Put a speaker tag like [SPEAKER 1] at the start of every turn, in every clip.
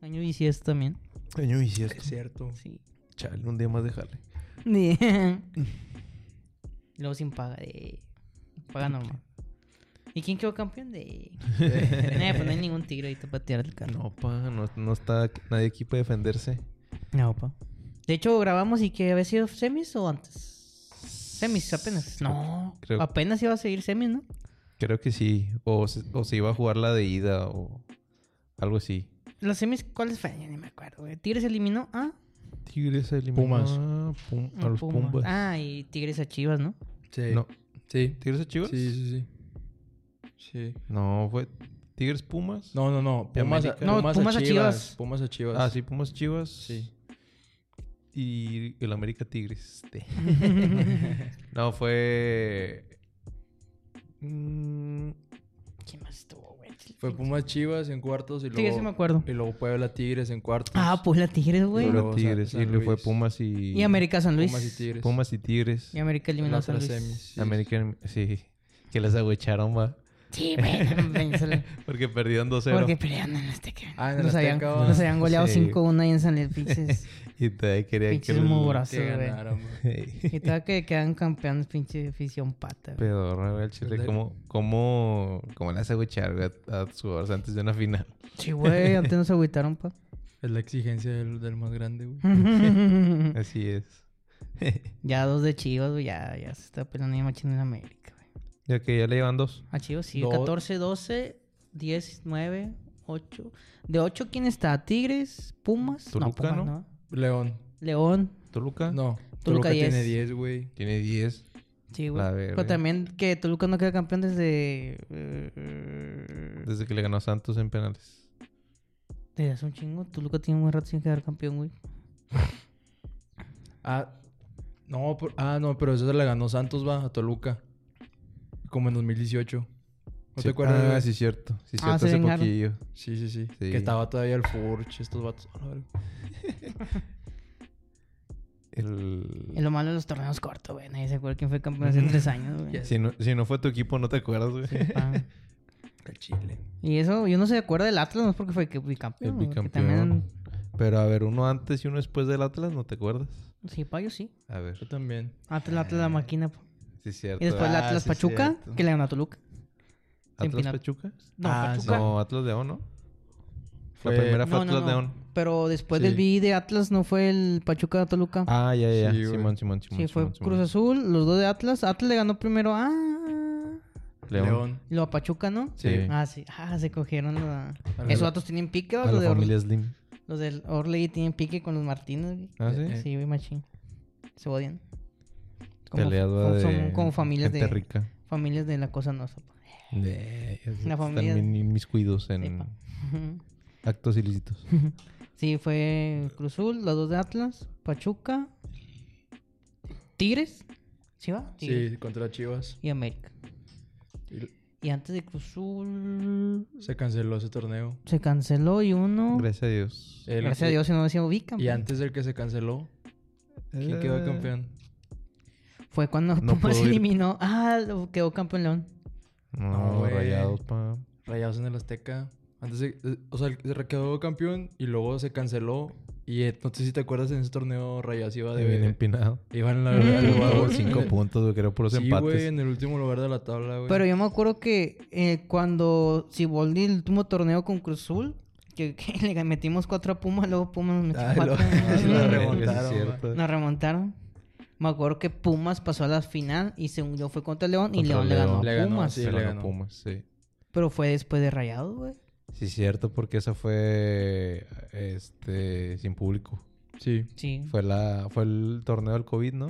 [SPEAKER 1] Año bisiesto también.
[SPEAKER 2] Año bisiesto.
[SPEAKER 3] Es cierto.
[SPEAKER 1] Sí.
[SPEAKER 2] Chale, un día más de jale.
[SPEAKER 1] Luego sin paga de. Paga normal. ¿Y quién quedó campeón de.? Eh, pues no hay ningún tigre ahorita para tirar el carro.
[SPEAKER 2] No, pa, no, no está nadie aquí para defenderse.
[SPEAKER 1] No, pa. De hecho, grabamos y que había sido semis o antes. Semis apenas. No.
[SPEAKER 2] Creo-
[SPEAKER 1] Apenas iba a seguir semis, ¿no?
[SPEAKER 2] Creo que sí. O se, o se iba a jugar la de ida o algo así.
[SPEAKER 1] Los semis, ¿cuáles fueron? Yo ni me acuerdo, güey. Tigres eliminó a.
[SPEAKER 2] Tigres eliminó
[SPEAKER 3] Pumas.
[SPEAKER 2] a, Pum- a los Pumas.
[SPEAKER 1] Ah, y Tigres a Chivas, ¿no?
[SPEAKER 3] Sí.
[SPEAKER 2] No.
[SPEAKER 3] Sí.
[SPEAKER 2] Eh, ¿Tigres a Chivas?
[SPEAKER 3] Sí, sí, sí. Sí.
[SPEAKER 2] No, fue Tigres Pumas.
[SPEAKER 3] No, no, no.
[SPEAKER 2] De
[SPEAKER 3] Pumas, a,
[SPEAKER 2] América.
[SPEAKER 3] no, Pumas, a Chivas.
[SPEAKER 1] Chivas.
[SPEAKER 3] Pumas a Chivas.
[SPEAKER 2] Ah, sí, Pumas Chivas.
[SPEAKER 3] Sí.
[SPEAKER 2] Y el América Tigres. Este. no, fue. Mm,
[SPEAKER 1] ¿Quién más estuvo, güey?
[SPEAKER 3] Fue Pumas Chivas en cuartos y luego.
[SPEAKER 1] Tigres, sí me acuerdo.
[SPEAKER 3] Y luego Puebla Tigres en cuartos.
[SPEAKER 1] Ah, pues la Tigres, güey.
[SPEAKER 3] Y luego
[SPEAKER 2] Puebla Tigres.
[SPEAKER 3] San-
[SPEAKER 2] y
[SPEAKER 3] San
[SPEAKER 2] luego fue
[SPEAKER 3] Luis.
[SPEAKER 2] Pumas y.
[SPEAKER 1] Y América San Luis.
[SPEAKER 3] Pumas y Tigres.
[SPEAKER 2] Pumas y Tigres.
[SPEAKER 1] Y América
[SPEAKER 3] En
[SPEAKER 1] eliminó
[SPEAKER 3] la
[SPEAKER 1] a San
[SPEAKER 3] otra
[SPEAKER 1] Luis.
[SPEAKER 3] semis. sí.
[SPEAKER 2] América. Sí. Que les agüecharon, va.
[SPEAKER 1] Sí, güey. no mames, sale-
[SPEAKER 2] Porque perdieron 2-0.
[SPEAKER 1] Porque peleando en este que.
[SPEAKER 3] Ah, en el
[SPEAKER 1] nos, habían,
[SPEAKER 3] Azteca, va.
[SPEAKER 1] nos habían goleado
[SPEAKER 2] Sí.
[SPEAKER 1] 5-1 ahí en San Luis. Pinches,
[SPEAKER 2] Y te querían que.
[SPEAKER 1] pinches
[SPEAKER 2] les-
[SPEAKER 1] mugrosos,
[SPEAKER 3] Que
[SPEAKER 1] güey.
[SPEAKER 3] ganaron, güey.
[SPEAKER 1] Y todavía que quedan campeones, pinche afición pata. güey.
[SPEAKER 2] Pedorra, güey, el chile.
[SPEAKER 3] ¿Verdad?
[SPEAKER 2] ¿Cómo, cómo, cómo le hace agüechar güey, a, a sus jugadores antes de una final?
[SPEAKER 1] Sí, güey. Antes nos agüitaron, pa.
[SPEAKER 3] Es la exigencia del, del más grande, güey.
[SPEAKER 1] Mm.
[SPEAKER 2] Así es.
[SPEAKER 1] ya dos de Chivas, güey. Ya, ya se está peleando y machín en América, güey.
[SPEAKER 2] Ya que ya le llevan dos.
[SPEAKER 1] A Chivas, sí.
[SPEAKER 3] Do-
[SPEAKER 1] 14, 12, 10, 9, 8. ¿De 8 quién está? ¿Tigres? ¿Pumas?
[SPEAKER 2] Toluca,
[SPEAKER 1] Pumas,
[SPEAKER 2] ¿no?
[SPEAKER 3] León.
[SPEAKER 1] León.
[SPEAKER 2] Ah, Toluca
[SPEAKER 3] No.
[SPEAKER 1] Toluca
[SPEAKER 3] Toluca
[SPEAKER 1] 10.
[SPEAKER 3] tiene 10, güey.
[SPEAKER 2] tiene 10.
[SPEAKER 1] Sí, güey.
[SPEAKER 2] La
[SPEAKER 1] Pero
[SPEAKER 2] verga.
[SPEAKER 1] también que Toluca no queda campeón desde. eh,
[SPEAKER 2] Desde que le ganó a Santos en penales.
[SPEAKER 1] Desde hace un chingo. Toluca tiene un buen rato sin quedar campeón, güey.
[SPEAKER 3] Ah, no, por- ah, no, pero esa se la ganó Santos, va, a Toluca. Como en 2018.
[SPEAKER 2] Sí.
[SPEAKER 3] ¿No te acuerdas?
[SPEAKER 2] Ah,
[SPEAKER 3] güey?
[SPEAKER 2] sí, cierto. Sí,
[SPEAKER 1] Ah,
[SPEAKER 2] cierto,
[SPEAKER 1] se
[SPEAKER 2] hace
[SPEAKER 1] vengaron.
[SPEAKER 2] poquillo.
[SPEAKER 3] Sí, sí, sí,
[SPEAKER 2] Sí.
[SPEAKER 3] Que estaba todavía el Furch, estos vatos. A la verga.
[SPEAKER 2] El...
[SPEAKER 1] Es lo malo de los torneos cortos, güey. Nadie se acuerda quién fue campeón hace tres años, güey.
[SPEAKER 3] Ya sé.
[SPEAKER 2] Si, no, si no fue tu equipo, no te acuerdas, güey.
[SPEAKER 1] Ah.
[SPEAKER 3] El Chile.
[SPEAKER 1] Y eso, yo no se acuerda del Atlas, no es porque fue que bicampeón.
[SPEAKER 2] El
[SPEAKER 1] güey, que
[SPEAKER 2] bicampeón.
[SPEAKER 1] también-
[SPEAKER 2] Pero a ver, uno antes y uno después del Atlas, ¿no te acuerdas?
[SPEAKER 1] Sí, payo, sí.
[SPEAKER 2] A ver.
[SPEAKER 3] Yo también.
[SPEAKER 1] Atlas, Atlas, la máquina. po.
[SPEAKER 2] Ah. Sí, cierto.
[SPEAKER 1] Y después el
[SPEAKER 3] Ah,
[SPEAKER 1] Atlas
[SPEAKER 3] sí,
[SPEAKER 1] Pachuca,
[SPEAKER 3] cierto.
[SPEAKER 1] que le ganó a Toluca.
[SPEAKER 2] ¿Atlas
[SPEAKER 1] Empinado.
[SPEAKER 2] Pachuca?
[SPEAKER 1] No,
[SPEAKER 3] Ah,
[SPEAKER 1] Pachuca.
[SPEAKER 2] No, Atlas León, ¿no?
[SPEAKER 3] Fue-
[SPEAKER 2] La primera
[SPEAKER 1] No,
[SPEAKER 2] fue
[SPEAKER 1] no,
[SPEAKER 2] Atlas
[SPEAKER 1] no.
[SPEAKER 2] León.
[SPEAKER 1] Pero después
[SPEAKER 3] Sí.
[SPEAKER 1] del BI de Atlas, ¿no fue el Pachuca de Toluca?
[SPEAKER 2] Ah, ya, ya, ya.
[SPEAKER 3] Sí, güey.
[SPEAKER 2] Simón, Simón, Simón.
[SPEAKER 1] sí, fue
[SPEAKER 2] Simón, Simón.
[SPEAKER 1] Cruz Azul, los dos de Atlas. Atlas le ganó primero a...
[SPEAKER 2] León.
[SPEAKER 3] León.
[SPEAKER 1] Y luego a Pachuca, ¿no?
[SPEAKER 2] Sí.
[SPEAKER 3] Sí.
[SPEAKER 1] Ah, sí. Ah, se cogieron la...
[SPEAKER 3] A la-
[SPEAKER 1] Esos datos tienen pique, ¿va?
[SPEAKER 2] A
[SPEAKER 1] los,
[SPEAKER 2] la
[SPEAKER 1] de Or-
[SPEAKER 2] familia Slim.
[SPEAKER 1] los del Orley tienen pique con los Martínez, güey.
[SPEAKER 2] Ah, sí.
[SPEAKER 3] Eh,
[SPEAKER 1] Sí, güey, machín. Se odian.
[SPEAKER 2] Peleas,
[SPEAKER 1] como,
[SPEAKER 2] va,
[SPEAKER 1] son-
[SPEAKER 2] de
[SPEAKER 1] son como familias
[SPEAKER 2] gente
[SPEAKER 1] de...
[SPEAKER 2] rica.
[SPEAKER 1] Familias de la cosa no
[SPEAKER 2] De,
[SPEAKER 1] Una familia-
[SPEAKER 2] Están bien inmiscuidos en
[SPEAKER 1] pa.
[SPEAKER 2] actos ilícitos.
[SPEAKER 1] Sí, fue Cruzul, los dos de Atlas, Pachuca, Tigres, ¿sí va? Tigres.
[SPEAKER 3] Sí, contra Chivas.
[SPEAKER 1] Y América.
[SPEAKER 3] Y
[SPEAKER 1] Y antes de Cruzul
[SPEAKER 3] se canceló ese torneo.
[SPEAKER 1] se canceló y uno.
[SPEAKER 2] Gracias a Dios.
[SPEAKER 3] El-
[SPEAKER 1] Gracias a Dios, si no se ubican. pues.
[SPEAKER 3] Y antes del que se canceló, ¿quién quedó
[SPEAKER 2] Eh,
[SPEAKER 3] campeón?
[SPEAKER 1] Fue cuando
[SPEAKER 2] No
[SPEAKER 1] Pumas
[SPEAKER 2] puedo ir.
[SPEAKER 1] eliminó. Ah, lo- quedó campeón León.
[SPEAKER 2] No,
[SPEAKER 3] No, güey.
[SPEAKER 2] rayados, pa.
[SPEAKER 3] Rayados en el Azteca. Antes de- eh, o sea, el- se quedó campeón y luego se canceló. Y eh, no sé si te acuerdas en ese torneo Rayados iba
[SPEAKER 2] De
[SPEAKER 3] de
[SPEAKER 2] bien empinado.
[SPEAKER 3] Iban en la
[SPEAKER 2] Tuvo
[SPEAKER 3] verdad.
[SPEAKER 2] Eh, por cinco puntos, güey, que era puros
[SPEAKER 3] Sí,
[SPEAKER 2] empates.
[SPEAKER 3] güey, en el último lugar de la tabla, güey.
[SPEAKER 1] Pero yo me acuerdo que eh, cuando Siboldi el último torneo con Cruzul, que, que le metimos cuatro a Pumas, luego Pumas nos metió
[SPEAKER 3] Ah,
[SPEAKER 1] cuatro.
[SPEAKER 3] lo- ah, sí, la
[SPEAKER 2] Verga, sí,
[SPEAKER 3] remontaron,
[SPEAKER 2] cierto.
[SPEAKER 1] Nos remontaron. Me acuerdo que Pumas pasó a la final y se unió fue contra León y
[SPEAKER 2] Contra
[SPEAKER 1] León, le
[SPEAKER 2] León.
[SPEAKER 1] ganó a
[SPEAKER 3] Le ganó,
[SPEAKER 1] Pumas.
[SPEAKER 3] sí.
[SPEAKER 2] Se
[SPEAKER 3] le
[SPEAKER 2] ganó
[SPEAKER 3] ganó.
[SPEAKER 2] Pumas, sí.
[SPEAKER 1] Pero fue después de Rayados, güey.
[SPEAKER 2] Sí, cierto, porque esa fue este sin público.
[SPEAKER 3] Sí.
[SPEAKER 1] Sí.
[SPEAKER 2] Fue la fue el torneo del COVID, ¿no?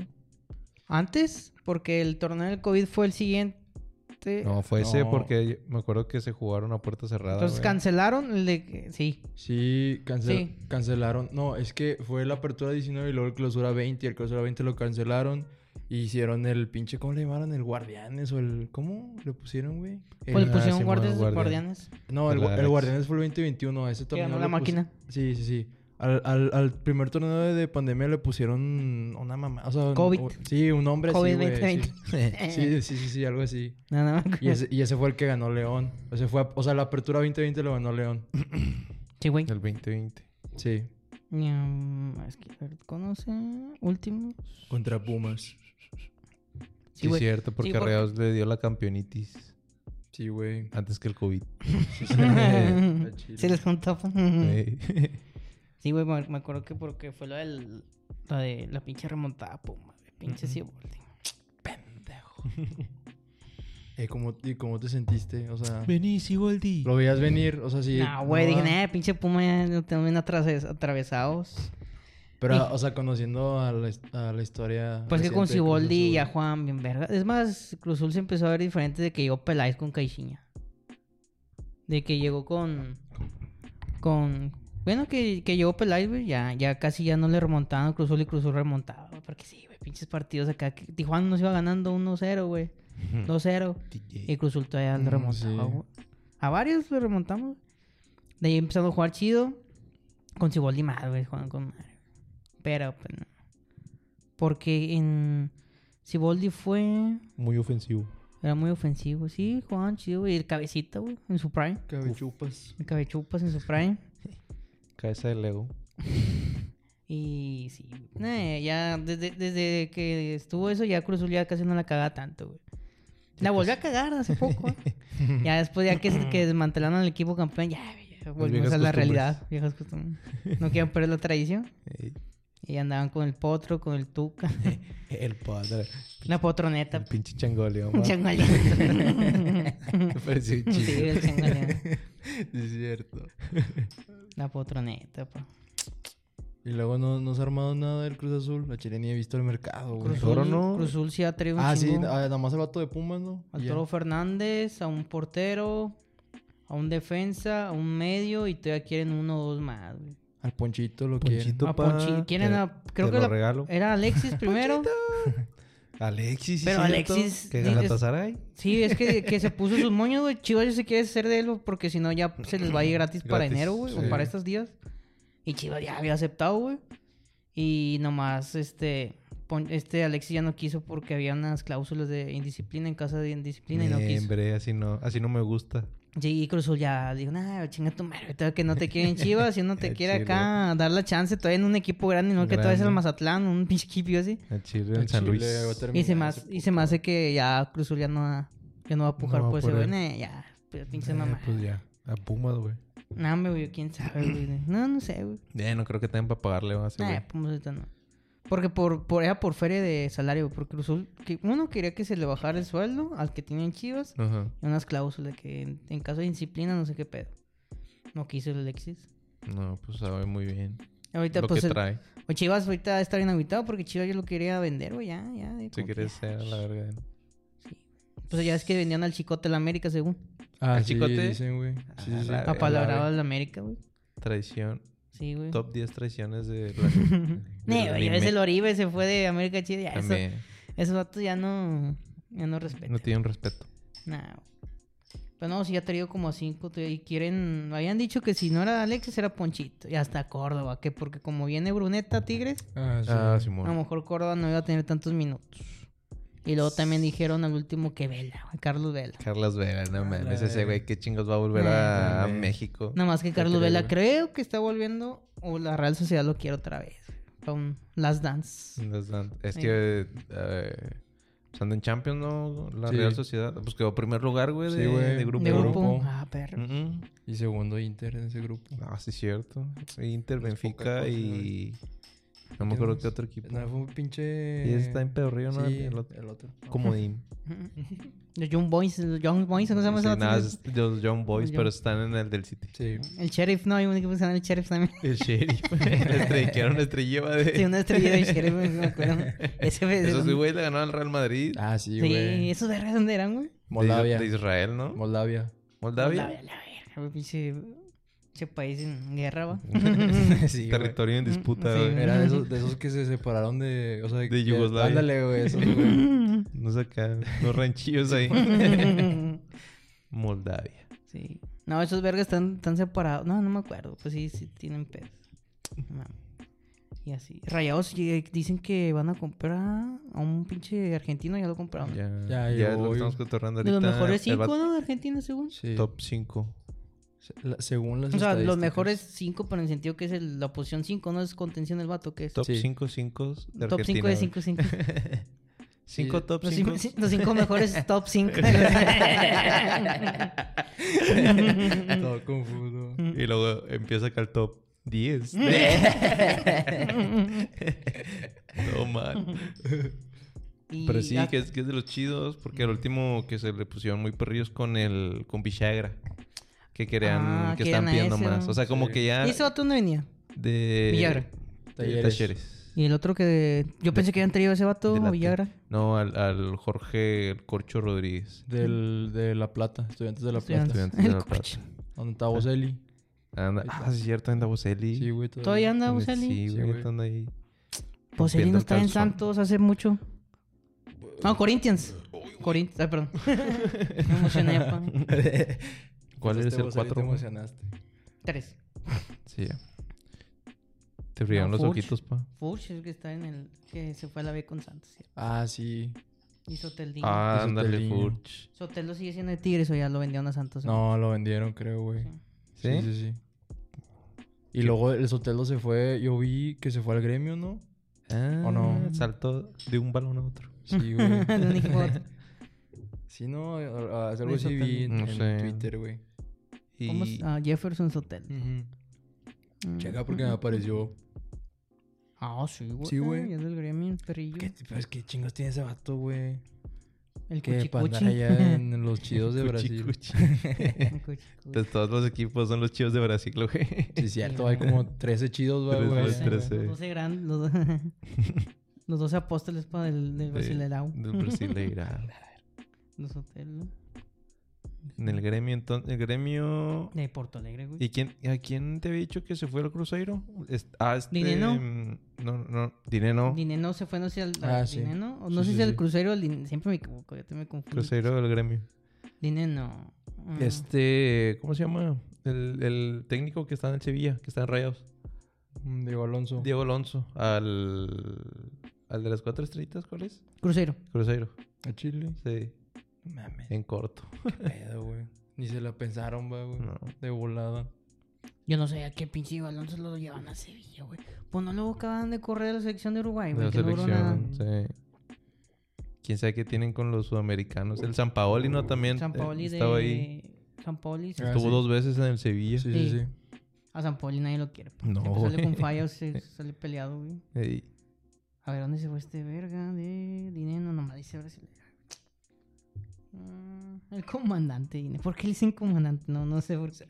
[SPEAKER 1] Antes, porque el torneo del COVID fue el siguiente.
[SPEAKER 2] No, fue ese
[SPEAKER 3] No.
[SPEAKER 2] porque me acuerdo que se jugaron a puerta cerrada.
[SPEAKER 1] Entonces
[SPEAKER 2] güey.
[SPEAKER 1] cancelaron el de... Sí.
[SPEAKER 3] Sí, cancel-
[SPEAKER 1] Sí.
[SPEAKER 3] cancelaron. No, es que fue la apertura 19 y luego el clausura 20. Y el clausura 20 lo cancelaron. Y hicieron el pinche, ¿cómo le llamaron? El Guardianes o el. ¿Cómo le pusieron, güey? El-
[SPEAKER 1] Pues le
[SPEAKER 2] Ah,
[SPEAKER 1] pusieron
[SPEAKER 2] Simón,
[SPEAKER 1] guardias,
[SPEAKER 2] guardián.
[SPEAKER 1] guardianes.
[SPEAKER 3] no, el,
[SPEAKER 2] el
[SPEAKER 3] gu- el
[SPEAKER 2] Alex.
[SPEAKER 3] Guardianes fue el 2021. A ese torneo.
[SPEAKER 1] ganó
[SPEAKER 3] le
[SPEAKER 1] la
[SPEAKER 3] pus-
[SPEAKER 1] máquina.
[SPEAKER 3] Sí, sí, sí. Al, al- al primer torneo de- de pandemia le pusieron una mamá. O sea, un-
[SPEAKER 1] COVID.
[SPEAKER 3] o- sí, un hombre así.
[SPEAKER 1] COVID
[SPEAKER 3] güey,
[SPEAKER 1] 2020.
[SPEAKER 3] Sí. sí, sí, sí, sí, algo así.
[SPEAKER 1] No, no me
[SPEAKER 3] Y
[SPEAKER 1] acuerdo.
[SPEAKER 3] ese, y ese fue el que ganó León. O sea, fue, a- o sea la apertura 2020 lo ganó León.
[SPEAKER 1] Sí, güey.
[SPEAKER 2] el 2020.
[SPEAKER 3] Sí,
[SPEAKER 1] Mm, es que, a ver, ¿Conoce? Últimos.
[SPEAKER 3] contra Pumas.
[SPEAKER 2] Sí,
[SPEAKER 1] güey.
[SPEAKER 2] cierto, porque
[SPEAKER 1] porque-
[SPEAKER 2] Reos le dio la campeonitis
[SPEAKER 3] Sí, güey.
[SPEAKER 2] antes que el COVID.
[SPEAKER 3] Sí, sí. Está chido.
[SPEAKER 1] Se les juntó.
[SPEAKER 2] Ey.
[SPEAKER 1] Sí, güey, me, me acuerdo que porque fue la del. La de la pinche remontada, puma. güey, Pinche
[SPEAKER 2] Ujú.
[SPEAKER 1] Siboldi.
[SPEAKER 3] Eh, ¿cómo, ¿Y cómo te sentiste? O sea,
[SPEAKER 2] Vení, Siboldi.
[SPEAKER 3] ¿lo veías venir? O sea, sí.
[SPEAKER 1] No, güey, dije,
[SPEAKER 3] va.
[SPEAKER 1] nah, pinche puma ya no también atraves- atravesados.
[SPEAKER 3] Pero,
[SPEAKER 1] Dije-
[SPEAKER 3] o sea, conociendo a la, his- a la historia.
[SPEAKER 1] Pues que con
[SPEAKER 3] reciente de Cruz
[SPEAKER 1] Siboldi
[SPEAKER 3] Azul.
[SPEAKER 1] y a Juan, bien verga. Es más, Cruz Azul se empezó a ver diferente de que llegó Peláez con Caixinha. De que llegó con. Con. Bueno, que, que llegó Peláez, güey. Ya, ya casi ya no le remontaban a Cruz Azul y Cruz Azul remontaba. güey, Porque sí, güey, pinches partidos acá. que Tijuana nos iba ganando 1-0, güey. 2-0. Y
[SPEAKER 2] DJ.
[SPEAKER 1] Cruz Azul todavía le
[SPEAKER 3] Mm,
[SPEAKER 1] remontaba,
[SPEAKER 3] sí.
[SPEAKER 1] güey. A varios le remontamos. De ahí empezando a jugar chido. Con Ciboldi más, güey. Juegan con madre. Pero, pues, no. Porque en... Ciboldi fue...
[SPEAKER 2] Muy ofensivo.
[SPEAKER 1] Era muy ofensivo. Sí, jugaban chido. Y el cabecita, güey. En su prime.
[SPEAKER 3] Cabechupas.
[SPEAKER 1] El cabechupas en su prime.
[SPEAKER 2] Cabeza de Lego.
[SPEAKER 1] Y sí. Nah, ya desde, desde que estuvo eso, ya Cruz Azul ya casi no la cagaba tanto, güey. La volvió a cagar hace poco. ¿eh? ya después, ya que, se- que desmantelaron al equipo campeón, ya, ya volvimos
[SPEAKER 2] viejas
[SPEAKER 1] a la
[SPEAKER 2] costumbres.
[SPEAKER 1] realidad. Viejas costumbres. No quieren perder la tradición.
[SPEAKER 2] Ey.
[SPEAKER 1] Y andaban con el potro, con el tuca.
[SPEAKER 2] El padre.
[SPEAKER 1] la potroneta.
[SPEAKER 2] El pinche changoleón. va.
[SPEAKER 1] Changoleón.
[SPEAKER 2] Me pareció un
[SPEAKER 1] sí,
[SPEAKER 2] chido.
[SPEAKER 1] el changoleón.
[SPEAKER 3] Es cierto.
[SPEAKER 1] La potroneta, pa.
[SPEAKER 3] Y luego no, no se ha armado nada del Cruz Azul. La chile ni he visto Pues el mercado, güey.
[SPEAKER 1] Cruz
[SPEAKER 2] Toro
[SPEAKER 1] Azul-
[SPEAKER 2] no.
[SPEAKER 1] Cruz Azul sí ha traído un
[SPEAKER 3] Ah, sí,
[SPEAKER 1] chingo.
[SPEAKER 3] ah, nada más el vato de Pumas, ¿no?
[SPEAKER 1] Al
[SPEAKER 3] Ya.
[SPEAKER 1] Toro Fernández, a un portero, a un defensa, a un medio y todavía quieren uno o dos más, güey.
[SPEAKER 3] Al Ponchito lo
[SPEAKER 2] Ponchito.
[SPEAKER 1] A
[SPEAKER 2] Tupa,
[SPEAKER 1] Ponchi- quieren
[SPEAKER 2] te-
[SPEAKER 1] a- creo
[SPEAKER 2] te
[SPEAKER 1] que
[SPEAKER 2] lo
[SPEAKER 1] la-
[SPEAKER 2] regalo.
[SPEAKER 1] era Alexis primero.
[SPEAKER 2] Alexis. sí,
[SPEAKER 1] Pero
[SPEAKER 2] cierto.
[SPEAKER 1] Alexis,
[SPEAKER 2] Que
[SPEAKER 1] dices-
[SPEAKER 2] Galatasaray.
[SPEAKER 1] sí, es que, que se puso sus moños, güey. Chivas ya se quiere hacer de él porque si no ya se les va a ir gratis, para
[SPEAKER 2] Gratis,
[SPEAKER 1] enero, güey,
[SPEAKER 2] sí.
[SPEAKER 1] o para estos días. Y Chivas ya había aceptado, güey. Y nomás este Pon- este Alexis ya no quiso porque había unas cláusulas de indisciplina en casa de indisciplina y no
[SPEAKER 2] Bien,
[SPEAKER 1] quiso.
[SPEAKER 2] hombre, así no, así no me gusta.
[SPEAKER 1] Sí, y Cruz Azul ya dijo, nah, chinga tu madre, ahorita que no te quieren Chivas, si no te
[SPEAKER 2] Al
[SPEAKER 1] quiere
[SPEAKER 2] chile.
[SPEAKER 1] acá dar la chance todavía en un equipo grande, no que todavía es el
[SPEAKER 2] Grande.
[SPEAKER 1] Mazatlán, un pinche equipo así.
[SPEAKER 2] El Chile
[SPEAKER 3] El
[SPEAKER 2] en San
[SPEAKER 3] Chile
[SPEAKER 2] Luis.
[SPEAKER 3] va a terminar
[SPEAKER 1] Y se, me,
[SPEAKER 3] ese
[SPEAKER 1] hace- y se me hace que ya Cruz Azul ya no va, ya no va a pujar
[SPEAKER 2] No va
[SPEAKER 1] por ese
[SPEAKER 2] por
[SPEAKER 1] güey,
[SPEAKER 2] él.
[SPEAKER 1] nah, ya, pues, pinche
[SPEAKER 2] Eh,
[SPEAKER 1] mamá.
[SPEAKER 2] Pues ya. A Pumas, güey.
[SPEAKER 1] No, me güey, quién sabe, güey. No, no sé, güey.
[SPEAKER 2] Eh, no creo que tengan para pagarle va, a ese
[SPEAKER 1] Nah,
[SPEAKER 2] güey.
[SPEAKER 1] pues ahorita no. Porque por, por, era por feria de salario, porque Cruz Azul, que uno quería que se le bajara el sueldo al que tienen Chivas,
[SPEAKER 2] Ajá.
[SPEAKER 1] y unas cláusulas que en, en caso de disciplina no sé qué pedo. No quiso el Alexis.
[SPEAKER 2] No, pues sabe muy bien
[SPEAKER 1] Ahorita
[SPEAKER 2] lo
[SPEAKER 1] pues
[SPEAKER 2] que
[SPEAKER 1] el-
[SPEAKER 2] trae.
[SPEAKER 1] O Chivas ahorita está bien aguitado porque Chivas yo lo quería vender, güey, ya, ya. de
[SPEAKER 2] Si
[SPEAKER 1] como que
[SPEAKER 2] quieres
[SPEAKER 1] ya.
[SPEAKER 2] ser a la verga.
[SPEAKER 1] Pues ya es que vendían al Chicote la América, según.
[SPEAKER 3] Ah,
[SPEAKER 2] ¿El
[SPEAKER 3] sí,
[SPEAKER 2] Chicote?
[SPEAKER 3] dicen, güey. Sí, sí, sí.
[SPEAKER 2] Ah, la-
[SPEAKER 1] Apalabrado la América, güey.
[SPEAKER 2] Traición.
[SPEAKER 1] Sí, güey.
[SPEAKER 2] Top 10 traiciones de la. del
[SPEAKER 1] Nee, güey, ya ves
[SPEAKER 2] anime.
[SPEAKER 1] el Oribe se fue de América Chile, ya eso,
[SPEAKER 2] También.
[SPEAKER 1] esos vatos ya no, ya no respetan.
[SPEAKER 2] No tienen respeto.
[SPEAKER 1] Nah, güey. Pero no, si ya ha traído como a cinco, te- y quieren, habían dicho que si no era Alexis era Ponchito, y hasta Córdoba, que porque como viene Bruneta a Tigres,
[SPEAKER 3] Ah, sí.
[SPEAKER 2] Ah,
[SPEAKER 1] a lo
[SPEAKER 2] Simón.
[SPEAKER 1] mejor Córdoba no iba a tener tantos minutos. Y luego también dijeron al último que Vela, güey, Carlos Vela.
[SPEAKER 2] Carlos Vera, no mames.
[SPEAKER 3] la
[SPEAKER 2] Ese güey, ¿qué chingos va a volver
[SPEAKER 1] Nah.
[SPEAKER 2] a, a
[SPEAKER 3] Nah.
[SPEAKER 2] México?
[SPEAKER 1] Nada más que Carlos
[SPEAKER 3] creo,
[SPEAKER 1] Vela
[SPEAKER 3] güey.
[SPEAKER 1] creo que está volviendo o la Real Sociedad lo quiere otra vez. Para un Last Dance.
[SPEAKER 2] No Es tan- es
[SPEAKER 1] Sí.
[SPEAKER 2] que. eh, pues anda en Champions, ¿no? La
[SPEAKER 3] Sí.
[SPEAKER 2] Real Sociedad. Pues quedó primer lugar, güey,
[SPEAKER 3] Sí,
[SPEAKER 2] de,
[SPEAKER 3] güey.
[SPEAKER 2] de grupo.
[SPEAKER 1] De grupo.
[SPEAKER 3] grupo.
[SPEAKER 1] Ah, perro.
[SPEAKER 2] Mm, mm.
[SPEAKER 3] Y segundo Inter en ese grupo.
[SPEAKER 2] Ah, sí, cierto. Inter,
[SPEAKER 3] poca
[SPEAKER 2] Benfica
[SPEAKER 3] cosa,
[SPEAKER 2] y. No me acuerdo qué otro equipo.
[SPEAKER 3] No, fue un pinche.
[SPEAKER 2] Y está en Pedro Río, ¿no?
[SPEAKER 3] Sí,
[SPEAKER 2] El otro.
[SPEAKER 3] El otro.
[SPEAKER 2] Comodín.
[SPEAKER 1] Los Young Boys, los Young Boys, ¿cómo se llama
[SPEAKER 2] Sí,
[SPEAKER 1] esa
[SPEAKER 2] nada,
[SPEAKER 1] otra?
[SPEAKER 2] es los Young Boys,
[SPEAKER 1] Young-
[SPEAKER 2] pero están en el del City.
[SPEAKER 3] Sí.
[SPEAKER 1] El Sheriff, no, hay un equipo que se llama el Sheriff también.
[SPEAKER 2] El sheriff. La estrella, que era una estrella de.
[SPEAKER 1] Sí, una estrella del Sheriff, no me acuerdo. Ese fue-
[SPEAKER 2] Esos güeyes le ganaron al Real Madrid. de-
[SPEAKER 3] Ah, sí,
[SPEAKER 1] Sí,
[SPEAKER 3] güey.
[SPEAKER 1] esos vergas, ¿dónde eran, güey?
[SPEAKER 3] Moldavia.
[SPEAKER 2] De, Israel, ¿no?
[SPEAKER 3] Moldavia.
[SPEAKER 2] Moldavia.
[SPEAKER 1] La verga, güey, pinche pinche país en guerra, va.
[SPEAKER 3] Sí, güey.
[SPEAKER 2] Territorio en disputa,
[SPEAKER 1] Sí,
[SPEAKER 2] güey.
[SPEAKER 1] güey.
[SPEAKER 3] Eran esos, de esos que se separaron de. O sea,
[SPEAKER 2] De Yugoslavia.
[SPEAKER 3] Ándale, güey. Esos, güey.
[SPEAKER 2] No sé acá, los ranchillos ahí. Moldavia.
[SPEAKER 1] Sí. No, esos vergas están, están separados. No, no me acuerdo. Pues sí, sí tienen pedos. No mames. Y así. Rayados eh, dicen que van a comprar a un pinche argentino. Ya lo compraron.
[SPEAKER 2] Ya,
[SPEAKER 3] Ya,
[SPEAKER 2] ya,
[SPEAKER 3] yo
[SPEAKER 2] es lo que
[SPEAKER 3] voy.
[SPEAKER 2] estamos cotorrando
[SPEAKER 1] De
[SPEAKER 2] ahorita.
[SPEAKER 1] los mejores
[SPEAKER 2] el
[SPEAKER 1] cinco,
[SPEAKER 2] vato-
[SPEAKER 1] ¿no? De Argentina, según.
[SPEAKER 3] Sí.
[SPEAKER 2] Top 5.
[SPEAKER 3] Se- la- según las
[SPEAKER 1] O sea, los
[SPEAKER 3] estadísticas.
[SPEAKER 1] mejores cinco, pero en el sentido que es el- la posición 5, no es contención el vato, que es?
[SPEAKER 2] Top
[SPEAKER 3] Sí.
[SPEAKER 2] 5 5 de
[SPEAKER 1] top 5
[SPEAKER 2] Argentina.
[SPEAKER 1] de 5, 5.
[SPEAKER 2] 5 top
[SPEAKER 1] Los
[SPEAKER 2] 5.
[SPEAKER 1] cinco, sí, los cinco mejores top 5. mm.
[SPEAKER 3] Todo confuso.
[SPEAKER 2] Y luego empieza acá el top 10. no man. Pero sí, que es, que es de los chidos, porque el último que se le pusieron muy perrillos con el con Villagra. Que querían,
[SPEAKER 1] Ah,
[SPEAKER 2] que
[SPEAKER 1] que eran
[SPEAKER 2] están
[SPEAKER 1] a
[SPEAKER 2] pidiendo
[SPEAKER 1] ese,
[SPEAKER 2] más.
[SPEAKER 1] ¿no?
[SPEAKER 2] O sea, como
[SPEAKER 3] Sí.
[SPEAKER 2] que ya
[SPEAKER 1] Ese vato no venía.
[SPEAKER 2] de
[SPEAKER 1] Villagra.
[SPEAKER 2] de
[SPEAKER 3] Talleres.
[SPEAKER 2] Talleres.
[SPEAKER 1] Y el otro que. Yo pensé que habían traído a ese vato,
[SPEAKER 2] De
[SPEAKER 1] a
[SPEAKER 2] la-
[SPEAKER 1] Villagra.
[SPEAKER 2] No, al, al Jorge Corcho Rodríguez.
[SPEAKER 3] Del, de La Plata, estudiantes de La Plata.
[SPEAKER 1] Estudiantes.
[SPEAKER 2] Estudiante de
[SPEAKER 1] El
[SPEAKER 2] La Plata.
[SPEAKER 1] Corcho.
[SPEAKER 3] Donde está Boselli.
[SPEAKER 2] Anda, ah, sí, es cierto, anda Boselli.
[SPEAKER 3] Sí, güey.
[SPEAKER 1] Todavía anda,
[SPEAKER 2] Güey,
[SPEAKER 1] Boselli.
[SPEAKER 2] Sí,
[SPEAKER 3] Sí,
[SPEAKER 2] güey,
[SPEAKER 3] güey.
[SPEAKER 2] están ahí.
[SPEAKER 1] Boselli
[SPEAKER 2] Rompiendo
[SPEAKER 1] no
[SPEAKER 2] el
[SPEAKER 1] estaba en
[SPEAKER 2] calzón.
[SPEAKER 1] Santos hace mucho. No, Corinthians. Corinthians, ah, perdón. Me emocioné, pa.
[SPEAKER 2] ¿Cuál
[SPEAKER 3] Pensaste
[SPEAKER 2] es el
[SPEAKER 3] Boselli, te
[SPEAKER 2] 4?
[SPEAKER 3] emocionaste.
[SPEAKER 1] Tres.
[SPEAKER 2] Sí, ya. Te brillaron
[SPEAKER 1] No,
[SPEAKER 2] los
[SPEAKER 1] Furch.
[SPEAKER 2] ojitos, pa.
[SPEAKER 1] Furch, el que está en el. que se fue a la B con Santos. ¿cierto?
[SPEAKER 3] Ah, sí.
[SPEAKER 1] Y Soteldino.
[SPEAKER 2] Ah,
[SPEAKER 3] Ese
[SPEAKER 2] ándale,
[SPEAKER 3] pelín.
[SPEAKER 2] Furch.
[SPEAKER 1] Sotelo sigue siendo de Tigres o ya lo vendieron a Santos.
[SPEAKER 3] No, lo vendieron, creo, güey.
[SPEAKER 1] Sí.
[SPEAKER 2] ¿Sí?
[SPEAKER 3] Sí, sí, sí. Y luego el Sotelo se fue, yo vi que se fue al gremio, ¿no?
[SPEAKER 2] Ah,
[SPEAKER 3] ¿O no?
[SPEAKER 2] Saltó de un balón a otro.
[SPEAKER 3] Sí, güey.
[SPEAKER 1] De un equipo a otro.
[SPEAKER 3] sí, no, a- a- algo
[SPEAKER 1] Luis
[SPEAKER 3] así vi en,
[SPEAKER 2] Sotelo. No
[SPEAKER 3] en
[SPEAKER 2] sé.
[SPEAKER 3] Twitter, güey.
[SPEAKER 2] Y...
[SPEAKER 1] ¿Cómo es? Ah, Jefferson Sotelo. Mm.
[SPEAKER 3] Checa porque me apareció.
[SPEAKER 1] Ah, sí, güey.
[SPEAKER 3] Sí, güey.
[SPEAKER 1] Ah, ya del gremio, el perrillo.
[SPEAKER 3] ¿Qué, pues, ¿qué chingos tiene ese vato, güey?
[SPEAKER 1] El
[SPEAKER 3] Que para andar
[SPEAKER 1] cuchicuchi.
[SPEAKER 3] allá en los chidos de
[SPEAKER 2] Cuchi,
[SPEAKER 3] Brasil.
[SPEAKER 2] cuchi.
[SPEAKER 1] El cuchicuchi.
[SPEAKER 2] Entonces, todos los equipos son los chivos de Brasil, güey.
[SPEAKER 3] Sí, es cierto, hay como 13 chidos, güey,
[SPEAKER 2] Tres,
[SPEAKER 3] güey.
[SPEAKER 2] tres, tres.
[SPEAKER 1] Los 12 grandes, los, do- los 12 apóstoles pa, del, del Brasileirao.
[SPEAKER 2] Del Brasileirao.
[SPEAKER 1] Los hoteles.
[SPEAKER 2] En el gremio, entonces. El gremio.
[SPEAKER 1] De Porto Alegre, güey.
[SPEAKER 2] ¿Y quién, a quién te había dicho que se fue al Cruzeiro? Es- ah, este,
[SPEAKER 1] Dineno.
[SPEAKER 2] mm, No, no, Dineno.
[SPEAKER 1] Dineno se fue, no sé, al,
[SPEAKER 3] Ah,
[SPEAKER 1] al
[SPEAKER 3] sí.
[SPEAKER 1] Dineno. O no
[SPEAKER 3] Sí,
[SPEAKER 1] sé
[SPEAKER 3] sí,
[SPEAKER 1] si al
[SPEAKER 3] sí.
[SPEAKER 1] crucero, al Din- siempre me equivoco, yo te me confundo.
[SPEAKER 2] Cruzeiro del gremio.
[SPEAKER 1] Dineno. Ah,
[SPEAKER 2] Este. ¿Cómo se llama? El, el técnico que está en el Sevilla, que está en Rayados.
[SPEAKER 3] Mm, Diego Alonso.
[SPEAKER 2] Diego Alonso. Al. Al de las cuatro estrellitas, ¿cuál es?
[SPEAKER 1] Cruzeiro.
[SPEAKER 2] Cruzeiro.
[SPEAKER 3] ¿A Chile?
[SPEAKER 2] Sí.
[SPEAKER 3] No mames,
[SPEAKER 2] En corto.
[SPEAKER 3] qué pedo, güey. Ni se la pensaron, va, güey.
[SPEAKER 2] No.
[SPEAKER 3] De volada.
[SPEAKER 1] Yo no sé a qué pinche Alonso lo llevan a Sevilla, güey. Pues no lo acaban de correr a la selección de Uruguay,
[SPEAKER 2] De
[SPEAKER 1] güey.
[SPEAKER 2] la
[SPEAKER 1] Que no logró nada.
[SPEAKER 2] selección, sí. Quién sabe qué tienen con los sudamericanos. El San Paoli, ¿no? También.
[SPEAKER 1] San
[SPEAKER 2] eh,
[SPEAKER 1] Paoli de.
[SPEAKER 2] Estaba ahí.
[SPEAKER 1] San Paoli. se-
[SPEAKER 3] Ah,
[SPEAKER 2] Estuvo
[SPEAKER 3] sí.
[SPEAKER 2] dos veces en el Sevilla.
[SPEAKER 3] Sí,
[SPEAKER 1] Sí.
[SPEAKER 3] sí, sí.
[SPEAKER 1] A San Paoli nadie lo quiere. pues.
[SPEAKER 2] No,
[SPEAKER 1] Siempre Sale
[SPEAKER 2] güey.
[SPEAKER 1] con fallas, se- sale peleado, güey.
[SPEAKER 2] Ey,
[SPEAKER 1] A ver, ¿dónde se fue este verga de Dineno? Nomás dice Brasil. Mm, El comandante, Dineno. ¿Por qué le dicen comandante? No, no sé por qué.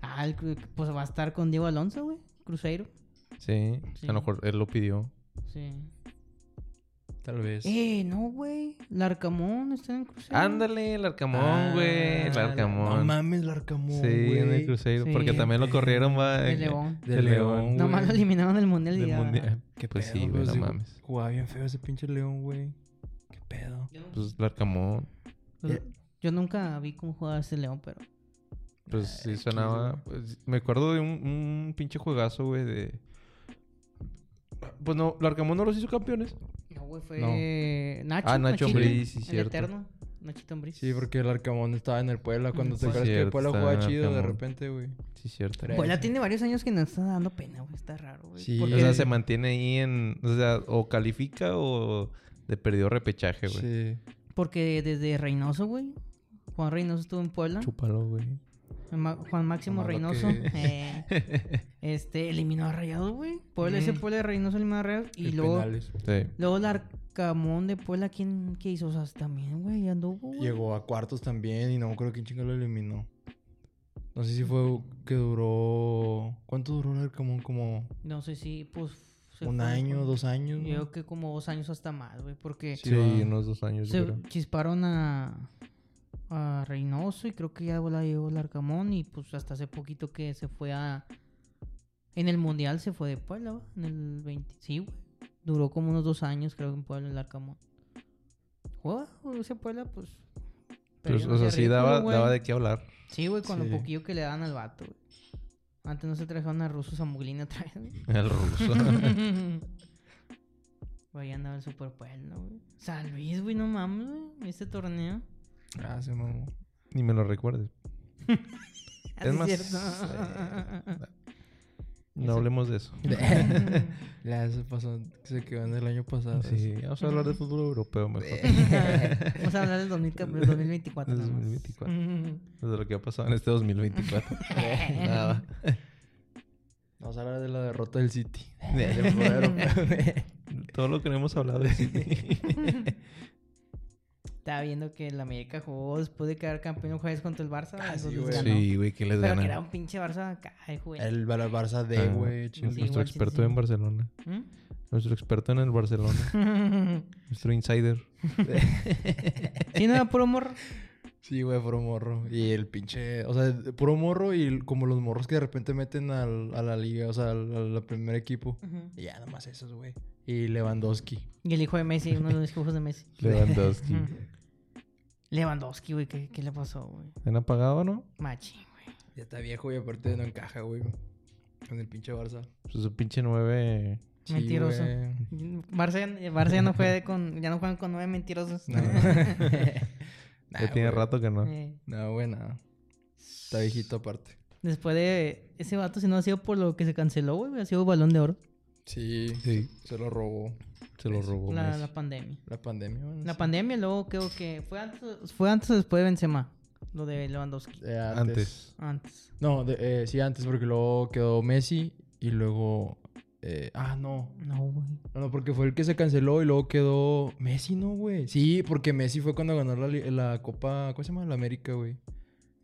[SPEAKER 1] Ah, el cru- pues va a estar con Diego Alonso, güey. Cruzeiro.
[SPEAKER 2] sí.
[SPEAKER 1] Sí.
[SPEAKER 2] A lo mejor él lo pidió.
[SPEAKER 1] Sí.
[SPEAKER 3] Tal vez.
[SPEAKER 1] Eh, no, güey. Larcamón está en el Cruzeiro.
[SPEAKER 2] Ándale, el Arcamón,
[SPEAKER 3] Ah,
[SPEAKER 2] güey. el
[SPEAKER 1] la-
[SPEAKER 3] No
[SPEAKER 2] Arcamón.
[SPEAKER 3] mames, el Arcamón,
[SPEAKER 2] sí,
[SPEAKER 3] güey.
[SPEAKER 2] en el Cruzeiro.
[SPEAKER 1] Sí.
[SPEAKER 2] Porque también lo corrieron, va.
[SPEAKER 1] De
[SPEAKER 2] en-
[SPEAKER 1] León.
[SPEAKER 3] De
[SPEAKER 2] del
[SPEAKER 3] León,
[SPEAKER 2] León,
[SPEAKER 3] güey.
[SPEAKER 1] Nomás lo eliminaron del mundial y
[SPEAKER 2] del
[SPEAKER 1] ya.
[SPEAKER 2] Mundial.
[SPEAKER 3] Qué
[SPEAKER 2] Pues
[SPEAKER 3] pedo,
[SPEAKER 2] sí, güey, no
[SPEAKER 3] sí,
[SPEAKER 2] mames.
[SPEAKER 3] Jugaba bien feo ese pinche León, güey. Qué pedo.
[SPEAKER 2] Pues el Arcamón.
[SPEAKER 1] Pues,
[SPEAKER 3] Eh.
[SPEAKER 1] Yo nunca vi cómo jugaba ese León, pero.
[SPEAKER 2] Pues sí sonaba. pues, me acuerdo de un, un pinche juegazo, güey, de. Pues no, Larcamón no los hizo campeones.
[SPEAKER 1] No, güey, fue Nacho.
[SPEAKER 2] Ah,
[SPEAKER 1] Nachito,
[SPEAKER 2] Nacho Ambriz, sí,
[SPEAKER 1] el
[SPEAKER 2] cierto.
[SPEAKER 1] eterno. Nachito Ambriz.
[SPEAKER 3] Sí, porque el Arcamón estaba en el Puebla. Cuando te
[SPEAKER 2] Pues
[SPEAKER 3] acuerdas que el
[SPEAKER 2] cierto,
[SPEAKER 3] Puebla
[SPEAKER 2] estaba
[SPEAKER 3] jugaba
[SPEAKER 2] en el
[SPEAKER 3] chido de
[SPEAKER 2] Arcamón.
[SPEAKER 3] repente, güey.
[SPEAKER 2] Sí, cierto.
[SPEAKER 3] Pero-
[SPEAKER 1] Pues ya tiene varios años que nos está dando pena, güey. Está raro, güey.
[SPEAKER 3] Sí.
[SPEAKER 2] O
[SPEAKER 1] Porque-
[SPEAKER 2] sea, se mantiene ahí en. O sea, o califica o de perdido repechaje, güey.
[SPEAKER 3] Sí.
[SPEAKER 1] Porque desde Reynoso, güey. Juan Reynoso estuvo en Puebla.
[SPEAKER 2] Chúpalo, güey.
[SPEAKER 1] Ma- Juan Máximo
[SPEAKER 3] Nomás lo
[SPEAKER 1] Reynoso.
[SPEAKER 3] que-
[SPEAKER 1] eh, este, eliminó a Rayados, güey. Puebla, ese
[SPEAKER 3] Mm.
[SPEAKER 1] Puebla de Reynoso eliminó a Rayados. Y, luego,
[SPEAKER 3] penales.
[SPEAKER 2] Sí.
[SPEAKER 1] luego el Arcamón de Puebla, ¿quién qué hizo? O sea, también, güey, anduvo, güey.
[SPEAKER 3] Llegó a cuartos también y no me acuerdo quién chingo lo eliminó. No sé si fue que duró... ¿Cuánto duró el Arcamón? Como
[SPEAKER 1] No sé si, pues... se
[SPEAKER 3] un
[SPEAKER 1] fue
[SPEAKER 3] año,
[SPEAKER 1] con-
[SPEAKER 3] dos años.
[SPEAKER 1] Yo
[SPEAKER 3] ¿no?
[SPEAKER 1] creo que como dos años hasta más, güey. Porque
[SPEAKER 2] Sí,
[SPEAKER 3] Sí, va.
[SPEAKER 2] unos dos años. yo
[SPEAKER 1] se
[SPEAKER 2] creo.
[SPEAKER 1] chisparon a, a Reynoso y creo que ya la llevó el Arcamón y pues hasta hace poquito que se fue a... En el Mundial se fue de Puebla, ¿va? en el 20... Sí, güey. Duró como unos dos años creo que en Puebla el Arcamón. Juega, güey, ese Puebla pues...
[SPEAKER 2] Pero,
[SPEAKER 1] perdió,
[SPEAKER 2] o
[SPEAKER 1] no
[SPEAKER 2] sea,
[SPEAKER 1] sé,
[SPEAKER 2] sí
[SPEAKER 1] ridículo,
[SPEAKER 2] daba,
[SPEAKER 1] güey.
[SPEAKER 2] daba de qué hablar.
[SPEAKER 1] Sí, güey, con
[SPEAKER 3] Sí.
[SPEAKER 1] lo poquillo que le dan al vato, güey. Antes no se trajeron a rusos a Muglina otra vez, güey.
[SPEAKER 2] El ruso.
[SPEAKER 1] Güey, andaba el Super Puebla, güey. San Luis, güey, no mames, güey. Este torneo.
[SPEAKER 3] Ah, se mamó.
[SPEAKER 2] Ni me lo recuerdes. Es más,
[SPEAKER 1] cierto.
[SPEAKER 2] no
[SPEAKER 1] Eso.
[SPEAKER 2] hablemos de eso.
[SPEAKER 3] Ya, eso pasó, se quedó en el año pasado.
[SPEAKER 2] Sí, vamos a hablar de fútbol europeo mejor.
[SPEAKER 1] Vamos a hablar del 2000 ca- del 2024. nada más.
[SPEAKER 2] 2024. Desde lo que ha pasado en este 2024. Nada.
[SPEAKER 3] Vamos a hablar de la derrota del City.
[SPEAKER 2] Todo lo que no hemos hablado de City.
[SPEAKER 1] Estaba viendo que el América jugó después de quedar campeón un jueves contra el Barça.
[SPEAKER 3] Ah,
[SPEAKER 1] algo
[SPEAKER 3] sí, güey.
[SPEAKER 1] desganó.
[SPEAKER 2] Sí, güey, ¿quién les
[SPEAKER 1] Pero que era
[SPEAKER 2] gana?
[SPEAKER 1] un pinche Barça acá, ay, güey.
[SPEAKER 3] El Bar- Barça de,
[SPEAKER 2] Ah,
[SPEAKER 3] güey.
[SPEAKER 2] sí,
[SPEAKER 3] chingada.
[SPEAKER 1] Sí,
[SPEAKER 2] Nuestro
[SPEAKER 1] igual, sí, sí.
[SPEAKER 2] experto en Barcelona.
[SPEAKER 1] ¿Mm?
[SPEAKER 2] Nuestro experto en el Barcelona. Nuestro insider.
[SPEAKER 1] Sí, no era puro morro.
[SPEAKER 3] Sí, güey, puro morro. Y el pinche. O sea, de- puro morro y el- como los morros que de repente meten al, a la liga, o sea, al, al- al primer equipo.
[SPEAKER 1] Ujú.
[SPEAKER 3] Y ya, nada más esos, güey. Y Lewandowski.
[SPEAKER 1] Y el hijo de Messi, uno de los hijos de Messi.
[SPEAKER 2] Lewandowski.
[SPEAKER 1] Ujú. Lewandowski, güey, ¿qué, qué le pasó, güey?
[SPEAKER 2] ¿Han apagado no?
[SPEAKER 1] Machi, güey.
[SPEAKER 3] Ya está viejo y aparte no encaja, güey. Con el pinche Barça.
[SPEAKER 2] Pues su pinche nueve.
[SPEAKER 3] Sí,
[SPEAKER 1] Mentiroso.
[SPEAKER 3] güey.
[SPEAKER 1] Barça, ya- eh, Barça ya no juega con, ya no juegan con nueve mentirosos.
[SPEAKER 3] No. Nah,
[SPEAKER 1] Ah,
[SPEAKER 2] Ya tiene
[SPEAKER 3] güey.
[SPEAKER 2] rato que no.
[SPEAKER 1] Eh,
[SPEAKER 3] No, güey, nada. Está viejito aparte.
[SPEAKER 1] después de ese vato, si no ha sido por lo que se canceló, güey, ha sido balón de oro.
[SPEAKER 3] Sí, Se lo robó
[SPEAKER 2] Se lo robó.
[SPEAKER 1] La,
[SPEAKER 2] Messi.
[SPEAKER 1] la pandemia.
[SPEAKER 3] la pandemia, güey.
[SPEAKER 1] La pandemia, luego creo que fue antes, fue antes o después de Benzema, lo de Lewandowski.
[SPEAKER 3] Eh, antes.
[SPEAKER 2] Antes.
[SPEAKER 1] Antes.
[SPEAKER 3] No, de- eh, sí, antes, porque luego quedó Messi y luego. eh, ah, no.
[SPEAKER 1] No, güey.
[SPEAKER 3] No, no, porque fue el que se canceló y luego quedó Messi, ¿no, güey? Sí, porque Messi fue cuando ganó la, li- la Copa, ¿cómo se llama? La América, güey.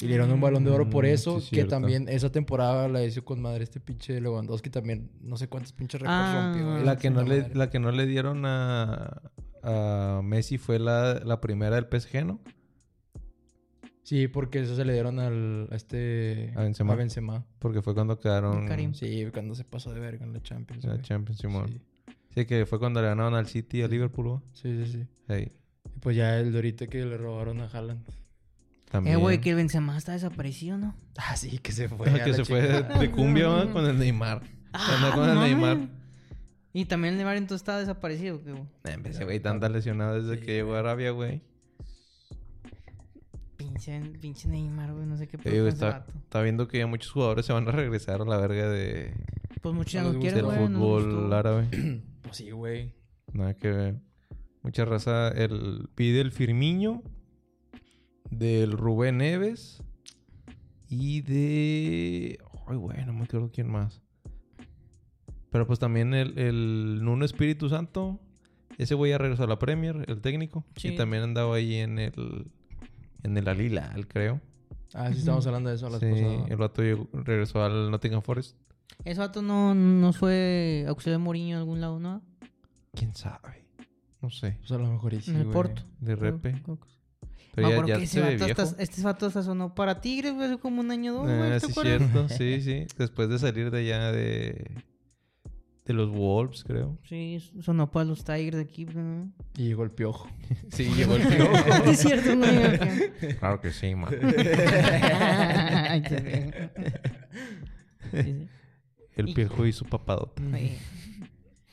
[SPEAKER 3] Y le dieron un balón de oro por
[SPEAKER 2] Mm,
[SPEAKER 3] eso,
[SPEAKER 2] sí,
[SPEAKER 3] que
[SPEAKER 2] cierto.
[SPEAKER 3] también esa temporada la hizo con madre este pinche Lewandowski también, no sé cuántos pinches récords
[SPEAKER 1] Ah,
[SPEAKER 3] rompió. güey.
[SPEAKER 2] La que, no
[SPEAKER 3] Puta
[SPEAKER 2] le,
[SPEAKER 3] madre.
[SPEAKER 2] la que no le dieron a, a Messi fue la, la primera del PSG, ¿no?
[SPEAKER 3] Sí, porque eso se le dieron al, a este...
[SPEAKER 2] A Benzema.
[SPEAKER 3] a Benzema.
[SPEAKER 2] Porque fue cuando quedaron
[SPEAKER 1] Karim.
[SPEAKER 3] Sí, cuando se pasó de verga en la Champions,
[SPEAKER 2] en la
[SPEAKER 3] güey.
[SPEAKER 2] Champions, Simón.
[SPEAKER 3] Sí.
[SPEAKER 2] Sí. que fue cuando le ganaron al City y al Liverpool. ¿va?
[SPEAKER 3] Sí, sí, sí.
[SPEAKER 2] Ahí.
[SPEAKER 3] Y pues ya el de ahorita que le robaron a Haaland.
[SPEAKER 1] Eh,
[SPEAKER 2] También.
[SPEAKER 1] güey, que el Benzema está desaparecido, ¿no?
[SPEAKER 3] Ah, sí, que se fue.
[SPEAKER 2] Ah, que se fue de, de cumbia ¿va? con el Neymar. Se andó con
[SPEAKER 1] Ah, no
[SPEAKER 2] el
[SPEAKER 1] mames.
[SPEAKER 2] Neymar.
[SPEAKER 1] Y también el Neymar entonces está desaparecido, que güey.
[SPEAKER 2] Nah, Empecé, güey, tanta lesionada desde
[SPEAKER 3] Sí,
[SPEAKER 2] que llegó a Arabia, güey.
[SPEAKER 1] Pinche, pinche Neymar, güey, no sé qué
[SPEAKER 2] Te
[SPEAKER 1] pedo
[SPEAKER 2] digo,
[SPEAKER 1] con ese
[SPEAKER 2] está,
[SPEAKER 1] vato.
[SPEAKER 2] está viendo que ya muchos jugadores se van a regresar a la verga de,
[SPEAKER 1] Pues muchos ya
[SPEAKER 3] No
[SPEAKER 1] no lo
[SPEAKER 3] les gusta
[SPEAKER 1] quieren, güey.
[SPEAKER 2] del
[SPEAKER 1] no les
[SPEAKER 2] fútbol
[SPEAKER 1] gustó.
[SPEAKER 2] árabe.
[SPEAKER 3] Pues sí, güey.
[SPEAKER 2] Nada que ver. Mucha raza el, pide el Firmiño, del Rubén Neves y de... Ay, güey, no me acuerdo quién más. Pero pues también el, el Nuno Espíritu Santo. Ese güey ya regresó a la Premier, el técnico.
[SPEAKER 1] Sí.
[SPEAKER 2] Y también andaba ahí en el... En el Al Hilal, creo.
[SPEAKER 3] Ah, sí, estábamos hablando de eso la
[SPEAKER 2] Sí,
[SPEAKER 3] vez pasada.
[SPEAKER 2] el vato llegó- regresó al Nottingham Forest.
[SPEAKER 1] Ese vato no, no fue auxiliar de Mourinho en algún lado, ¿no?
[SPEAKER 2] ¿Quién sabe? No sé.
[SPEAKER 3] Pues a lo mejor y sí,
[SPEAKER 1] en el
[SPEAKER 3] güey.
[SPEAKER 1] Porto.
[SPEAKER 2] De repe.
[SPEAKER 1] Creo que sí.
[SPEAKER 2] Pero
[SPEAKER 1] Me
[SPEAKER 2] ya,
[SPEAKER 1] Ah. acuerdo
[SPEAKER 2] ya
[SPEAKER 1] que
[SPEAKER 2] se
[SPEAKER 1] ese
[SPEAKER 2] ve
[SPEAKER 1] vato hasta-
[SPEAKER 2] viejo.
[SPEAKER 1] este vato hasta sonó para Tigres, güey, hace como un año o dos, güey,
[SPEAKER 2] Ah,
[SPEAKER 1] ¿te
[SPEAKER 2] sí,
[SPEAKER 1] acuerdas?
[SPEAKER 2] cierto. Sí, sí. Después de salir de allá de... De los Wolves, creo.
[SPEAKER 1] Sí, sonó para los Tigers de aquí, güey. ¿no?
[SPEAKER 3] Y llegó el piojo.
[SPEAKER 2] Sí, llegó el
[SPEAKER 1] Sí, es cierto, güey.
[SPEAKER 2] Claro que sí, man.
[SPEAKER 1] Ay, qué feo. Sí, sí.
[SPEAKER 2] El
[SPEAKER 1] Y-
[SPEAKER 2] viejo y su papadote.
[SPEAKER 1] Oye.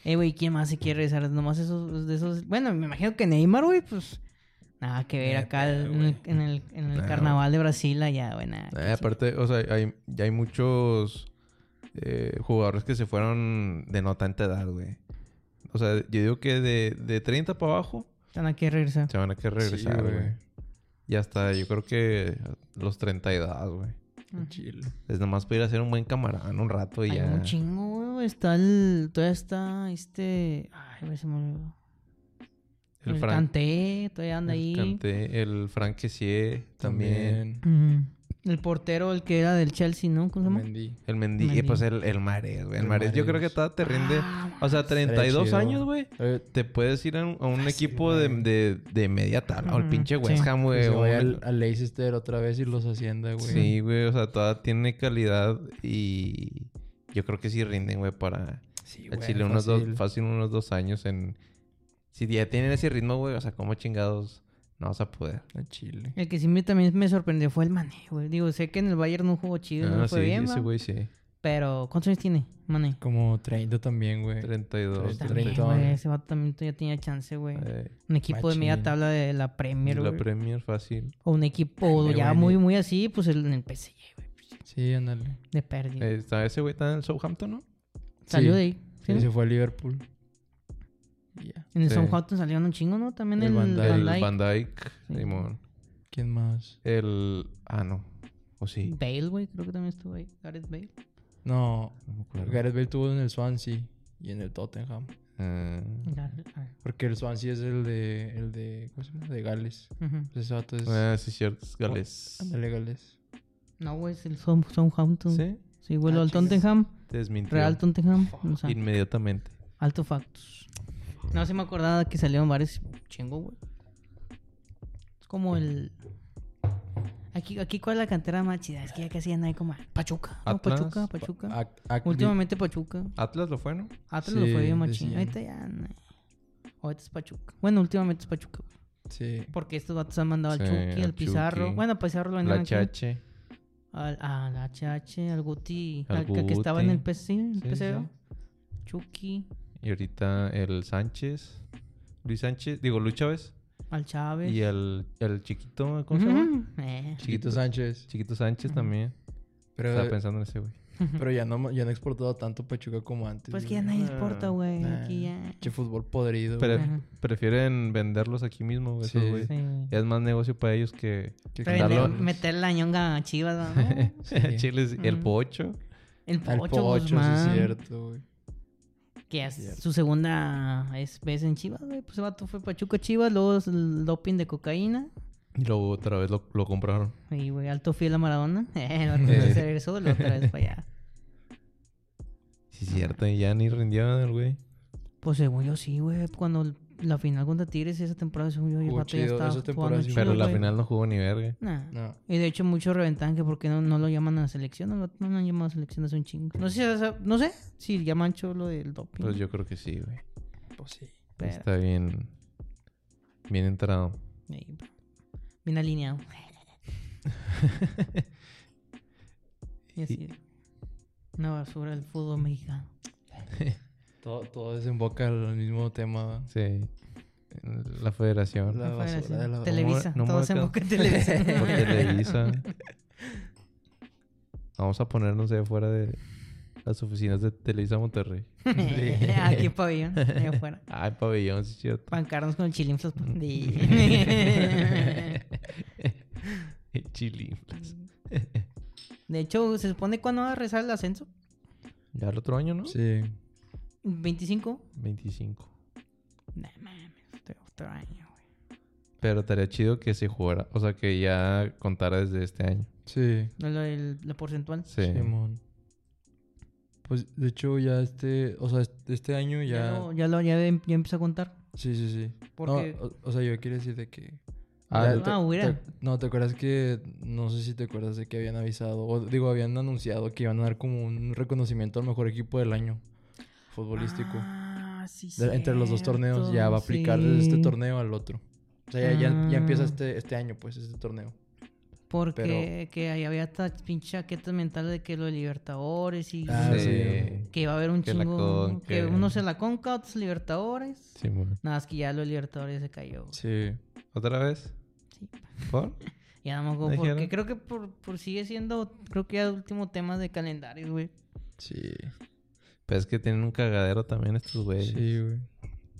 [SPEAKER 1] Eh, güey, ¿quién más se quiere regresar? Nomás esos, de esos... Bueno, me imagino que Neymar, güey, pues... Nada que ver
[SPEAKER 3] Ni
[SPEAKER 1] acá
[SPEAKER 3] pedo,
[SPEAKER 1] en el, en el, en el
[SPEAKER 2] No.
[SPEAKER 1] carnaval de Brasil allá, güey, nada.
[SPEAKER 2] Ah, aparte, o sea, hay, ya hay muchos eh, jugadores que se fueron de no tanta edad, güey. O sea, yo digo que de, de 30 para abajo
[SPEAKER 1] Están aquí a regresar.
[SPEAKER 2] se van a querer
[SPEAKER 3] Sí,
[SPEAKER 2] regresar,
[SPEAKER 3] güey.
[SPEAKER 2] güey. Y hasta yo creo que los 30 de edad, güey.
[SPEAKER 1] Ujú.
[SPEAKER 3] Chile.
[SPEAKER 2] Es nomás para ir a ser un buen camarán un rato y
[SPEAKER 1] Hay
[SPEAKER 2] ya.
[SPEAKER 1] un chingo, güey. Está el... Todavía está este... Ay, güey, se me olvidó. El,
[SPEAKER 2] Fran-
[SPEAKER 1] Canté, todavía anda
[SPEAKER 2] el
[SPEAKER 1] ahí.
[SPEAKER 2] Kanté, el Frank Kessié también.
[SPEAKER 3] También.
[SPEAKER 1] Ujú. Mm. El portero, el que era del Chelsea, ¿no? ¿Cómo se llama?
[SPEAKER 3] Mendy.
[SPEAKER 2] El Mendy,
[SPEAKER 1] Mendy.
[SPEAKER 2] pues el, el Mares, güey. El,
[SPEAKER 3] El
[SPEAKER 2] Mares. Yo creo que
[SPEAKER 3] Mahrez.
[SPEAKER 2] todavía te rinde.
[SPEAKER 1] Ah,
[SPEAKER 2] o sea, 32
[SPEAKER 3] chido.
[SPEAKER 2] años, güey.
[SPEAKER 3] Eh,
[SPEAKER 2] Te puedes ir a un, a un
[SPEAKER 3] Fácil,
[SPEAKER 2] equipo de,
[SPEAKER 3] güey.
[SPEAKER 2] de, de media tabla. O el
[SPEAKER 1] Ujú,
[SPEAKER 2] pinche West
[SPEAKER 1] sí.
[SPEAKER 2] Ham, güey.
[SPEAKER 3] que se
[SPEAKER 2] o
[SPEAKER 3] vaya
[SPEAKER 2] una-
[SPEAKER 3] pues, al, al Leicester otra vez y los hacienda, güey.
[SPEAKER 2] Sí, güey. O sea, todavía tiene calidad y... Yo creo que sí rinden, güey, para...
[SPEAKER 3] Sí,
[SPEAKER 2] Al
[SPEAKER 3] güey.
[SPEAKER 2] Chile unos
[SPEAKER 3] fácil.
[SPEAKER 2] dos, fácil unos dos años en... Si ya tienen ese ritmo, güey, o sea, como chingados no vas a poder.
[SPEAKER 3] Al Chile.
[SPEAKER 1] El que sí me, también me sorprendió fue el Mané, güey. Digo, sé que en el Bayern no jugó chido, no
[SPEAKER 2] Ah,
[SPEAKER 1] le
[SPEAKER 2] sí,
[SPEAKER 1] fue bien,
[SPEAKER 2] ese
[SPEAKER 1] ¿va?
[SPEAKER 2] güey sí.
[SPEAKER 1] Pero, ¿cuántos años tiene Mané?
[SPEAKER 3] Como 30 también, güey.
[SPEAKER 2] 32,
[SPEAKER 3] Treinta.
[SPEAKER 1] También,
[SPEAKER 2] 32.
[SPEAKER 3] treintón.
[SPEAKER 1] güey, ese vato también ya tenía chance, güey.
[SPEAKER 2] Eh,
[SPEAKER 1] Un equipo de media
[SPEAKER 3] machín.
[SPEAKER 1] tabla de la
[SPEAKER 2] y
[SPEAKER 1] Premier,
[SPEAKER 2] la
[SPEAKER 1] güey.
[SPEAKER 2] Premier fácil.
[SPEAKER 1] O un equipo
[SPEAKER 3] Dale,
[SPEAKER 1] ya
[SPEAKER 3] güey,
[SPEAKER 1] muy,
[SPEAKER 3] ni-
[SPEAKER 1] muy así, pues el, en el PSG, güey.
[SPEAKER 3] Sí, ándale.
[SPEAKER 1] De pérdida.
[SPEAKER 2] Eh, está- ese güey está en el Southampton, ¿no?
[SPEAKER 1] Salió
[SPEAKER 3] sí.
[SPEAKER 1] de ahí. ¿sí,
[SPEAKER 3] Y
[SPEAKER 1] no?
[SPEAKER 3] se fue a Liverpool. Y ya.
[SPEAKER 1] En el
[SPEAKER 2] Sí.
[SPEAKER 1] Southampton salieron un chingo, ¿no? También
[SPEAKER 3] El
[SPEAKER 1] el,
[SPEAKER 3] Van
[SPEAKER 1] Van
[SPEAKER 3] Dijk.
[SPEAKER 2] El
[SPEAKER 1] Dijk.
[SPEAKER 2] Van Dyke.
[SPEAKER 1] Sí.
[SPEAKER 3] ¿Quién más?
[SPEAKER 2] El. Ah, no. O sí.
[SPEAKER 1] Bale, güey, creo que también estuvo ahí. Gareth Bale.
[SPEAKER 3] No,
[SPEAKER 2] No me acuerdo.
[SPEAKER 3] Gareth Bale tuvo en el Swansea y en el Tottenham.
[SPEAKER 2] Ah,
[SPEAKER 1] Gareth- ah,
[SPEAKER 3] Porque el Swansea es el de, el de, ¿cómo se llama? De Gales.
[SPEAKER 1] ujú.
[SPEAKER 3] Pues ese vato es...
[SPEAKER 2] ah, sí, cierto. Es galés.
[SPEAKER 1] Oh,
[SPEAKER 3] Ándale, Gales.
[SPEAKER 1] No, güey, es el Sou- Southampton. Sí,
[SPEAKER 2] Sí.
[SPEAKER 1] güey, lo
[SPEAKER 3] Ah,
[SPEAKER 1] al
[SPEAKER 3] chingas.
[SPEAKER 1] Tottenham.
[SPEAKER 2] Te desmintió.
[SPEAKER 1] Real Tottenham. o sea,
[SPEAKER 2] Inmediatamente.
[SPEAKER 1] alto factos. No se me acordaba que salieron varios chingo, güey. Es como el. Aquí, aquí, ¿cuál es la cantera más chida? Es que ya casi ya no hay como. Pachuca. No,
[SPEAKER 2] Atlas,
[SPEAKER 1] Pachuca,
[SPEAKER 2] pa-
[SPEAKER 1] Pachuca.
[SPEAKER 3] Ac-
[SPEAKER 1] Ah.
[SPEAKER 3] ac-
[SPEAKER 1] Últimamente Pachuca.
[SPEAKER 2] Atlas lo fue, ¿no?
[SPEAKER 1] Atlas lo fue
[SPEAKER 3] ah, Sí,
[SPEAKER 1] bien machín.
[SPEAKER 3] decían.
[SPEAKER 1] Ahorita ya. no. Ahorita es Pachuca. Bueno, últimamente es Pachuca. güey.
[SPEAKER 3] Sí.
[SPEAKER 1] Porque estos vatos han mandado al
[SPEAKER 2] Sí,
[SPEAKER 1] Chucky,
[SPEAKER 2] al
[SPEAKER 1] al Pizarro.
[SPEAKER 2] Chucky.
[SPEAKER 1] Bueno, pues Pizarro lo
[SPEAKER 2] La
[SPEAKER 1] vendieron aquí.
[SPEAKER 2] Chache.
[SPEAKER 1] Al, a la HH, al Guti,
[SPEAKER 2] Al
[SPEAKER 1] al, que- que estaba en
[SPEAKER 2] Guti.
[SPEAKER 1] el PC, el
[SPEAKER 2] Sí,
[SPEAKER 1] PCO.
[SPEAKER 2] sí.
[SPEAKER 1] Chucky,
[SPEAKER 2] Y ahorita el Sánchez. Luis Sánchez. Digo, Luis Chávez.
[SPEAKER 1] al Chávez.
[SPEAKER 2] Y el, el chiquito. ¿Cómo se llama?
[SPEAKER 1] Pues. Ujú, eh.
[SPEAKER 3] Chiquito Sánchez.
[SPEAKER 2] Chiquito Sánchez también. Estaba
[SPEAKER 3] Pero,
[SPEAKER 2] pensando en ese güey.
[SPEAKER 3] pero ya no ya no ha exportado tanto Pachuca como antes.
[SPEAKER 1] Pues que
[SPEAKER 3] güey.
[SPEAKER 1] ya nadie exporta, güey.
[SPEAKER 3] Nah.
[SPEAKER 1] Aquí ya.
[SPEAKER 3] Che fútbol podrido.
[SPEAKER 2] Pero-
[SPEAKER 3] güey.
[SPEAKER 1] Ajá.
[SPEAKER 2] Prefieren venderlos aquí mismo, güey. esos
[SPEAKER 3] Sí.
[SPEAKER 2] güeyes.
[SPEAKER 1] Sí.
[SPEAKER 2] Es más negocio para ellos que
[SPEAKER 3] Que
[SPEAKER 1] Pero vender-
[SPEAKER 2] darlo-
[SPEAKER 3] darlo-
[SPEAKER 1] meter la ñonga a Chivas, ¿no?
[SPEAKER 3] Sí.
[SPEAKER 2] Chiles, el
[SPEAKER 1] Ujú.
[SPEAKER 2] pocho.
[SPEAKER 1] El
[SPEAKER 3] Al
[SPEAKER 1] Pocho
[SPEAKER 3] pocho, sí es
[SPEAKER 1] Guzmán,
[SPEAKER 3] cierto, güey.
[SPEAKER 1] que
[SPEAKER 3] es
[SPEAKER 1] es
[SPEAKER 3] cierto.
[SPEAKER 1] su segunda es- vez en Chivas, güey. Pues ese vato fue Pachuca Chivas, luego es el doping de cocaína.
[SPEAKER 2] Y luego otra vez lo, lo compraron.
[SPEAKER 1] Y, güey, alto fiel a Maradona. Eh, El vato se
[SPEAKER 2] Eh.
[SPEAKER 1] regresó, la otra vez para allá.
[SPEAKER 2] Sí, cierto. Y ya ni rendían el güey.
[SPEAKER 1] Pues según yo sí, güey. Cuando el- la final contra Tigres esa temporada, según yo, el
[SPEAKER 3] Jugó
[SPEAKER 1] vato ya
[SPEAKER 3] chido,
[SPEAKER 1] estaba
[SPEAKER 3] esa temporada
[SPEAKER 1] jugando
[SPEAKER 3] sí
[SPEAKER 1] chido,
[SPEAKER 2] Pero la
[SPEAKER 1] güey.
[SPEAKER 2] final no jugó ni verga.
[SPEAKER 1] Nah.
[SPEAKER 3] No.
[SPEAKER 1] Y de hecho muchos reventaban que por qué no, no lo llaman a la selección. No, lo- no lo han llamado a selección hace un chingo. No sé, si esa- no sé si llaman cholo del doping.
[SPEAKER 2] Pues yo creo que sí, güey.
[SPEAKER 3] Pues sí.
[SPEAKER 1] pero-
[SPEAKER 2] Está bien. Bien entrado.
[SPEAKER 1] Ey, bro. Bien alineado. y así. Una basura del fútbol mexicano.
[SPEAKER 3] Todo, todo desemboca al mismo tema.
[SPEAKER 2] Sí. La federación.
[SPEAKER 3] La
[SPEAKER 1] Fue
[SPEAKER 3] basura
[SPEAKER 1] así.
[SPEAKER 3] de la-
[SPEAKER 1] Televisa.
[SPEAKER 2] No me- no me
[SPEAKER 1] Todos en boca
[SPEAKER 2] alcanza.
[SPEAKER 1] en Televisa.
[SPEAKER 2] Por Televisa. Vamos a ponernos ahí afuera de las oficinas de Televisa Monterrey.
[SPEAKER 1] Aquí en pabellón, ahí afuera.
[SPEAKER 2] Ay, pabellón, sí, es cierto.
[SPEAKER 1] Pancarnos con el chilinflas. pues.
[SPEAKER 2] El Chilinflas.
[SPEAKER 1] De hecho, se supone cuando va a rezar el ascenso.
[SPEAKER 2] Ya el otro año, ¿no?
[SPEAKER 3] Sí.
[SPEAKER 1] 25.
[SPEAKER 2] 25.
[SPEAKER 1] No mames, otro- otro año, güey.
[SPEAKER 2] Pero estaría chido que se jugara. O sea, que ya contara desde este año.
[SPEAKER 3] Sí.
[SPEAKER 1] No, lo del- la porcentual.
[SPEAKER 2] Sí.
[SPEAKER 3] Simón. Pues de hecho ya este, o sea, este- este año
[SPEAKER 1] Ya,
[SPEAKER 3] ya...
[SPEAKER 1] lo, ya, lo, ya, em- ya empieza a contar.
[SPEAKER 3] Sí, sí, sí.
[SPEAKER 1] Porque
[SPEAKER 3] No, o, o sea, yo quiero decir de que...
[SPEAKER 2] Ah,
[SPEAKER 3] ya
[SPEAKER 1] ah, hubiera.
[SPEAKER 3] no, ¿te acuerdas que... No sé si te acuerdas de que habían avisado, o digo, habían anunciado que iban a dar como un reconocimiento al mejor equipo del año futbolístico.
[SPEAKER 1] Ah, sí,
[SPEAKER 3] De- entre los dos torneos ya va a aplicar
[SPEAKER 1] cierto,
[SPEAKER 3] este
[SPEAKER 1] sí.
[SPEAKER 3] torneo al otro. O sea, ya, ya- ya empieza
[SPEAKER 1] Ah.
[SPEAKER 3] este, este año, pues, este torneo.
[SPEAKER 1] Porque
[SPEAKER 3] pero-
[SPEAKER 1] que ahí había esta pinche chaqueta mental de que lo de Libertadores y
[SPEAKER 3] Ah,
[SPEAKER 1] y
[SPEAKER 3] sí.
[SPEAKER 1] que iba a haber un
[SPEAKER 2] Que la
[SPEAKER 1] chingo.
[SPEAKER 2] con-
[SPEAKER 1] que
[SPEAKER 2] que-
[SPEAKER 1] uno se la conca, otros Libertadores.
[SPEAKER 2] Simón.
[SPEAKER 1] Nada más que ya lo de Libertadores se cayó.
[SPEAKER 3] Sí.
[SPEAKER 2] ¿Otra vez?
[SPEAKER 1] Sí.
[SPEAKER 2] ¿Por?
[SPEAKER 1] Ya no me acuerdo por
[SPEAKER 2] Dijeron.
[SPEAKER 1] qué. Creo que por, por sigue siendo, creo que ya el último tema de calendarios, güey.
[SPEAKER 3] Sí.
[SPEAKER 2] Pero Pues es que tienen un cagadero también estos güeyes.
[SPEAKER 3] Sí, güey.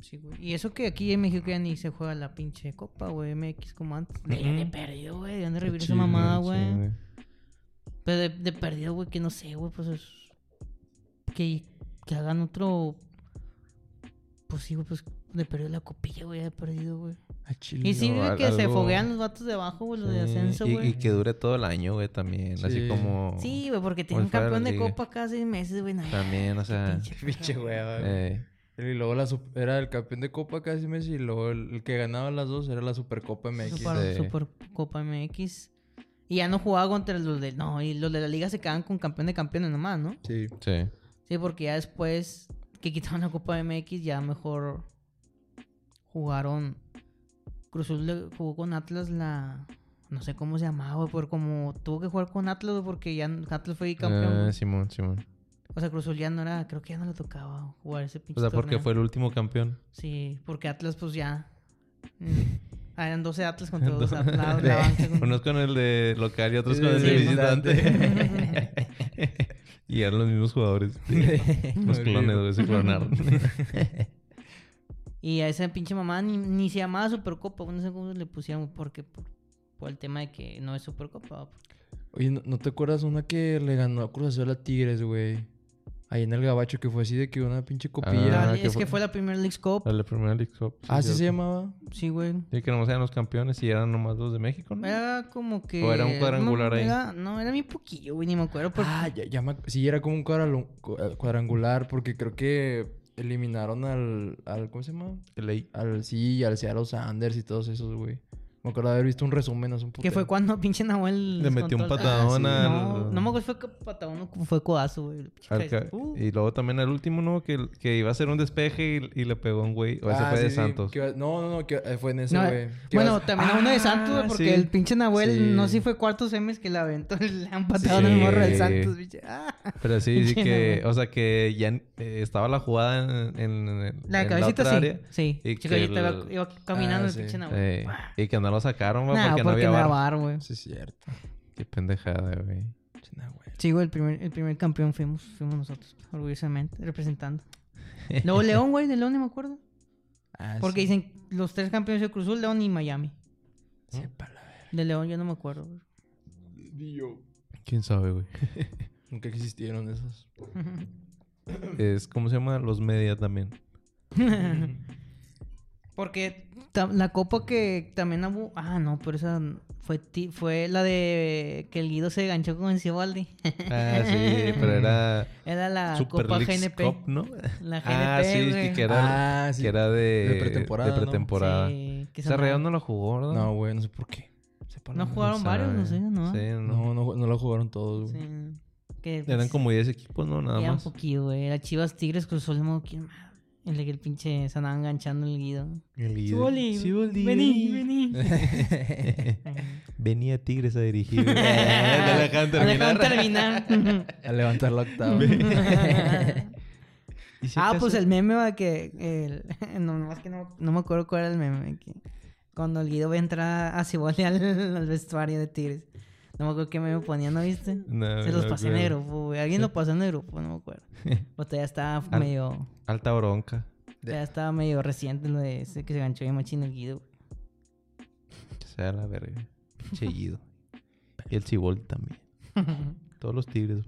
[SPEAKER 1] Sí, güey. Y eso que aquí en México ya ni se juega la pinche copa, güey, MX como antes. De, de perdido, güey, de andar
[SPEAKER 3] Qué
[SPEAKER 1] revivir esa
[SPEAKER 3] chido,
[SPEAKER 1] mamada,
[SPEAKER 2] Sí,
[SPEAKER 1] güey. Pero de, de perdido, güey, que no sé, güey, pues es... Que, que hagan otro... Pues sí, güey, pues de perdido la copilla, güey, de perdido, güey.
[SPEAKER 3] Ah, chile.
[SPEAKER 1] Y sí,
[SPEAKER 2] No,
[SPEAKER 1] güey,
[SPEAKER 2] al-
[SPEAKER 1] que se
[SPEAKER 2] algo-
[SPEAKER 1] foguean los vatos de abajo, güey, los de
[SPEAKER 2] Sí,
[SPEAKER 1] ascenso,
[SPEAKER 2] y-
[SPEAKER 1] güey.
[SPEAKER 2] Y, que dure todo el año, güey, también. Así
[SPEAKER 3] Sí.
[SPEAKER 2] como...
[SPEAKER 1] Sí, güey, porque
[SPEAKER 2] como
[SPEAKER 1] tiene un
[SPEAKER 2] si fuera la
[SPEAKER 1] campeón de
[SPEAKER 2] liga.
[SPEAKER 1] copa cada seis meses, güey. nah,
[SPEAKER 2] También, o
[SPEAKER 1] qué
[SPEAKER 2] sea,
[SPEAKER 1] pinche
[SPEAKER 3] Pinche
[SPEAKER 1] caga, güey.
[SPEAKER 3] hueva, güey.
[SPEAKER 2] eh,
[SPEAKER 3] Y luego la sup- era el campeón de Copa casi Messi y luego el, el que ganaba las dos era la Supercopa MX.
[SPEAKER 1] Super,
[SPEAKER 2] Sí.
[SPEAKER 1] Copa MX. Y ya no jugaba contra los de... No, y los de la liga se quedan con campeón de campeones nomás, ¿no?
[SPEAKER 3] Sí.
[SPEAKER 2] sí.
[SPEAKER 1] Sí, porque ya después que quitaron la Copa MX, ya mejor jugaron. Cruz Azul le- jugó con Atlas la. No sé cómo se llamaba, güey, pero como tuvo que jugar con Atlas, güey, porque ya Atlas fue campeón.
[SPEAKER 2] Ah, Simón, Simón.
[SPEAKER 1] O sea, Cruz Azul ya no era, creo que ya no le tocaba jugar ese pinche
[SPEAKER 2] O sea, porque
[SPEAKER 1] torneo.
[SPEAKER 2] fue el último campeón.
[SPEAKER 1] Sí, porque Atlas pues ya. mm, Ah, eran 12 Atlas contra dos Atlas. La, la banca con-
[SPEAKER 2] Unos con el de local y otros con el
[SPEAKER 1] Sí,
[SPEAKER 2] de
[SPEAKER 3] visitante.
[SPEAKER 2] visitante. y eran los mismos jugadores. Los clones, güey, se clonaron.
[SPEAKER 1] Y a esa pinche mamá ni, ni se llamaba Supercopa. güey, No sé cómo le pusieron. Porque por, por el tema de que no es Supercopa.
[SPEAKER 2] Ah,
[SPEAKER 3] Oye, ¿no, no te acuerdas una que le ganó a Cruz Azul a Tigres, güey? Ahí en el Gabacho, que fue así de que una pinche copilla.
[SPEAKER 2] Ah,
[SPEAKER 1] La-
[SPEAKER 2] ¿qué
[SPEAKER 1] es que
[SPEAKER 2] fue?
[SPEAKER 1] fue la primera League Cup.
[SPEAKER 2] A la oh, pues, primera League Cup.
[SPEAKER 3] Ah, ¿sí
[SPEAKER 2] cierto.
[SPEAKER 3] se llamaba?
[SPEAKER 1] Sí, güey.
[SPEAKER 2] Sí, que nomás eran los campeones y eran nomás los de México, ¿no?
[SPEAKER 1] Era como que.
[SPEAKER 2] O era un cuadrangular
[SPEAKER 1] no,
[SPEAKER 2] ahí.
[SPEAKER 1] era- no, era mi poquillo, güey. Ni me acuerdo. Porque...
[SPEAKER 3] Ah, ya, ya me... Sí, era como un cuadralo- cua- cuadrangular, porque creo que eliminaron al, al... ¿Cómo se llama?
[SPEAKER 2] El ahí.
[SPEAKER 3] Al... Sí, al Seattle Sanders y todos esos, güey. Me acuerdo de haber visto un resumen hace un poco.
[SPEAKER 1] que fue cuando pinche Nahuel.
[SPEAKER 2] Le
[SPEAKER 1] les
[SPEAKER 2] metió un
[SPEAKER 1] contó al-
[SPEAKER 2] patadón
[SPEAKER 1] Ah, sí.
[SPEAKER 2] al-
[SPEAKER 1] No, no me acuerdo si fue co- patadón o fue codazo, güey.
[SPEAKER 2] Al
[SPEAKER 1] Pinche
[SPEAKER 2] ca-
[SPEAKER 1] cabeza. Uh.
[SPEAKER 2] Y luego también al último, ¿no? Que, que iba a hacer un despeje y, y le pegó a un güey. O ese
[SPEAKER 3] Ah,
[SPEAKER 2] fue
[SPEAKER 3] sí,
[SPEAKER 2] de
[SPEAKER 3] sí,
[SPEAKER 2] Santos.
[SPEAKER 3] que iba- No, no, no, que eh, fue en ese,
[SPEAKER 1] No,
[SPEAKER 3] güey. Que
[SPEAKER 1] bueno,
[SPEAKER 3] ibas-
[SPEAKER 1] también a uno de Santos, güey,
[SPEAKER 2] Ah,
[SPEAKER 1] porque
[SPEAKER 2] sí.
[SPEAKER 1] el pinche Nahuel,
[SPEAKER 3] Sí.
[SPEAKER 1] no sé si fue cuarto semis que la aventó, le han patado
[SPEAKER 2] Sí.
[SPEAKER 1] el morro del Santos, pinche. Ah.
[SPEAKER 2] Pero sí, sí
[SPEAKER 1] Pinche
[SPEAKER 2] que...
[SPEAKER 1] Nahuel.
[SPEAKER 2] O sea, que ya eh, estaba la jugada en, en, en-
[SPEAKER 1] La
[SPEAKER 2] en
[SPEAKER 1] cabecita
[SPEAKER 2] otra
[SPEAKER 1] sí.
[SPEAKER 2] área.
[SPEAKER 1] Sí.
[SPEAKER 2] Y
[SPEAKER 1] Chico,
[SPEAKER 2] que
[SPEAKER 1] yo estaba-
[SPEAKER 2] el-
[SPEAKER 1] iba caminando
[SPEAKER 3] Ah,
[SPEAKER 1] el
[SPEAKER 3] sí.
[SPEAKER 1] pinche Nahuel.
[SPEAKER 2] Eh, y que no lo sacaron, güey,
[SPEAKER 1] Nah, porque
[SPEAKER 2] porque, no
[SPEAKER 1] no
[SPEAKER 2] había
[SPEAKER 1] había
[SPEAKER 2] bar.
[SPEAKER 1] bar, güey.
[SPEAKER 3] Sí, es cierto.
[SPEAKER 2] Qué pendejada, güey.
[SPEAKER 3] China, güey.
[SPEAKER 1] Sí, güey, el primer, el primer campeón fuimos, fuimos nosotros, orgullosamente, representando. Luego León, güey, de León no me acuerdo.
[SPEAKER 3] Ah,
[SPEAKER 1] Porque
[SPEAKER 3] sí.
[SPEAKER 1] dicen los tres campeones de Cruzul, León y Miami.
[SPEAKER 3] Sepa la verga.
[SPEAKER 1] De León yo no me acuerdo, güey.
[SPEAKER 2] ¿Quién sabe, güey?
[SPEAKER 3] Nunca existieron esos.
[SPEAKER 2] Es, ¿cómo se llama? Los media también.
[SPEAKER 1] Porque ta- la copa que también hubo... Ah, no, pero esa fue, ti- fue la de que el Guido se ganchó con Cibaldi.
[SPEAKER 2] Ah, sí, pero era
[SPEAKER 1] Era la
[SPEAKER 2] Super
[SPEAKER 1] copa
[SPEAKER 2] Leagues
[SPEAKER 1] GNP.
[SPEAKER 2] Cup, ¿no?
[SPEAKER 1] La GNP,
[SPEAKER 2] Ah, sí, que,
[SPEAKER 1] güey.
[SPEAKER 2] que era,
[SPEAKER 3] Ah, sí.
[SPEAKER 2] que era de,
[SPEAKER 3] De pretemporada,
[SPEAKER 2] de
[SPEAKER 3] ¿no?
[SPEAKER 2] pretemporada.
[SPEAKER 1] Sí, que
[SPEAKER 2] O sea,
[SPEAKER 1] esa
[SPEAKER 2] Real
[SPEAKER 1] madre-
[SPEAKER 2] no lo jugó, ¿verdad?
[SPEAKER 3] No, güey, no sé por qué. Sepa la
[SPEAKER 1] No
[SPEAKER 3] verga.
[SPEAKER 1] jugaron varios, no sé, ¿no?
[SPEAKER 2] Sí, no.
[SPEAKER 3] No, no, no lo jugaron todos, güey.
[SPEAKER 1] Sí. Que,
[SPEAKER 2] Eran como 10 equipos, ¿no? Nada
[SPEAKER 1] Era un
[SPEAKER 2] más.
[SPEAKER 1] poquillo, güey. Era Chivas Tigres, pues, Cruz Azul, no, ¿quién más? El de que el pinche se andaba enganchando el Guido.
[SPEAKER 2] El líder.
[SPEAKER 1] Ziboli,
[SPEAKER 2] Ziboli.
[SPEAKER 1] Vení, vení.
[SPEAKER 2] Venía Tigres a dirigir. Eh,
[SPEAKER 1] Ah,
[SPEAKER 2] no dejaban
[SPEAKER 1] Lo dejaron
[SPEAKER 2] terminar.
[SPEAKER 1] terminar.
[SPEAKER 3] A levantar la octava.
[SPEAKER 2] Y si
[SPEAKER 1] Ah,
[SPEAKER 2] acaso-
[SPEAKER 1] pues el meme va que. El, no, nomás que no, no me acuerdo cuál era el meme. Que cuando el Guido va a entrar a Ciboli al, al vestuario de Tigres. No me acuerdo qué meme ponía, ¿no viste?
[SPEAKER 2] No,
[SPEAKER 1] Se los
[SPEAKER 2] no
[SPEAKER 1] pasé en el
[SPEAKER 2] creo.
[SPEAKER 1] grupo, güey. Alguien lo pasó en el grupo, no me acuerdo. Pues todavía estaba
[SPEAKER 2] Al-
[SPEAKER 1] medio.
[SPEAKER 2] Alta bronca.
[SPEAKER 1] Todavía estaba medio reciente lo de ese que se ganchó bien machín el Guido. güey.
[SPEAKER 2] Que sea la verga. Pinche Guido. Y el Cibol también. Todos los Tigres.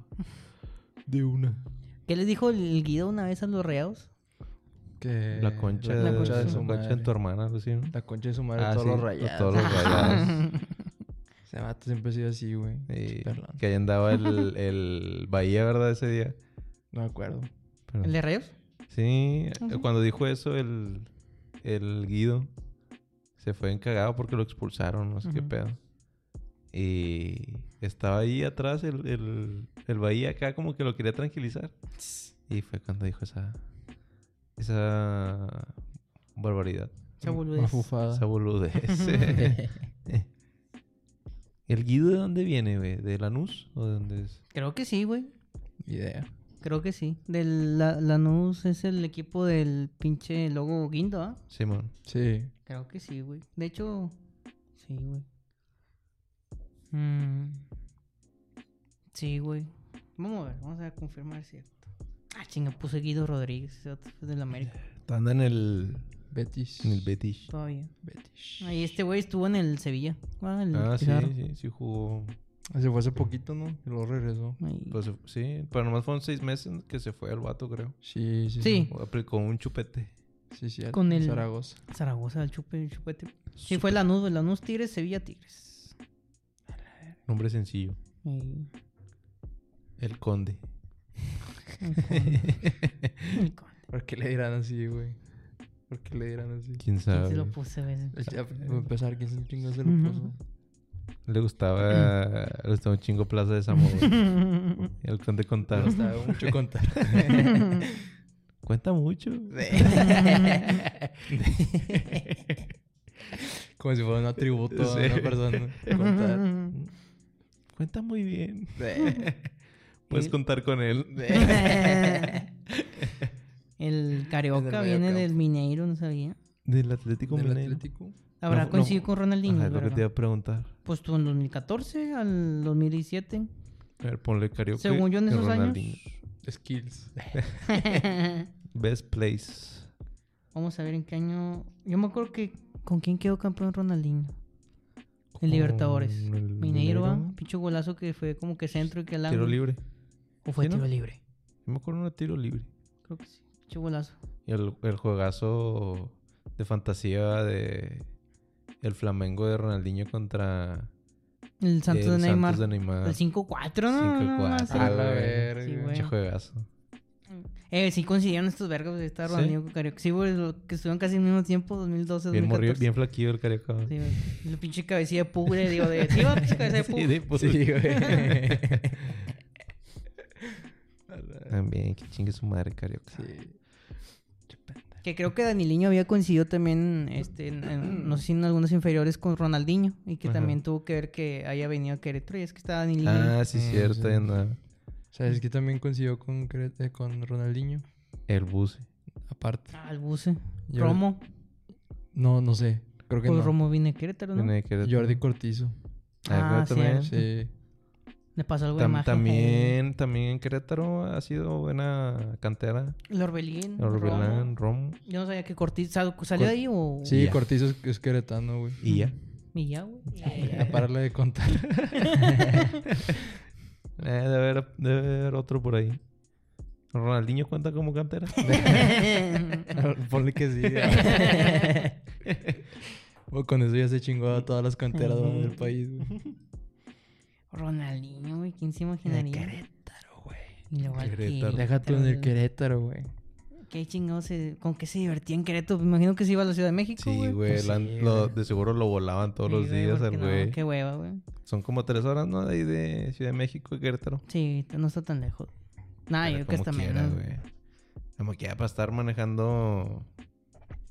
[SPEAKER 2] De una.
[SPEAKER 1] ¿Qué les dijo el, el Guido una vez a los reados?
[SPEAKER 3] Que-
[SPEAKER 2] Eh, La concha,
[SPEAKER 3] La concha de su
[SPEAKER 2] la concha en
[SPEAKER 3] madre.
[SPEAKER 2] tu hermana, algo así, ¿no?
[SPEAKER 3] La concha de su madre,
[SPEAKER 2] Ah,
[SPEAKER 3] todos
[SPEAKER 2] sí,
[SPEAKER 3] los rayados.
[SPEAKER 2] todos los rayados.
[SPEAKER 3] Ese vato siempre ha sido así, güey.
[SPEAKER 2] Sí,
[SPEAKER 3] Perdón.
[SPEAKER 2] que ahí andaba el, el Bahía, ¿verdad? Ese día.
[SPEAKER 3] No me acuerdo.
[SPEAKER 2] Pero-
[SPEAKER 1] ¿El de reados?
[SPEAKER 2] Sí, eh, cuando dijo eso el, el Guido se fue encagado porque lo expulsaron, no sé qué
[SPEAKER 1] Ujú.
[SPEAKER 2] pedo. Y estaba ahí atrás el, el, el Bahía acá como que lo quería tranquilizar. Y fue cuando dijo esa... Esa... Barbaridad.
[SPEAKER 1] Esa boludez.
[SPEAKER 3] Mafufada.
[SPEAKER 2] Esa boludez. ¿El Guido de dónde viene, güey? ¿De Lanús? ¿O de dónde es?
[SPEAKER 1] Creo que sí, güey.
[SPEAKER 3] Idea.
[SPEAKER 1] Creo que sí. Del, la, Lanús es el equipo del pinche logo Guindo, ¿ah?
[SPEAKER 2] Simón.
[SPEAKER 3] Sí.
[SPEAKER 1] Creo que sí, güey. De hecho, sí, güey. Mm. Sí, güey. Vamos a ver, vamos a confirmar si es cierto. Ah, chinga, puse Guido Rodríguez, ese otro es del América,
[SPEAKER 2] Anda en el...
[SPEAKER 3] Betis.
[SPEAKER 2] En el Betis.
[SPEAKER 1] todavía.
[SPEAKER 3] Betis.
[SPEAKER 1] Ahí este güey estuvo en el Sevilla. Ah, el
[SPEAKER 2] Ah, sí,
[SPEAKER 1] Pizarro.
[SPEAKER 2] sí, sí jugó.
[SPEAKER 3] Se fue hace poquito, ¿no? Y luego regresó.
[SPEAKER 1] Ahí.
[SPEAKER 2] Pues, sí, pero nomás fueron seis meses que se fue el vato, creo.
[SPEAKER 3] Sí, sí.
[SPEAKER 1] Sí.
[SPEAKER 2] O Aplicó un chupete.
[SPEAKER 3] Sí, sí. al-
[SPEAKER 1] Con el-
[SPEAKER 3] Zaragoza.
[SPEAKER 1] Zaragoza, el chupe, el chupete. Sí, fue Lanús, güey. Lanús Tigres, Sevilla Tigres.
[SPEAKER 2] Nombre sencillo.
[SPEAKER 1] Ahí.
[SPEAKER 2] El Conde.
[SPEAKER 1] El Conde. El Conde.
[SPEAKER 3] ¿Por qué le dirán así, güey? ¿Por qué le dirán así?
[SPEAKER 2] ¿Quién
[SPEAKER 1] ¿Quién
[SPEAKER 2] sabe?
[SPEAKER 1] se lo puse, güey?
[SPEAKER 3] Ya,
[SPEAKER 2] Ah,
[SPEAKER 3] para empezar, ¿quién se chingó se lo puso?
[SPEAKER 2] Le gustaba, le gustaba un chingo Plaza de Zamora. el Conde
[SPEAKER 3] Pero
[SPEAKER 2] contaba.
[SPEAKER 3] estaba mucho contar.
[SPEAKER 2] Cuenta mucho.
[SPEAKER 3] Como si fuera un atributo
[SPEAKER 2] Sí.
[SPEAKER 3] a una persona. Contar.
[SPEAKER 2] Cuenta muy bien.
[SPEAKER 3] De-
[SPEAKER 2] Puedes
[SPEAKER 1] Y-
[SPEAKER 2] contar con él.
[SPEAKER 1] el Carioca
[SPEAKER 3] medio
[SPEAKER 1] viene
[SPEAKER 3] campo.
[SPEAKER 1] del Mineiro, no sabía.
[SPEAKER 2] Del Atlético
[SPEAKER 3] Del
[SPEAKER 2] Mineiro.
[SPEAKER 3] Atlético.
[SPEAKER 1] Habrá
[SPEAKER 2] no-
[SPEAKER 1] coincidido con Ronaldinho.
[SPEAKER 2] Ajá, es lo que
[SPEAKER 1] verga.
[SPEAKER 2] te iba a preguntar.
[SPEAKER 1] Pues tú en 2014 al 2017.
[SPEAKER 2] A ver, ponle karaoke.
[SPEAKER 1] Según yo en
[SPEAKER 2] y
[SPEAKER 1] esos
[SPEAKER 2] Ronaldinho.
[SPEAKER 3] Skills.
[SPEAKER 1] años.
[SPEAKER 2] Best place.
[SPEAKER 1] Vamos a ver en qué año. Yo me acuerdo que con quién quedó campeón Ronaldinho. En
[SPEAKER 2] Con
[SPEAKER 1] Libertadores.
[SPEAKER 2] el
[SPEAKER 1] Mineiro, ¿va?
[SPEAKER 2] Mineiro.
[SPEAKER 1] Pinche golazo que fue como que centro y que al
[SPEAKER 2] Tiro
[SPEAKER 1] ángulo.
[SPEAKER 2] libre.
[SPEAKER 1] O fue
[SPEAKER 2] ¿Sí, no?
[SPEAKER 1] tiro libre.
[SPEAKER 2] Yo me acuerdo de un tiro libre.
[SPEAKER 1] Creo que sí. Pinche golazo.
[SPEAKER 2] Y el, el juegazo de fantasía de el Flamengo de Ronaldinho contra
[SPEAKER 1] El Santos
[SPEAKER 2] el
[SPEAKER 1] de Neymar.
[SPEAKER 2] Santos de Neymar.
[SPEAKER 1] El 5-4, ¿no? no,
[SPEAKER 2] 5-4.
[SPEAKER 1] más.
[SPEAKER 3] A la
[SPEAKER 2] güey.
[SPEAKER 3] verga.
[SPEAKER 1] Sí, güey.
[SPEAKER 2] Pinche juegazo.
[SPEAKER 1] Eh, sí coincidieron estos vergos de estar
[SPEAKER 2] ¿Sí?
[SPEAKER 1] Ronaldinho con Carioca. Sí, güey, lo- que estuvieron casi al mismo tiempo, 2012,
[SPEAKER 2] Bien, morrido,
[SPEAKER 1] 2014.
[SPEAKER 2] bien flaquillo el carioca.
[SPEAKER 1] Sí, güey. La pinche cabecilla de pugre, digo, de... Sí, va, pinche cabecilla de
[SPEAKER 2] Sí,
[SPEAKER 1] pugre.
[SPEAKER 2] de puta.
[SPEAKER 3] Sí, güey.
[SPEAKER 2] También, que chingue su madre carioca.
[SPEAKER 3] Sí.
[SPEAKER 1] Que creo que Daniliño había coincidido también, este, en- en- no sé si en algunos inferiores con Ronaldinho. Y que
[SPEAKER 2] Ajá.
[SPEAKER 1] también tuvo que ver que haya venido a Querétaro. Y es que estaba Daniliño.
[SPEAKER 2] Ah, sí,
[SPEAKER 3] Mm,
[SPEAKER 2] cierto.
[SPEAKER 3] sí.
[SPEAKER 2] ahí andaba.
[SPEAKER 3] ¿Sabes que también coincidió con, Cre- eh, con Ronaldinho?
[SPEAKER 2] El bus.
[SPEAKER 3] Aparte.
[SPEAKER 1] Ah, el buce.
[SPEAKER 3] Yo-
[SPEAKER 1] Romo.
[SPEAKER 3] No, no sé. Creo que
[SPEAKER 1] Pues
[SPEAKER 3] no.
[SPEAKER 1] Romo viene a Querétaro, ¿no?
[SPEAKER 2] Viene de Querétaro.
[SPEAKER 3] Jordi Cortizo.
[SPEAKER 1] Ah,
[SPEAKER 2] Ah, también.
[SPEAKER 1] cierto.
[SPEAKER 3] Sí.
[SPEAKER 1] Le pasó algo
[SPEAKER 2] Tam-
[SPEAKER 1] de magia.
[SPEAKER 2] también, también en Querétaro ha sido buena cantera.
[SPEAKER 1] El Orbelín. Romo.
[SPEAKER 2] Orbelán, Romo.
[SPEAKER 1] Yo no sabía que Cortiz sal- salió
[SPEAKER 2] Cor-
[SPEAKER 1] de ahí o...
[SPEAKER 3] Sí,
[SPEAKER 2] Ya.
[SPEAKER 3] Cortizo es, es queretano, güey.
[SPEAKER 2] Y ya.
[SPEAKER 1] Y ya, güey.
[SPEAKER 3] A pararle de contar.
[SPEAKER 2] Eh, debe, haber, debe haber otro por ahí. ¿Ronaldinho cuenta como cantera?
[SPEAKER 3] Ponle que sí. Bueno, con eso ya se chingó a todas las canteras güey, del país, güey.
[SPEAKER 1] Ronaldinho, güey. ¿Quién se imaginaría?
[SPEAKER 3] Querétaro, güey.
[SPEAKER 1] Y luego al
[SPEAKER 2] Querétaro.
[SPEAKER 3] Déjate en el Querétaro, güey.
[SPEAKER 1] ¿Qué chingados se- ¿Con qué se divertía en Querétaro? Me imagino que se iba a la Ciudad de México,
[SPEAKER 2] Sí, güey.
[SPEAKER 3] Pues
[SPEAKER 2] la-
[SPEAKER 3] sí,
[SPEAKER 2] lo-
[SPEAKER 3] güey.
[SPEAKER 2] de seguro lo volaban todos
[SPEAKER 1] Sí,
[SPEAKER 2] los
[SPEAKER 1] güey,
[SPEAKER 2] días al
[SPEAKER 1] porque no,
[SPEAKER 2] güey.
[SPEAKER 1] qué hueva, güey.
[SPEAKER 2] Son como tres horas, ¿no? De ahí de Ciudad de México y Querétaro.
[SPEAKER 1] Sí, t- no está tan lejos. Nah, Ah, yo
[SPEAKER 2] Pero
[SPEAKER 1] creo que
[SPEAKER 2] como
[SPEAKER 1] está
[SPEAKER 2] quiera,
[SPEAKER 1] menos.
[SPEAKER 2] güey. Como que ya para estar manejando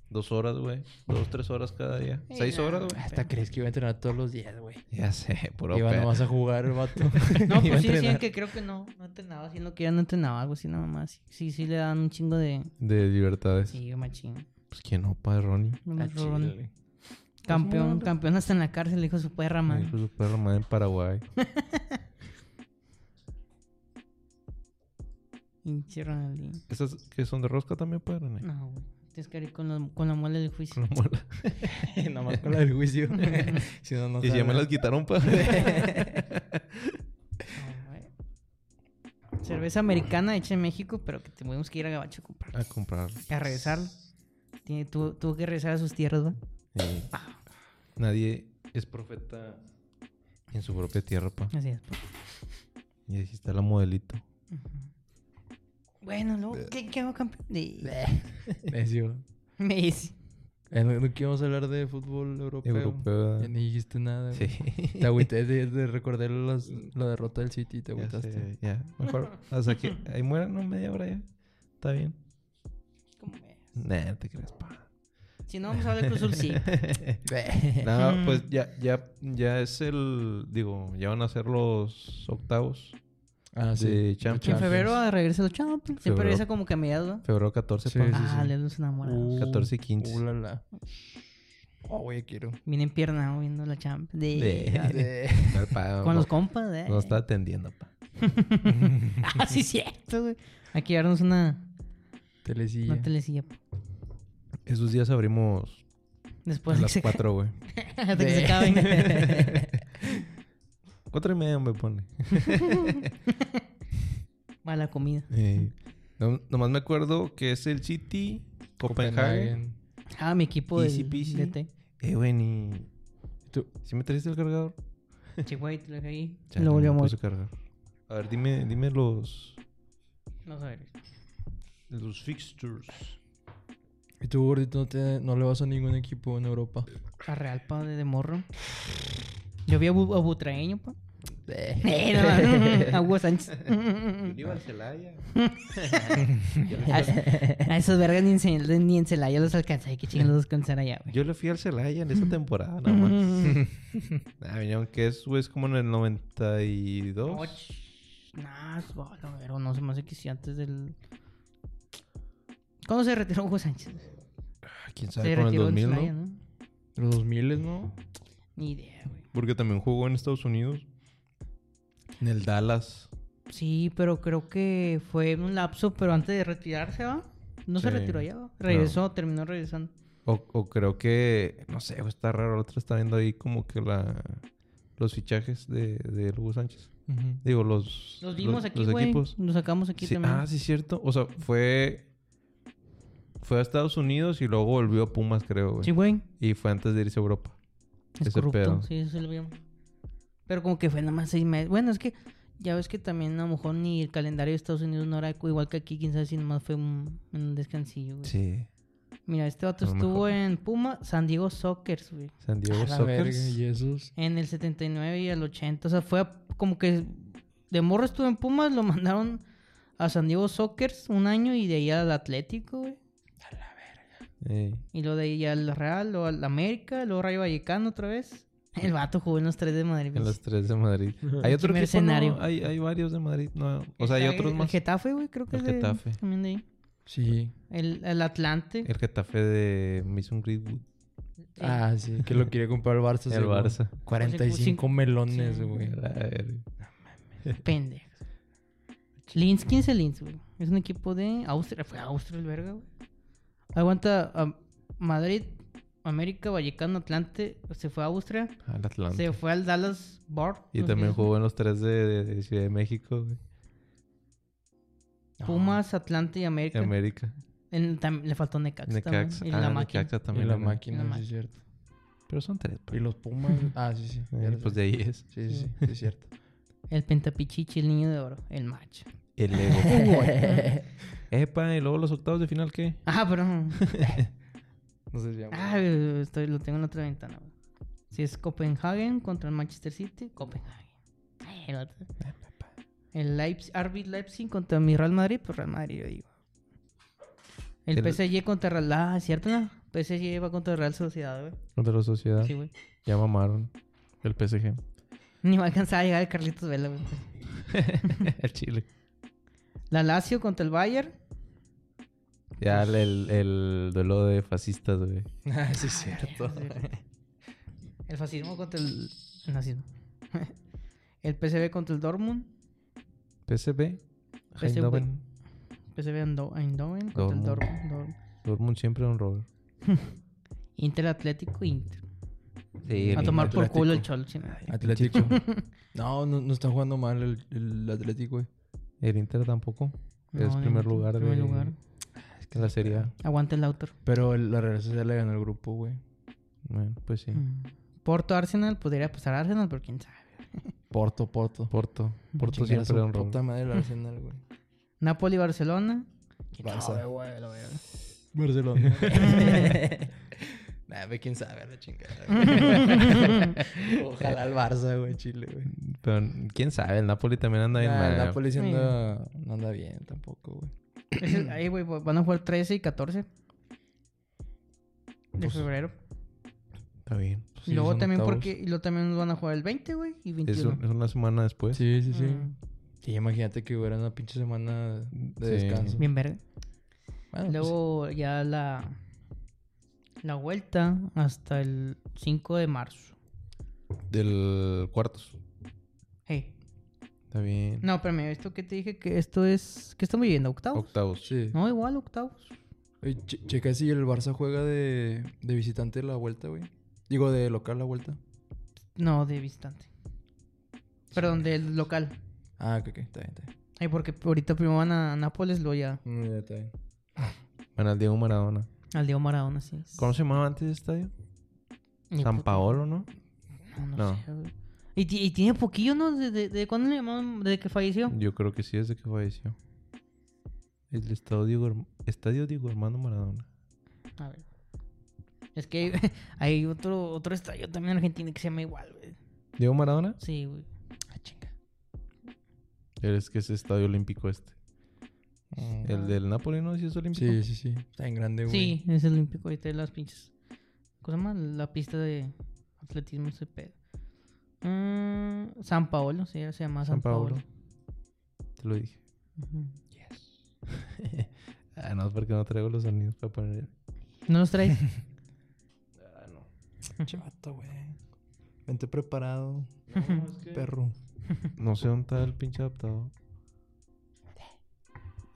[SPEAKER 2] dos horas, güey. Dos, tres horas cada día.
[SPEAKER 1] Sí,
[SPEAKER 2] Seis
[SPEAKER 1] nah,
[SPEAKER 2] horas,
[SPEAKER 1] güey.
[SPEAKER 2] güey.
[SPEAKER 1] Hasta
[SPEAKER 3] Hasta crees que iba a entrenar todos los días, güey.
[SPEAKER 2] Ya sé, puro
[SPEAKER 3] Iba
[SPEAKER 2] pedo.
[SPEAKER 3] nomás a jugar el vato.
[SPEAKER 1] No,
[SPEAKER 3] Iba a
[SPEAKER 1] pues sí decían
[SPEAKER 3] entrenar.
[SPEAKER 1] que creo que no. No entrenaba, sino que ya no entrenaba algo así, nada más. Sí, sí le dan un chingo de.
[SPEAKER 2] De libertades.
[SPEAKER 1] Sí, machín.
[SPEAKER 2] Pues que no, pa' Ronnie.
[SPEAKER 1] No me
[SPEAKER 3] Ah,
[SPEAKER 1] roban.
[SPEAKER 3] chile.
[SPEAKER 2] Pues
[SPEAKER 1] Campeón, campeón hasta en la cárcel, dijo su perra,
[SPEAKER 2] Me
[SPEAKER 1] man.
[SPEAKER 2] Dijo su perro madre en Paraguay.
[SPEAKER 1] Pinche Ronaldinho.
[SPEAKER 2] ¿Esas que son de rosca también, pa' Ronnie?
[SPEAKER 1] No, güey. Tienes que ir con, la- con la muela del juicio.
[SPEAKER 2] No mola.
[SPEAKER 3] Nada más con la del juicio. si no, no
[SPEAKER 2] y si ya me
[SPEAKER 3] sale.
[SPEAKER 2] las quitaron, pues. pa'.
[SPEAKER 1] No, güey. Cerveza americana hecha en México, pero que tuvimos que ir a Gabacho a comprar.
[SPEAKER 2] a comprar.
[SPEAKER 1] A regresarlo. Tiene, tuvo, tuvo que regresar a sus tierras, ¿va?
[SPEAKER 2] Eh,
[SPEAKER 1] Ah.
[SPEAKER 2] Nadie es profeta en su propia tierra, pa.
[SPEAKER 1] Así es.
[SPEAKER 2] Y así está la modelito.
[SPEAKER 1] Bueno, luego, ¿qué, qué hago campeón? De...
[SPEAKER 3] Necio.
[SPEAKER 1] Me dice.
[SPEAKER 3] Eh, no, no que íbamos a hablar de fútbol europeo.
[SPEAKER 2] Europeo.
[SPEAKER 3] Ya ni dijiste nada.
[SPEAKER 2] Sí.
[SPEAKER 3] güey. Te agüité de, de recordar las- la derrota del City. Te
[SPEAKER 2] ya,
[SPEAKER 3] agüitaste.
[SPEAKER 2] sé, ya. Mejor. O sea que ahí mueran ¿no? media hora ya. Está bien.
[SPEAKER 1] ¿Cómo ves?
[SPEAKER 2] Nah, te creas, pa.
[SPEAKER 1] Si no, vamos a hablar de Cruz Azul, Pues sí.
[SPEAKER 2] No, pues ya, ya, ya es el. Digo, ya van a ser los octavos.
[SPEAKER 3] Ah, sí.
[SPEAKER 2] De
[SPEAKER 3] De
[SPEAKER 2] Champions.
[SPEAKER 1] Que en febrero a regreso los Champions. Siempre
[SPEAKER 2] Febrero.
[SPEAKER 1] regresa como que a mediados, ¿va?
[SPEAKER 2] Febrero 14,
[SPEAKER 3] Sí,
[SPEAKER 2] pa.
[SPEAKER 3] sí, sí.
[SPEAKER 1] Ah, le los enamorados.
[SPEAKER 3] Uh,
[SPEAKER 2] 14 y 15.
[SPEAKER 3] Uh, la, la. Oh, güey, quiero.
[SPEAKER 1] Viene en pierna ¿no? viendo la Champions. De...
[SPEAKER 2] De- No, pa,
[SPEAKER 1] Con
[SPEAKER 2] no,
[SPEAKER 1] los compas, ¿eh?
[SPEAKER 2] no está atendiendo, pa.
[SPEAKER 1] Ah, sí, cierto, güey. Hay que llevarnos una,
[SPEAKER 3] Telecilla.
[SPEAKER 1] una telecilla. pues, pa.
[SPEAKER 2] Esos días abrimos
[SPEAKER 1] Después
[SPEAKER 2] a
[SPEAKER 1] de que
[SPEAKER 2] las
[SPEAKER 1] Pues se,
[SPEAKER 2] 4, güey.
[SPEAKER 1] hasta que se acaben.
[SPEAKER 2] Cuatro y media me pone.
[SPEAKER 1] Mala comida.
[SPEAKER 2] Eh, no- nomás me acuerdo que es el City, Copenhague.
[SPEAKER 1] Ah, mi equipo de
[SPEAKER 2] Easy peasy.
[SPEAKER 1] DT.
[SPEAKER 2] Eh, güey, ni...
[SPEAKER 3] Tú-
[SPEAKER 2] ¿Sí me trajiste el cargador?
[SPEAKER 1] Che, güey, te lo dejé ahí.
[SPEAKER 2] Chale,
[SPEAKER 1] lo
[SPEAKER 2] no pues,
[SPEAKER 1] volvió a
[SPEAKER 2] me
[SPEAKER 1] mover.
[SPEAKER 2] puse cargar. A ver, dime, dime los...
[SPEAKER 1] No sabes.
[SPEAKER 2] Los fixtures.
[SPEAKER 3] Y tú, gordito, no, te, no le vas a ningún equipo en Europa.
[SPEAKER 1] A Real, pa, de, de morro. Yo vi a, Bu- a Butraeño, pa. Eh, no, mames. a Hugo Sánchez.
[SPEAKER 2] iba al Celaya.
[SPEAKER 1] a, a esos vergas ni en, Cel- ni en Celaya los alcanza. Hay que chingados los alcanzar allá, güey.
[SPEAKER 2] Yo le fui al Celaya en esa temporada, nada más. ah, vinieron que es, güey, es como en el 92.
[SPEAKER 1] Och, Nah, es bolo, pero no se me hace que sí antes del. ¿Cuándo se retiró Hugo Sánchez?
[SPEAKER 2] Ah, ¿Quién
[SPEAKER 1] Se
[SPEAKER 2] Ah, sabe? Con el
[SPEAKER 1] retiró en
[SPEAKER 2] 2000,
[SPEAKER 1] Celaya,
[SPEAKER 2] ¿no?
[SPEAKER 1] ¿no?
[SPEAKER 3] Los 2000, ¿no?
[SPEAKER 1] Ni idea, güey.
[SPEAKER 2] Porque también jugó en Estados Unidos. En el Dallas.
[SPEAKER 1] Sí, pero creo que fue un lapso, pero antes de retirarse, ¿va? No se
[SPEAKER 2] Sí.
[SPEAKER 1] retiró ya, ¿va? Regresó, terminó regresando.
[SPEAKER 2] O, o creo que, no sé, güey, está raro. Otra está viendo ahí como que la, los fichajes de, de Hugo Sánchez. Digo, los.
[SPEAKER 1] Los vimos
[SPEAKER 2] los-
[SPEAKER 1] aquí,
[SPEAKER 2] los
[SPEAKER 1] güey.
[SPEAKER 2] equipos.
[SPEAKER 1] Los sacamos aquí
[SPEAKER 2] Sí,
[SPEAKER 1] también.
[SPEAKER 2] ah, sí, es cierto. O sea, fue. Fue a Estados Unidos y luego volvió a Pumas, creo, güey.
[SPEAKER 1] Sí, güey.
[SPEAKER 2] Y fue antes de irse a Europa.
[SPEAKER 1] Es
[SPEAKER 2] Ese
[SPEAKER 1] corrupto,
[SPEAKER 2] pedo.
[SPEAKER 1] sí, eso sí lo vimos. Pero como que fue nada más seis meses. Bueno, es que ya ves que también a lo mejor ni el calendario de Estados Unidos no era igual que aquí, quién sabe si nomás fue un, un descansillo, güey.
[SPEAKER 2] Sí.
[SPEAKER 1] Mira, este vato
[SPEAKER 2] A lo
[SPEAKER 1] estuvo
[SPEAKER 2] mejor.
[SPEAKER 1] en Puma, San Diego Soccer, güey.
[SPEAKER 2] San Diego
[SPEAKER 3] A la verga,
[SPEAKER 2] Sockers.
[SPEAKER 3] y esos.
[SPEAKER 1] En el 79 y el 80. O sea, fue a- como que de morro estuvo en Pumas, lo mandaron a San Diego Soccer un año y de ahí al Atlético, güey.
[SPEAKER 2] Ey.
[SPEAKER 1] Y luego de ahí ya al Real, luego al América, luego Rayo Vallecano otra vez. El vato jugó en los tres de Madrid.
[SPEAKER 2] En los tres de Madrid. Hay otro
[SPEAKER 1] Qué
[SPEAKER 2] equipo,
[SPEAKER 1] mercenario.
[SPEAKER 2] ¿no? hay, hay varios de Madrid. No, o sea, hay
[SPEAKER 1] Está
[SPEAKER 2] otros
[SPEAKER 1] el-
[SPEAKER 2] más.
[SPEAKER 1] El Getafe, güey, creo que
[SPEAKER 2] El
[SPEAKER 1] es de-
[SPEAKER 2] Getafe.
[SPEAKER 1] también de ahí.
[SPEAKER 3] Sí.
[SPEAKER 1] El, el Atlante.
[SPEAKER 2] El Getafe de Mason Greenwood.
[SPEAKER 1] Sí.
[SPEAKER 3] Ah, sí. Que lo quería comprar el Barça.
[SPEAKER 2] El
[SPEAKER 3] según.
[SPEAKER 2] Barça.
[SPEAKER 3] 45 melones,
[SPEAKER 1] Sí.
[SPEAKER 3] güey.
[SPEAKER 2] A la verga.
[SPEAKER 1] Pendejos. Linz, 15 Linz, güey. Es un equipo de Austria. Fue Austria el verga, güey. Aguanta a Madrid, América, Vallecano, Atlante. Se fue a Austria.
[SPEAKER 2] Al Atlante.
[SPEAKER 1] Se fue al Dallas Bar.
[SPEAKER 2] y también jugó en los tres de, de Ciudad de México, güey.
[SPEAKER 1] Pumas, Atlante y América.
[SPEAKER 2] En América.
[SPEAKER 1] En- tam- le faltó Necaxa.
[SPEAKER 2] Necaxa.
[SPEAKER 1] también. Y
[SPEAKER 2] Ah,
[SPEAKER 1] la máquina.
[SPEAKER 2] Necaxa
[SPEAKER 3] Y
[SPEAKER 2] también.
[SPEAKER 3] la
[SPEAKER 2] ¿no?
[SPEAKER 3] máquina,
[SPEAKER 1] La
[SPEAKER 3] sí,
[SPEAKER 1] máquina.
[SPEAKER 3] es cierto.
[SPEAKER 2] Pero son tres,
[SPEAKER 3] Y
[SPEAKER 2] pues.
[SPEAKER 3] los Pumas. Ah, sí, sí. ya
[SPEAKER 2] Eh,
[SPEAKER 3] lo
[SPEAKER 2] pues
[SPEAKER 3] sé.
[SPEAKER 2] de ahí es.
[SPEAKER 3] Sí, sí, sí, sí, es cierto.
[SPEAKER 1] El Pentapichichi, el niño de oro. El macho.
[SPEAKER 2] El ego. Epa, y luego los octavos de final, ¿qué?
[SPEAKER 1] Ah, pero.
[SPEAKER 3] No sé si llama.
[SPEAKER 1] Ah, eh, estoy, lo tengo en la otra ventana. güey. Si es Copenhagen contra el Manchester City, Copenhagen. Ay, el otro. El Leipzig, RB Leipzig contra mi Real Madrid, pues Real Madrid, yo digo. El,
[SPEAKER 2] El-
[SPEAKER 1] PSG contra Real. Ah, ¿cierto? No? PSG va contra Real Sociedad, güey.
[SPEAKER 2] Contra la sociedad.
[SPEAKER 1] Sí, güey.
[SPEAKER 2] Ya mamaron. El PSG.
[SPEAKER 1] Ni va a alcanzar a llegar el Carlitos Vela, güey.
[SPEAKER 2] el Chile.
[SPEAKER 1] La Lazio contra el Bayern.
[SPEAKER 2] Ya el, el, el duelo de fascistas, güey.
[SPEAKER 3] Ah, sí, es cierto.
[SPEAKER 1] El fascismo contra el, el nazismo. El PSV contra el Dortmund.
[SPEAKER 2] PSV.
[SPEAKER 1] PSV.
[SPEAKER 2] Eindhoven.
[SPEAKER 1] PSV Ando- Eindhoven contra el
[SPEAKER 2] Dortmund.
[SPEAKER 1] Dortmund. Dortmund.
[SPEAKER 2] Dortmund siempre un rover.
[SPEAKER 1] Inter Atlético Inter.
[SPEAKER 2] Sí,
[SPEAKER 1] a tomar por
[SPEAKER 3] Atlético. Ah,
[SPEAKER 1] culo el Cholo. sí, no.
[SPEAKER 3] Atlético. No, no, no está jugando mal el, el Atlético, güey.
[SPEAKER 2] El Inter tampoco.
[SPEAKER 1] No,
[SPEAKER 2] es
[SPEAKER 1] ni
[SPEAKER 2] primer
[SPEAKER 1] otro,
[SPEAKER 2] lugar de
[SPEAKER 1] primer lugar.
[SPEAKER 2] Es que la serie A.
[SPEAKER 1] Aguanta el autor.
[SPEAKER 3] Pero el- la Real Sociedad le ganó el grupo, güey.
[SPEAKER 2] Bueno, pues sí.
[SPEAKER 1] Mm. Porto Arsenal, podría pasar a Arsenal, pero quién sabe.
[SPEAKER 3] Porto, Porto.
[SPEAKER 2] Porto. Porto
[SPEAKER 3] Chingar a
[SPEAKER 2] siempre
[SPEAKER 3] su
[SPEAKER 2] un
[SPEAKER 3] puta
[SPEAKER 2] rover.
[SPEAKER 3] madre el Arsenal, güey.
[SPEAKER 1] Napoli Barcelona. ¿Quién
[SPEAKER 3] Barça.
[SPEAKER 1] sabe, güey? Lo veo.
[SPEAKER 3] Barcelona. Nah, ve quién sabe a la chingada. güey. Ojalá el Barça, güey, Chile, güey.
[SPEAKER 2] Pero quién sabe, el Napoli también anda bien
[SPEAKER 1] Ah,
[SPEAKER 3] Nah,
[SPEAKER 2] mal.
[SPEAKER 3] el Napoli sí
[SPEAKER 1] Sí.
[SPEAKER 3] anda, no anda bien tampoco, güey.
[SPEAKER 1] Es el- Ahí, güey, van a jugar 13 y 14 de febrero.
[SPEAKER 2] Está bien.
[SPEAKER 3] sí,
[SPEAKER 1] Pues y luego
[SPEAKER 3] son
[SPEAKER 1] también
[SPEAKER 3] octavos.
[SPEAKER 1] porque y luego también nos van a jugar el 20, güey, y
[SPEAKER 2] Es,
[SPEAKER 1] 21.
[SPEAKER 2] un- es una semana después.
[SPEAKER 3] Sí, sí, sí.
[SPEAKER 1] Mm,
[SPEAKER 3] Sí, imagínate que hubiera una pinche semana de
[SPEAKER 2] Sí.
[SPEAKER 3] descanso.
[SPEAKER 1] Bien verde.
[SPEAKER 3] Bueno, pues,
[SPEAKER 1] Luego ya la la vuelta hasta el 5 de marzo.
[SPEAKER 2] Del cuartos.
[SPEAKER 1] Hey.
[SPEAKER 2] Está bien.
[SPEAKER 1] No, espérame, esto que te dije que esto es. ¿Qué estamos viviendo? ¿Octavos?
[SPEAKER 2] Octavos.
[SPEAKER 3] pues, sí.
[SPEAKER 1] No, igual, octavos.
[SPEAKER 3] Oye, che- checa si el Barça juega de, de visitante la vuelta, güey. Digo, de local la vuelta.
[SPEAKER 1] No, de visitante. Perdón, del local.
[SPEAKER 3] Ah, ok, ok, está bien, está bien.
[SPEAKER 1] Ay, porque ahorita primero van a Nápoles, luego ya
[SPEAKER 3] Mm, ya está bien.
[SPEAKER 2] Bueno, el Diego Maradona.
[SPEAKER 1] al Diego Maradona, sí.
[SPEAKER 2] ¿Cómo se llamaba antes el estadio?
[SPEAKER 1] Ni
[SPEAKER 2] San
[SPEAKER 1] puta-
[SPEAKER 2] Paolo, ¿no?
[SPEAKER 1] No, no,
[SPEAKER 2] No.
[SPEAKER 1] sé, güey. Y, ti- y tiene poquillo, ¿no? ¿De, de, de cuándo le llamaron? ¿Desde que falleció?
[SPEAKER 2] Yo creo que sí, desde que falleció. El estadio Diego, Herm- estadio Diego Armando Maradona.
[SPEAKER 1] A ver. Es que hay, hay otro, otro estadio también en Argentina que se llama igual, güey.
[SPEAKER 2] ¿Diego Maradona?
[SPEAKER 1] Sí, güey. Ah, chinga.
[SPEAKER 2] Es que es estadio olímpico este.
[SPEAKER 3] Mm.
[SPEAKER 1] Ah.
[SPEAKER 2] El del Napoli, ¿no? Sí es olímpico.
[SPEAKER 3] Sí, sí, sí. Está bien grande, güey.
[SPEAKER 1] Sí, es el olímpico ahorita de las pinches. ¿Cómo se llama? La pista de atletismo ese pedo. Mm, San Paolo, sí, se llama San,
[SPEAKER 2] San
[SPEAKER 1] Paolo.
[SPEAKER 2] Paolo. Te lo dije.
[SPEAKER 1] Ujú.
[SPEAKER 2] Ah, no, porque no traigo los sonidos para poner.
[SPEAKER 1] ¿No los traes?
[SPEAKER 2] Ah, no.
[SPEAKER 3] Chavato, güey. Vente preparado,
[SPEAKER 2] Pues
[SPEAKER 3] perro.
[SPEAKER 2] No sé dónde está el pinche adaptador.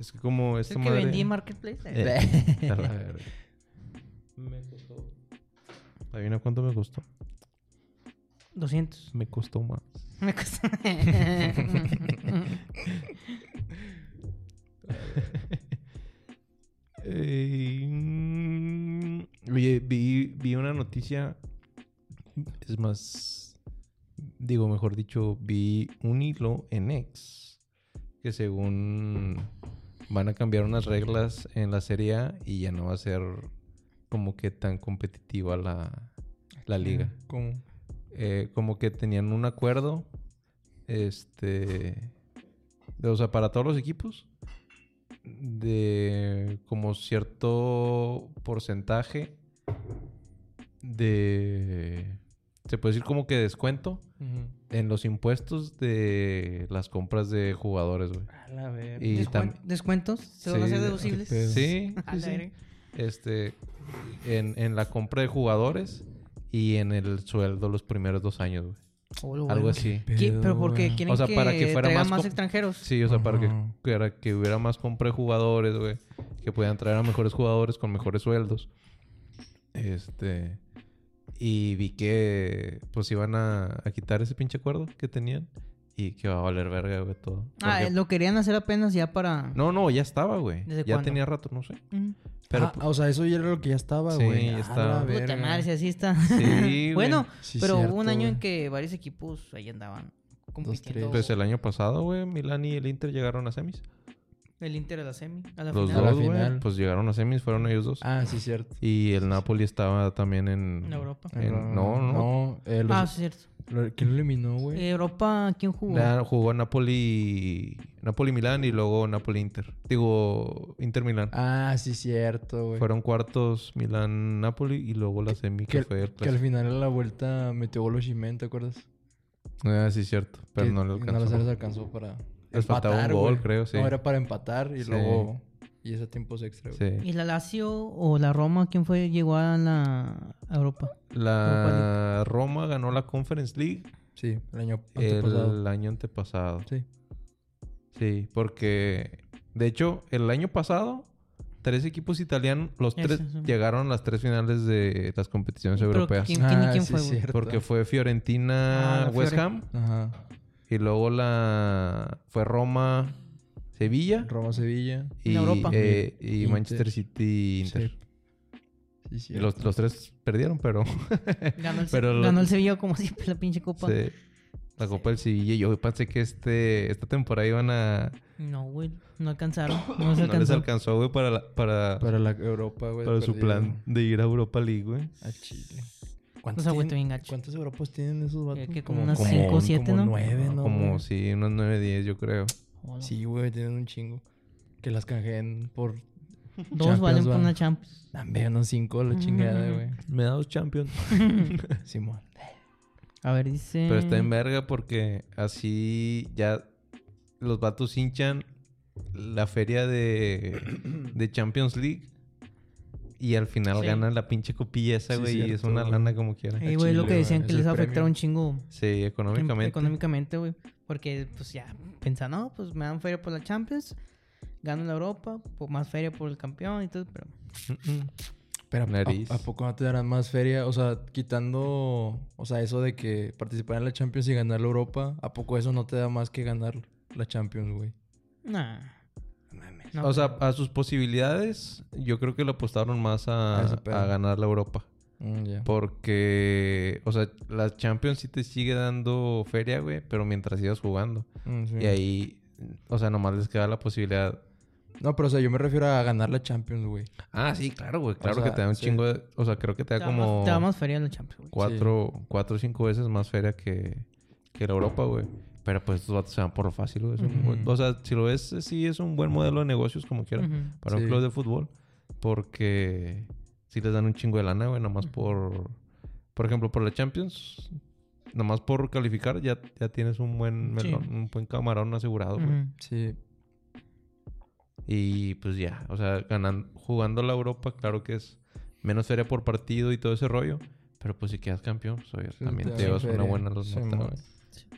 [SPEAKER 2] Es que como
[SPEAKER 1] Es
[SPEAKER 2] esta
[SPEAKER 1] el que
[SPEAKER 2] madre...
[SPEAKER 1] vendí en Marketplace.
[SPEAKER 2] Eh, está la verga. Me costó. Adivina cuánto me costó. Pues
[SPEAKER 1] 200.
[SPEAKER 2] Me costó más.
[SPEAKER 1] Me costó.
[SPEAKER 2] Eh, mm, oye, vi, vi una noticia. Es más, digo, mejor dicho, vi un hilo en X. Que según van a cambiar unas reglas en la Serie A y ya no va a ser como que tan competitiva la, la liga.
[SPEAKER 3] Mm, ¿Cómo?
[SPEAKER 2] eh, como que tenían un acuerdo, este, de- o sea, para todos los equipos, de como cierto porcentaje de, se puede decir como que descuento en los impuestos de las compras de jugadores, güey.
[SPEAKER 3] A la verga.
[SPEAKER 2] Y
[SPEAKER 1] Descuen-
[SPEAKER 2] tam-
[SPEAKER 1] ¿Descuentos? ¿Se van a
[SPEAKER 2] Sí,
[SPEAKER 1] hacer
[SPEAKER 2] de-
[SPEAKER 1] deducibles?
[SPEAKER 3] qué pedo.
[SPEAKER 2] Sí,
[SPEAKER 1] A
[SPEAKER 2] sí,
[SPEAKER 1] la
[SPEAKER 2] sí.
[SPEAKER 1] verga.
[SPEAKER 2] Este, en, en la compra de jugadores y en el sueldo los primeros dos años, güey.
[SPEAKER 1] Oh, lo
[SPEAKER 2] Algo
[SPEAKER 1] bueno.
[SPEAKER 2] así.
[SPEAKER 1] ¿Qué- ¿Pero porque quieren
[SPEAKER 2] O sea,
[SPEAKER 1] que,
[SPEAKER 2] para que fuera
[SPEAKER 1] traigan
[SPEAKER 2] más
[SPEAKER 1] más,
[SPEAKER 2] com-
[SPEAKER 1] extranjeros?
[SPEAKER 2] Sí, o sea, para que,
[SPEAKER 3] Ajá.
[SPEAKER 2] para que hubiera más compra de jugadores, güey. Que pudieran traer a mejores jugadores con mejores sueldos. Este. Y vi que pues iban a, a quitar ese pinche acuerdo que tenían. Y que va a valer verga, güey, todo.
[SPEAKER 1] Ah,
[SPEAKER 2] Porque-
[SPEAKER 1] eh, lo querían hacer apenas ya para...
[SPEAKER 2] No, no, ya estaba, güey.
[SPEAKER 1] ¿Desde
[SPEAKER 2] Ya
[SPEAKER 1] cuándo?
[SPEAKER 2] tenía rato, no sé.
[SPEAKER 1] Mm.
[SPEAKER 2] Pero
[SPEAKER 3] Ah, o sea, eso ya era lo que ya estaba,
[SPEAKER 2] Sí,
[SPEAKER 3] güey.
[SPEAKER 2] ya
[SPEAKER 3] A la
[SPEAKER 2] estaba. Puta
[SPEAKER 1] Puta
[SPEAKER 3] verga.
[SPEAKER 1] madre, si así está.
[SPEAKER 2] pues, Sí, güey.
[SPEAKER 1] bueno,
[SPEAKER 3] Sí,
[SPEAKER 1] pero
[SPEAKER 3] cierto,
[SPEAKER 1] hubo un año en
[SPEAKER 3] güey.
[SPEAKER 1] que varios equipos ahí andaban compitiendo.
[SPEAKER 3] tres.
[SPEAKER 2] pues el año pasado, güey, Milán y el Inter llegaron a semis.
[SPEAKER 1] El Inter a la semi, a la
[SPEAKER 2] Los
[SPEAKER 1] final.
[SPEAKER 3] A
[SPEAKER 2] dos,
[SPEAKER 3] la final.
[SPEAKER 2] güey. Pues llegaron a semis, fueron ellos dos.
[SPEAKER 3] Ah, sí, cierto.
[SPEAKER 2] Y el Napoli estaba también en...
[SPEAKER 1] En Europa.
[SPEAKER 2] En- no, no.
[SPEAKER 3] No, eh, los-
[SPEAKER 1] Ah, sí, Eh. cierto.
[SPEAKER 3] lo- ¿quién lo eliminó, güey?
[SPEAKER 1] Europa, ¿quién jugó?
[SPEAKER 2] Na- jugó Napoli, Napoli Milán y luego Napoli Inter. Digo, Inter Milán.
[SPEAKER 3] Ah, sí, cierto, güey.
[SPEAKER 2] Fueron cuartos Milán Napoli y luego la semi que,
[SPEAKER 3] que-
[SPEAKER 2] fue el
[SPEAKER 3] Que al
[SPEAKER 2] clásico.
[SPEAKER 3] final a la vuelta metió gol Osimhen, ¿te acuerdas?
[SPEAKER 2] Ah, sí, cierto. Pero
[SPEAKER 3] Que
[SPEAKER 2] no le alcanzó.
[SPEAKER 3] No les alcanzó para
[SPEAKER 2] Les faltaba un gol,
[SPEAKER 3] güey.
[SPEAKER 2] creo, sí.
[SPEAKER 3] No, era para empatar y
[SPEAKER 2] Sí.
[SPEAKER 3] luego... Y ese tiempo es extra, güey.
[SPEAKER 2] Sí.
[SPEAKER 1] ¿Y la Lazio o la Roma? ¿Quién fue? Llegó a la a Europa.
[SPEAKER 2] La Roma ganó la Conference League
[SPEAKER 3] Sí, el año antepasado.
[SPEAKER 2] el año antepasado.
[SPEAKER 3] Sí.
[SPEAKER 2] Sí, porque de hecho el año pasado tres equipos italianos, los
[SPEAKER 1] Eso,
[SPEAKER 2] tres
[SPEAKER 1] sí.
[SPEAKER 2] llegaron a las tres finales de las competiciones
[SPEAKER 1] Pero
[SPEAKER 2] europeas.
[SPEAKER 1] ¿quién- quién- quién fue, güey?
[SPEAKER 3] Ah, cierto.
[SPEAKER 2] Porque fue
[SPEAKER 1] Ah,
[SPEAKER 2] Fiorentina
[SPEAKER 1] la
[SPEAKER 2] West
[SPEAKER 1] Fiore.
[SPEAKER 2] Ham
[SPEAKER 3] Ajá.
[SPEAKER 2] y luego la fue Roma Sevilla
[SPEAKER 3] Roma-Sevilla.
[SPEAKER 2] y,
[SPEAKER 1] En Europa.
[SPEAKER 2] eh, y
[SPEAKER 3] Inter.
[SPEAKER 2] Manchester City Inter.
[SPEAKER 3] Sí,
[SPEAKER 2] Y
[SPEAKER 3] cierto.
[SPEAKER 2] los, los tres perdieron, pero
[SPEAKER 1] Ganó el, Se-
[SPEAKER 2] Pero lo-
[SPEAKER 1] ganó el Sevilla como siempre la pinche copa.
[SPEAKER 2] se- la Copa del Sevilla. Yo pensé que este esta temporada iban a
[SPEAKER 1] No, güey. No alcanzaron. No se
[SPEAKER 2] no les
[SPEAKER 1] alcanzó.
[SPEAKER 2] alcanzó güey para la- para
[SPEAKER 3] Para la Europa, güey.
[SPEAKER 2] para su
[SPEAKER 3] perdieron.
[SPEAKER 2] plan de ir a Europa League, güey.
[SPEAKER 3] A Chile.
[SPEAKER 1] ¿Cuántos ha
[SPEAKER 3] tienen-
[SPEAKER 1] vuelto bien gacho? Eh,
[SPEAKER 3] ¿Cuántos Europas tienen esos vatos?
[SPEAKER 1] que como unas
[SPEAKER 2] cinco,
[SPEAKER 3] como
[SPEAKER 1] siete, ¿no?
[SPEAKER 3] nueve, ¿no?
[SPEAKER 2] Ah, Como
[SPEAKER 3] güey?
[SPEAKER 2] si unos 9 10, yo creo.
[SPEAKER 1] Hola.
[SPEAKER 3] Sí, güey, tienen un chingo. Que las canjeen por...
[SPEAKER 1] Dos
[SPEAKER 3] Champions,
[SPEAKER 1] valen por
[SPEAKER 3] va.
[SPEAKER 1] una Champions.
[SPEAKER 3] Dame unos cinco a la chingada, güey.
[SPEAKER 2] Me da dos Champions.
[SPEAKER 3] Simón.
[SPEAKER 1] A ver, dice.
[SPEAKER 2] Pero está en verga porque así ya los vatos hinchan la feria de, de Champions League y al final
[SPEAKER 1] Sí.
[SPEAKER 2] ganan la pinche copilla esa,
[SPEAKER 3] Sí,
[SPEAKER 2] güey, y es
[SPEAKER 3] cierto,
[SPEAKER 2] una
[SPEAKER 3] güey.
[SPEAKER 2] lana como quiera.
[SPEAKER 1] Ey, güey, lo
[SPEAKER 3] Chile,
[SPEAKER 1] que
[SPEAKER 3] güey.
[SPEAKER 1] decían
[SPEAKER 3] Es
[SPEAKER 1] que
[SPEAKER 3] el
[SPEAKER 1] les va a afectar
[SPEAKER 3] premio.
[SPEAKER 1] un chingo. em-
[SPEAKER 2] Sí, económicamente.
[SPEAKER 1] Económicamente, güey. Porque, pues ya, pensan, no, pues me dan feria por la Champions, gano la Europa, pues más feria por el campeón y todo, pero
[SPEAKER 2] Mm, mm.
[SPEAKER 3] Pero ¿a-
[SPEAKER 2] Nariz.
[SPEAKER 3] ¿a, a poco no te darán más feria? O sea, quitando... O sea, eso de que participar en la Champions y ganar la Europa. ¿A poco eso no te da más que ganar la Champions, güey?
[SPEAKER 1] nah. No,
[SPEAKER 2] o sea, a sus posibilidades, yo creo que lo apostaron más a,
[SPEAKER 3] A ese pedo.
[SPEAKER 2] a ganar la Europa.
[SPEAKER 3] Mm, ya.
[SPEAKER 2] Porque, o sea, la Champions sí te sigue dando feria, güey, pero mientras sigas jugando.
[SPEAKER 3] Mm, sí.
[SPEAKER 2] Y ahí, o sea, nomás les queda la posibilidad
[SPEAKER 3] No, pero o sea, yo me refiero a ganar la Champions, güey.
[SPEAKER 2] Ah, sí, claro, güey. Claro que
[SPEAKER 3] sea,
[SPEAKER 2] te da un
[SPEAKER 3] sí.
[SPEAKER 2] chingo de... O sea, creo que te
[SPEAKER 1] te
[SPEAKER 2] da
[SPEAKER 1] da
[SPEAKER 2] como
[SPEAKER 1] más- te da más feria en la Champions, güey.
[SPEAKER 2] cuatro, cuatro o cinco veces más feria que, que la Europa, güey. Pero pues estos vatos se van por lo fácil, güey. Es un buen-
[SPEAKER 3] Ujú.
[SPEAKER 2] O sea, si lo ves, sí es un buen modelo de negocios, como quiera,
[SPEAKER 1] Ujú.
[SPEAKER 2] para un
[SPEAKER 3] Sí.
[SPEAKER 2] club de fútbol. Porque sí les dan un chingo de lana, güey, nomás por... Por ejemplo, por la Champions, nomás por calificar ya, ya tienes un buen
[SPEAKER 1] Sí.
[SPEAKER 2] melón, un buen camarón asegurado, güey.
[SPEAKER 1] Ujú.
[SPEAKER 3] Sí.
[SPEAKER 2] Y pues ya, o sea, ganan- jugando la Europa, claro que es menos feria por partido y todo ese rollo, Pero pues si quedas campeón, pues oye,
[SPEAKER 3] Sí,
[SPEAKER 2] también
[SPEAKER 3] te
[SPEAKER 2] te
[SPEAKER 3] dan
[SPEAKER 2] llevas una
[SPEAKER 3] feria.
[SPEAKER 2] buena los
[SPEAKER 3] Simón.